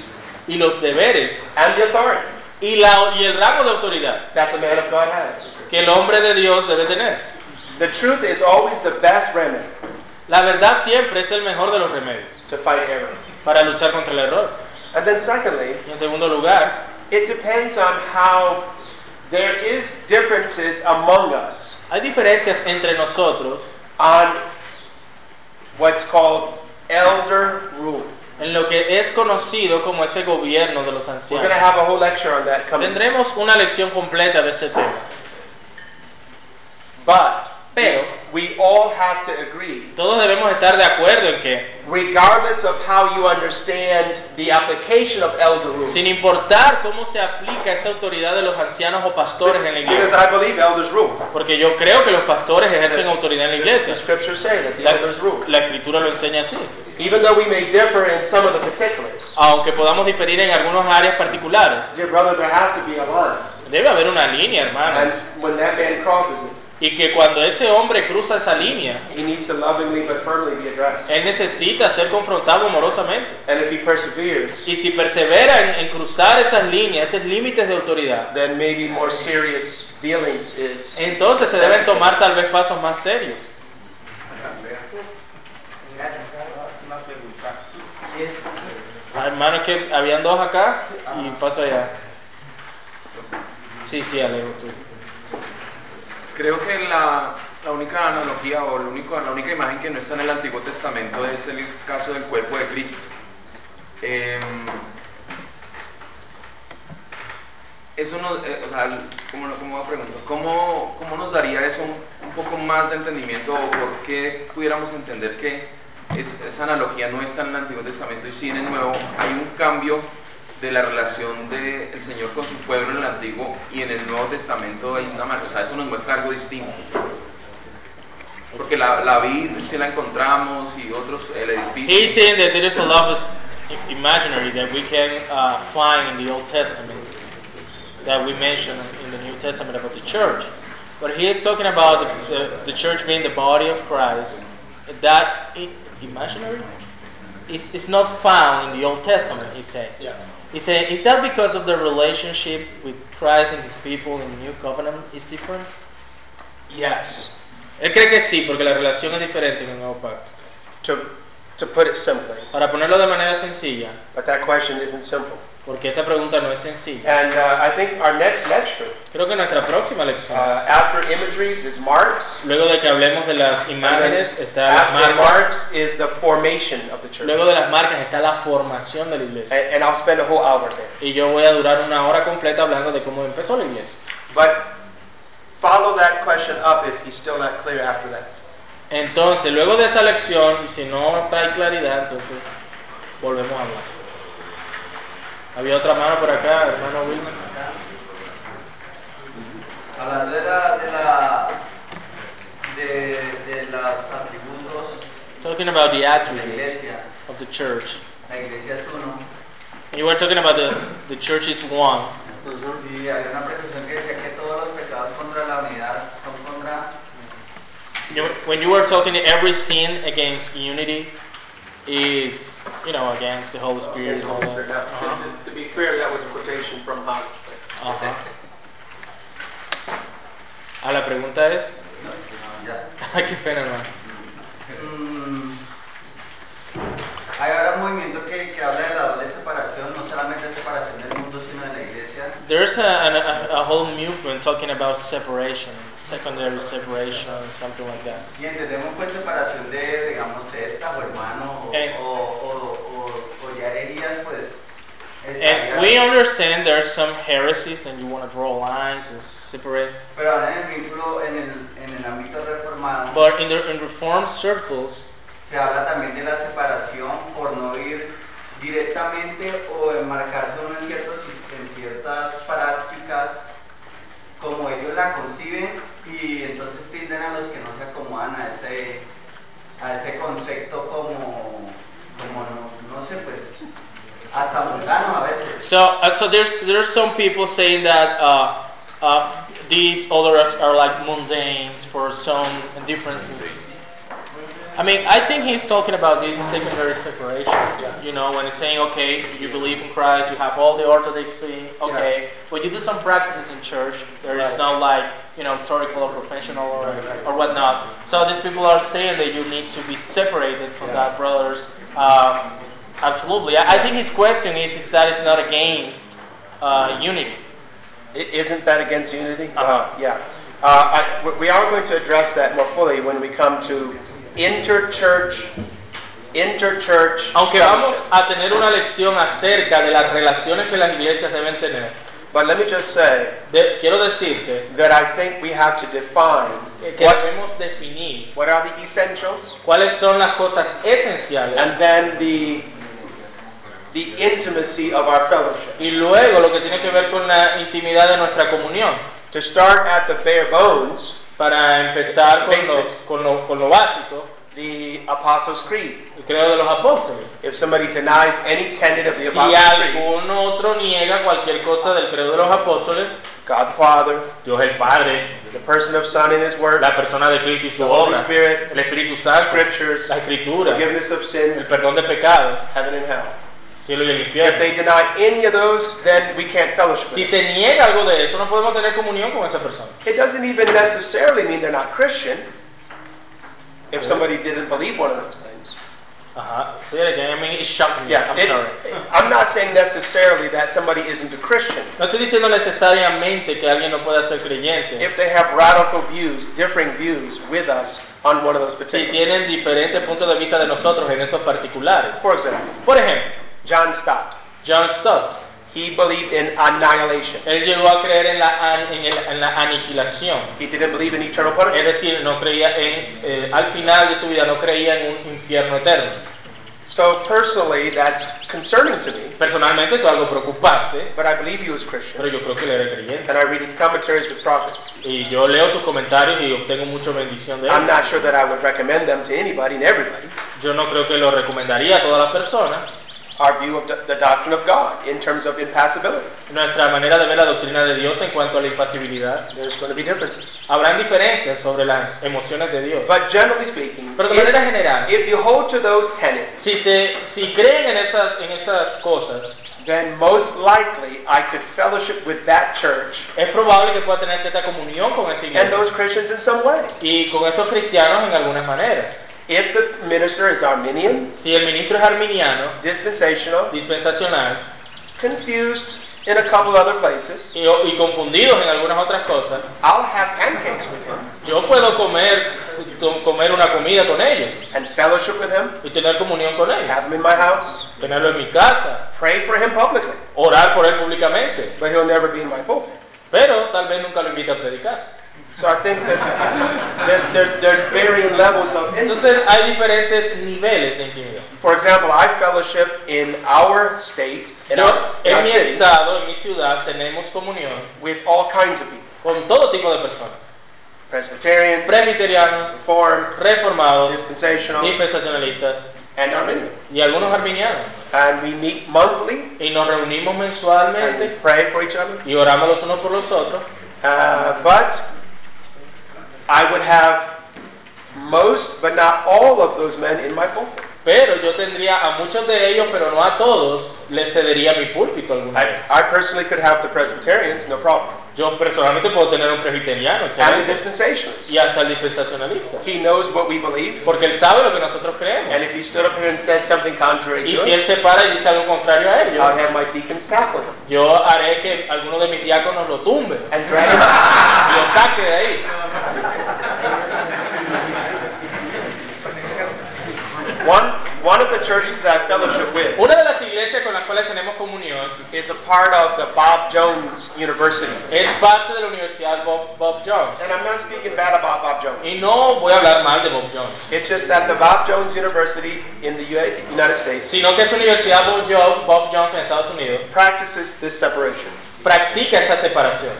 Speaker 2: y los deberes
Speaker 1: and the authority
Speaker 2: y, la, y el rango de autoridad
Speaker 1: that the man of God has.
Speaker 2: que el hombre de Dios debe tener.
Speaker 1: The truth is always the best remedy
Speaker 2: La verdad siempre es el mejor de los remedios
Speaker 1: to fight error.
Speaker 2: para luchar contra el error.
Speaker 1: And then secondly,
Speaker 2: Y en segundo lugar,
Speaker 1: It depends on how there is differences among us
Speaker 2: hay diferencias entre nosotros
Speaker 1: on what's called elder rule.
Speaker 2: en lo que es conocido como ese gobierno de los
Speaker 1: We're going to
Speaker 2: ancianos.
Speaker 1: have a whole lecture on that coming.
Speaker 2: Tendremos una lección completa de este tema,
Speaker 1: But
Speaker 2: pero
Speaker 1: we all have to agree,
Speaker 2: todos debemos estar de acuerdo en que,
Speaker 1: regardless of how you understand the application of elder rule,
Speaker 2: sin importar cómo se aplica esta autoridad de los ancianos o pastores en la
Speaker 1: because
Speaker 2: iglesia,
Speaker 1: I believe elders rule.
Speaker 2: porque yo creo que los pastores ejercen autoridad en la
Speaker 1: The
Speaker 2: iglesia.
Speaker 1: scriptures say that the
Speaker 2: La,
Speaker 1: elders rule.
Speaker 2: la escritura lo enseña así.
Speaker 1: Even though we may differ in some of the particulars,
Speaker 2: Aunque podamos diferir en algunas áreas particulares,
Speaker 1: dear brother, there has to be a line.
Speaker 2: debe haber una línea, hermano.
Speaker 1: And when that man crosses it,
Speaker 2: Y que cuando ese hombre cruza esa línea,
Speaker 1: he needs to lovingly but firmly be addressed.
Speaker 2: él necesita ser confrontado amorosamente.
Speaker 1: And if he perseveres,
Speaker 2: Y si persevera en, en cruzar esas líneas, esos límites de autoridad,
Speaker 1: then maybe more serious dealings is.
Speaker 2: entonces se deben tomar tal vez pasos más serios. Ah, hermano, es que habían dos acá y paso allá. Sí, sí, Alejo, tú.
Speaker 6: Creo que la, la única analogía o la única, la única imagen que no está en el Antiguo Testamento es el caso del cuerpo de Cristo. Em, eso nos, eh, o sea, el- ¿cómo, lo- cómo lo pregunto? ¿Cómo, cómo nos daría eso un, un poco más de entendimiento o por qué pudiéramos entender que es- esa analogía no está en el Antiguo Testamento y sí en el Nuevo? Hay un cambio de la relación del Señor con su pueblo en el Antiguo y en el Nuevo Testamento hay una marcha. O sea, eso nos muestra algo distinto. Porque la, la vid sí la encontramos y otros, el
Speaker 2: He
Speaker 6: edificio.
Speaker 2: thinks that there is a love is imaginary that we can uh, find in the Old Testament that we mention in the New Testament about the church. But he is talking about the, the, the church being the body of Christ. That i- imaginary is, is not found in the Old Testament, he said.
Speaker 1: Yeah.
Speaker 2: He said, is that because of the relationship with Christ and his people in the new covenant is different? Yes. Él cree que sí, porque la relación es diferente en el nuevo pacto.
Speaker 1: to, to put it simply.
Speaker 2: Para ponerlo de manera sencilla,
Speaker 1: But that question isn't simple.
Speaker 2: porque esta pregunta no es sencilla.
Speaker 1: And uh, I think our next lecture,
Speaker 2: Creo que nuestra próxima lección,
Speaker 1: uh, after imageries, is marks.
Speaker 2: luego de que hablemos de las imágenes, está las
Speaker 1: After
Speaker 2: marcas.
Speaker 1: marks is the formation of the church.
Speaker 2: Luego de las marcas está la formación de la iglesia.
Speaker 1: And, and I'll spend a whole hour there.
Speaker 2: Y yo voy a durar una hora completa hablando de cómo empezó la iglesia.
Speaker 1: But follow that question up if he's still not clear after that.
Speaker 2: Entonces, luego de esa lección, si no trae claridad, entonces volvemos a hablar. Había otra mano por acá, hermano Wilmer.
Speaker 5: Hablando de la, de la, de, de los atributos
Speaker 2: Talking about the
Speaker 5: de la
Speaker 2: attributes
Speaker 5: iglesia,
Speaker 2: of the church.
Speaker 5: la iglesia es uno,
Speaker 2: You were talking about the, the church is one.
Speaker 5: y había una presunción que decía que todos los pecados contra la unidad son contra,
Speaker 2: You, when you were talking every sin against unity is, you know, against the Holy Spirit and all that. Uh-huh.
Speaker 1: To be clear, that was a quotation from Hans.
Speaker 2: Ajá. Ah, la pregunta es.
Speaker 5: ya.
Speaker 2: Ay, qué pena, hermano.
Speaker 5: Mm, hay ahora un movimiento que, que habla de la doble separación, no solamente separación del mundo, sino de la iglesia.
Speaker 2: There's a, an, a, a whole movement talking about separation, secondary separation, something like that.
Speaker 5: Y entendemos pues separación de, digamos, sectas o hermanos o,
Speaker 2: Eh.
Speaker 5: o, o, o, o ya herejías, pues.
Speaker 2: And
Speaker 5: estarían-
Speaker 2: we understand there are some heresies and you want to draw lines and separate,
Speaker 5: Pero ahora en el vínculo, en el, en el ámbito reformado,
Speaker 2: but in the in reformed circles,
Speaker 5: se habla también de la separación por no ir directamente o enmarcarse uno en, ciertos, en ciertas prácticas como ellos la conciben y entonces tienden a los que no se acomodan a ese, a ese concepto como, como no, no sé, pues hasta mundano a veces.
Speaker 2: so uh, so there's there's some people saying that uh, uh, these others are like mundane for some differences. I mean, I think he's talking about this secondary separation. You know, when he's saying, okay, you believe in Christ, you have all the orthodox thing, okay, but you do some practices in church. There is no like, you know, historical or professional or or whatnot. So these people are saying that you need to be separated from that, brothers. Um, absolutely. I, I think his question is, is that it's not against uh, unity.
Speaker 1: Isn't that against unity?
Speaker 2: Uh-huh.
Speaker 1: Yeah. Uh, I, we- we are going to address that more fully when we come to interchurch, interchurch.
Speaker 2: Aunque vamos
Speaker 1: fellowship.
Speaker 2: a tener una lección acerca de las relaciones que las iglesias deben tener,
Speaker 1: But let me just say
Speaker 2: de- quiero decirte
Speaker 1: that I think we have to define
Speaker 2: que que
Speaker 1: what,
Speaker 2: debemos definir
Speaker 1: what are the essentials
Speaker 2: cuáles son las cosas esenciales
Speaker 1: and then the, the intimacy of our fellowship.
Speaker 2: y luego lo que tiene que ver con la intimidad de nuestra comunión
Speaker 1: To start at the bare bones,
Speaker 2: para empezar con lo, con lo, con lo básico
Speaker 1: the Apostles' Creed.
Speaker 2: el credo de los apóstoles
Speaker 1: If somebody denies any tenet of the
Speaker 2: si
Speaker 1: Apostles' Creed,
Speaker 2: algún otro niega cualquier cosa del credo de los apóstoles
Speaker 1: God the Father,
Speaker 2: Dios el Padre
Speaker 1: the person of Son and His Word,
Speaker 2: la persona de Cristo y
Speaker 1: the
Speaker 2: su
Speaker 1: Holy
Speaker 2: obra
Speaker 1: Spirit,
Speaker 2: el Espíritu Santo
Speaker 1: Scriptures,
Speaker 2: la Escritura
Speaker 1: forgiveness of sins,
Speaker 2: el perdón de pecados
Speaker 1: heaven and hell.
Speaker 2: cielo y el
Speaker 1: If
Speaker 2: infierno
Speaker 1: they deny any of those, then we can't fellowship
Speaker 2: si
Speaker 1: with them.
Speaker 2: se niega algo de eso no podemos tener comunión con esa persona
Speaker 1: It doesn't even necessarily mean they're not Christian if somebody didn't believe one of those things.
Speaker 2: ajá sí, I mean, it shocked me.
Speaker 1: Yeah,
Speaker 2: I'm
Speaker 1: it-
Speaker 2: sorry.
Speaker 1: Mm, I'm not saying necessarily that somebody isn't a Christian.
Speaker 2: No estoy diciendo necesariamente que alguien no pueda ser creyente.
Speaker 1: If they have radical views, differing views with us on one of those
Speaker 2: Si
Speaker 1: particulars.
Speaker 2: tienen diferentes puntos de vista de nosotros en esos particulares.
Speaker 1: For example,
Speaker 2: Por ejemplo,
Speaker 1: John Stott.
Speaker 2: John Stott.
Speaker 1: He believed in annihilation.
Speaker 2: Él llegó a creer en la, an- en el- en la aniquilación.
Speaker 1: He didn't believe in eternal
Speaker 2: Es
Speaker 1: punishment.
Speaker 2: decir, no creía en, eh, al final de su vida no creía en un infierno eterno.
Speaker 1: So personally, that's concerning to me,
Speaker 2: Personalmente eso es algo preocupante,
Speaker 1: but I believe he was
Speaker 2: pero
Speaker 1: Christian.
Speaker 2: yo creo que él era creyente.
Speaker 1: And I read his commentaries with profits.
Speaker 2: Y yo leo sus comentarios y obtengo mucha bendición de
Speaker 1: I'm
Speaker 2: él.
Speaker 1: not sure that I would recommend them to anybody and everybody.
Speaker 2: Yo no creo que lo recomendaría a todas las personas.
Speaker 1: Our view of the the doctrine of God in terms of impassibility.
Speaker 2: Nuestra manera de ver la doctrina de Dios en cuanto a la impasibilidad
Speaker 1: There's going to be differences.
Speaker 2: Habrán diferencias sobre las emociones de Dios.
Speaker 1: But generally speaking,
Speaker 2: Pero de manera
Speaker 1: if,
Speaker 2: general,
Speaker 1: if you hold to those tenets,
Speaker 2: si, te, si creen en esas, en esas cosas,
Speaker 1: then most likely I could fellowship with that church
Speaker 2: es probable que pueda tener cierta comunión con esa
Speaker 1: and
Speaker 2: iglesia
Speaker 1: those Christians in some way.
Speaker 2: y con esos cristianos en algunas maneras.
Speaker 1: If the minister is Arminian,
Speaker 2: Si el ministro es arminiano,
Speaker 1: dispensational,
Speaker 2: dispensacional
Speaker 1: confused in a couple other places,
Speaker 2: y, y confundidos en algunas otras cosas,
Speaker 1: I'll have pancakes with him
Speaker 2: yo puedo comer to- comer una comida con ellos
Speaker 1: and fellowship with him,
Speaker 2: y tener comunión con ellos,
Speaker 1: have him in my house,
Speaker 2: tenerlo en mi casa,
Speaker 1: pray for him publicly,
Speaker 2: orar por él públicamente,
Speaker 1: but he'll never be in my pulpit.
Speaker 2: pero tal vez nunca lo invite a predicar.
Speaker 1: So I think that there's, there's, there's varying levels of
Speaker 2: Entonces hay diferentes niveles de intimidad.
Speaker 1: For example, I fellowship in our state, in
Speaker 2: Yo,
Speaker 1: our, in
Speaker 2: en
Speaker 1: our
Speaker 2: mi
Speaker 1: city,
Speaker 2: estado, en mi ciudad, tenemos comunión
Speaker 1: with all kinds of people.
Speaker 2: con todo tipo de personas.
Speaker 1: Presbyterian,
Speaker 2: Presbiterianos,
Speaker 1: Reformed,
Speaker 2: reformados,
Speaker 1: dispensational,
Speaker 2: dispensacionalistas
Speaker 1: and Arminian.
Speaker 2: y algunos arminianos.
Speaker 1: And we meet monthly
Speaker 2: Y nos reunimos
Speaker 1: and we
Speaker 2: mensualmente
Speaker 1: pray for each other.
Speaker 2: y oramos los unos por los otros.
Speaker 1: Uh, but I would have most, but not all of those men in my pulpit.
Speaker 2: Pero yo tendría a muchos de ellos, pero no a todos, les cedería mi púlpito alguna vez.
Speaker 1: I, I personally could have the Presbyterians, no problem,
Speaker 2: Yo personalmente puedo tener un presbiteriano
Speaker 1: and the
Speaker 2: excelente,
Speaker 1: dispensationalists.
Speaker 2: y hasta el dispensacionalista.
Speaker 1: He knows what we believe,
Speaker 2: Porque él sabe lo que nosotros creemos.
Speaker 1: and if he stood up here and said something contrary
Speaker 2: Y
Speaker 1: to
Speaker 2: si
Speaker 1: it,
Speaker 2: él se para y dice algo contrario a ellos,
Speaker 1: I'll have my deacons tackle him.
Speaker 2: Yo haré que alguno de mis diáconos lo tumbe y
Speaker 1: and drag him.
Speaker 2: lo saque de ahí.
Speaker 4: Ah.
Speaker 1: One, one of the churches that I fellowship with
Speaker 2: Una de las iglesias con las cuales tenemos comunión
Speaker 1: is a part of the Bob Jones University.
Speaker 2: es parte de la Universidad Bob, Bob Jones.
Speaker 1: And I'm not speaking bad about Bob Jones.
Speaker 2: Y no voy a hablar mal de Bob Jones,
Speaker 1: It's just that the Bob Jones University in the U- United States
Speaker 2: sino que esa universidad Bob Jones, Bob Jones en Estados Unidos
Speaker 1: practices this separation.
Speaker 2: practica esa separación.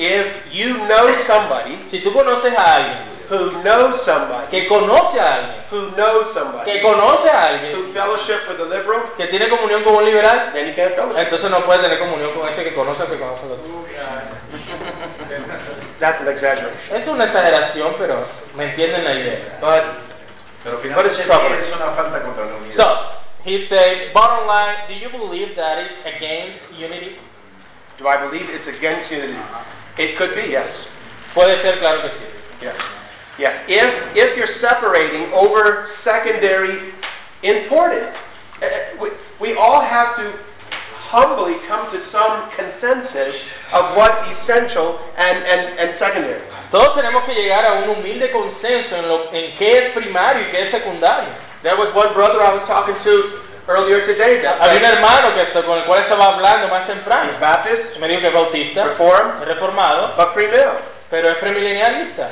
Speaker 1: If you know somebody
Speaker 2: Si tú conoces a alguien
Speaker 1: who knows somebody,
Speaker 2: que conoce a alguien,
Speaker 1: who knows somebody,
Speaker 2: que conoce a alguien
Speaker 1: who fellowship with a liberal,
Speaker 2: que tiene comunión con un liberal,
Speaker 1: then you can't fellowship.
Speaker 2: entonces no puede tener comunión con este que conoce al que conoce al otro.
Speaker 1: That's an exaggeration.
Speaker 2: Es una exageración, pero me entienden la idea.
Speaker 1: But
Speaker 6: Pero
Speaker 1: what is troubling?
Speaker 6: es una falta contra la unidad.
Speaker 2: So, he said, bottom line, do you believe that it's against unity?
Speaker 1: Do I believe it's against unity? It could be, yes.
Speaker 2: Puede ser, claro que sí.
Speaker 1: Yes. Yeah. If if you're separating over secondary importance, eh, eh, we, we all have to humbly come to some consensus of what's essential and, and, and secondary.
Speaker 2: Todos tenemos que llegar a un humilde consenso en, lo, en qué es primario y qué es secundario.
Speaker 1: There was one brother I was talking to earlier today that
Speaker 2: Había un hermano que, con el cual estaba hablando más
Speaker 1: he's
Speaker 2: temprano.
Speaker 1: Baptist,
Speaker 2: Me dijo que es bautista,
Speaker 1: Reformed,
Speaker 2: es reformado,
Speaker 1: but free will.
Speaker 2: pero es premilenialista.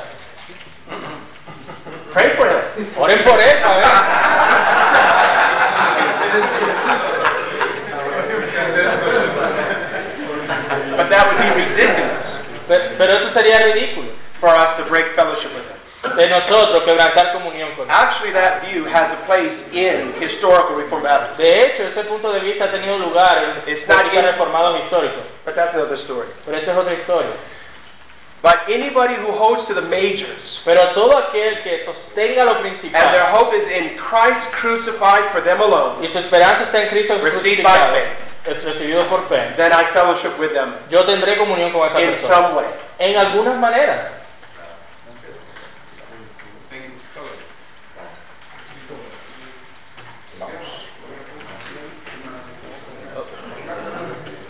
Speaker 1: Pray for him.
Speaker 2: Oren por él, a ver.
Speaker 1: But that would be ridiculous
Speaker 2: Pe- Pero eso sería ridículo
Speaker 1: for us to break fellowship with him.
Speaker 2: de nosotros quebrantar comunión con él.
Speaker 1: Actually, that view has a place in historical Reformed Baptism,
Speaker 2: De hecho, ese punto de vista ha tenido lugar en
Speaker 1: It's not
Speaker 2: políticas
Speaker 1: in-
Speaker 2: reformados históricos,
Speaker 1: but that's another story.
Speaker 2: pero esa es otra historia.
Speaker 1: But anybody who holds to the majors
Speaker 2: Pero todo aquel que sostenga lo
Speaker 1: and their
Speaker 2: principal
Speaker 1: hope is in Christ crucified for them alone,
Speaker 2: y su esperanza está en Cristo
Speaker 1: received
Speaker 2: crucificado,
Speaker 1: by faith,
Speaker 2: es recibido por fe,
Speaker 1: then I fellowship with them
Speaker 2: yo tendré comunión con esa
Speaker 1: in
Speaker 2: persona.
Speaker 1: some way.
Speaker 2: En algunas maneras.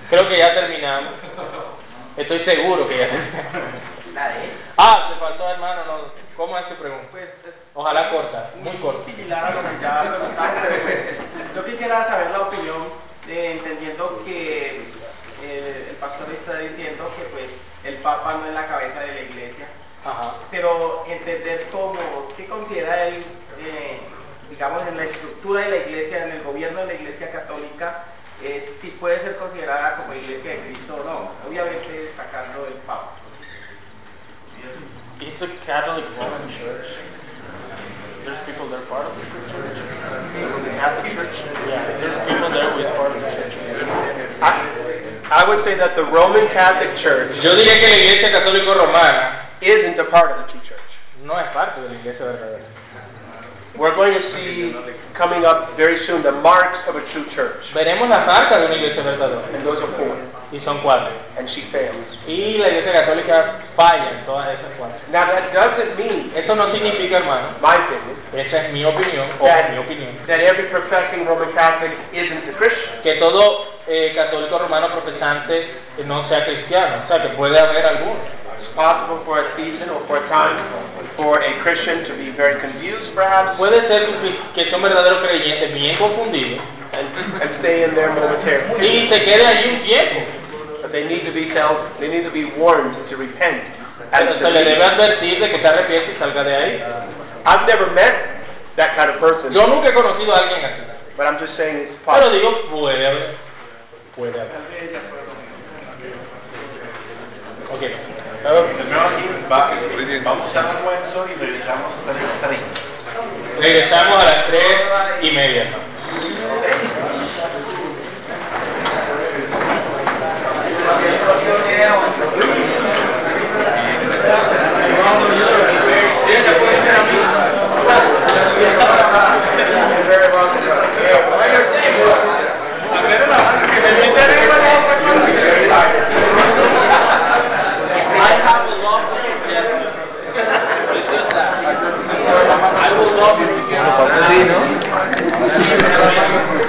Speaker 2: Creo que ya terminamos. Estoy seguro que ya terminamos.
Speaker 5: La E. de él.
Speaker 2: Ah, te faltó hermano, no. ¿Cómo es tu pregunta? Ojalá corta, muy corta.
Speaker 7: Pues, similar a lo que ya comentaste. Yo quisiera saber la opinión, eh, entendiendo que eh, el pastor está diciendo que pues el Papa no es la cabeza de la Iglesia,
Speaker 2: Ajá.
Speaker 7: pero entender cómo, qué considera él, eh, digamos, en la estructura de la Iglesia, en el gobierno de la Iglesia Católica, eh, si puede ser considerada como Iglesia de Cristo o no, obviamente destacando el Papa.
Speaker 2: It's a Catholic Roman church. There's people that are part of the church. Yeah, there's people there with part of the church.
Speaker 1: I, I would say that the Roman Catholic Church
Speaker 2: Yo diría que la iglesia católica romana
Speaker 1: isn't a part of the true church.
Speaker 2: no es parte de la iglesia verdadera.
Speaker 1: We're going to see coming up very soon the marks of a true church.
Speaker 2: Veremos las marcas de una iglesia verdadera.
Speaker 1: And those are four.
Speaker 2: Y son cuatro.
Speaker 1: And she fails.
Speaker 2: Y la iglesia católica falla en todas esas cuatro.
Speaker 1: Now that doesn't mean,
Speaker 2: Eso no significa, hermano,
Speaker 1: my opinion,
Speaker 2: esa es mi opinión, o
Speaker 1: That-
Speaker 2: mi opinión,
Speaker 1: that every professing Roman Catholic isn't a Christian.
Speaker 2: que todo eh, católico romano protestante eh, no sea cristiano. O sea, que puede haber algunos.
Speaker 1: It's possible for a season or for a time for a Christian to be very confused perhaps
Speaker 2: Puede ser que cri- que sea un verdadero creyente bien confundido
Speaker 1: and, and stay in there momentarily.
Speaker 2: y se quede allí un tiempo.
Speaker 1: But they need to be told, they need to be warned to repent.
Speaker 2: Pero
Speaker 1: And to
Speaker 2: se le debe
Speaker 1: leave.
Speaker 2: advertir de que se arrepiente y salga de ahí.
Speaker 1: I've never met that kind of person,
Speaker 2: Yo nunca he conocido a alguien así.
Speaker 1: but I'm just saying it's
Speaker 2: Pero
Speaker 1: possible.
Speaker 2: digo, puede haber. Puede haber. Ok.
Speaker 6: Vamos a
Speaker 2: Regresamos a las tres y media.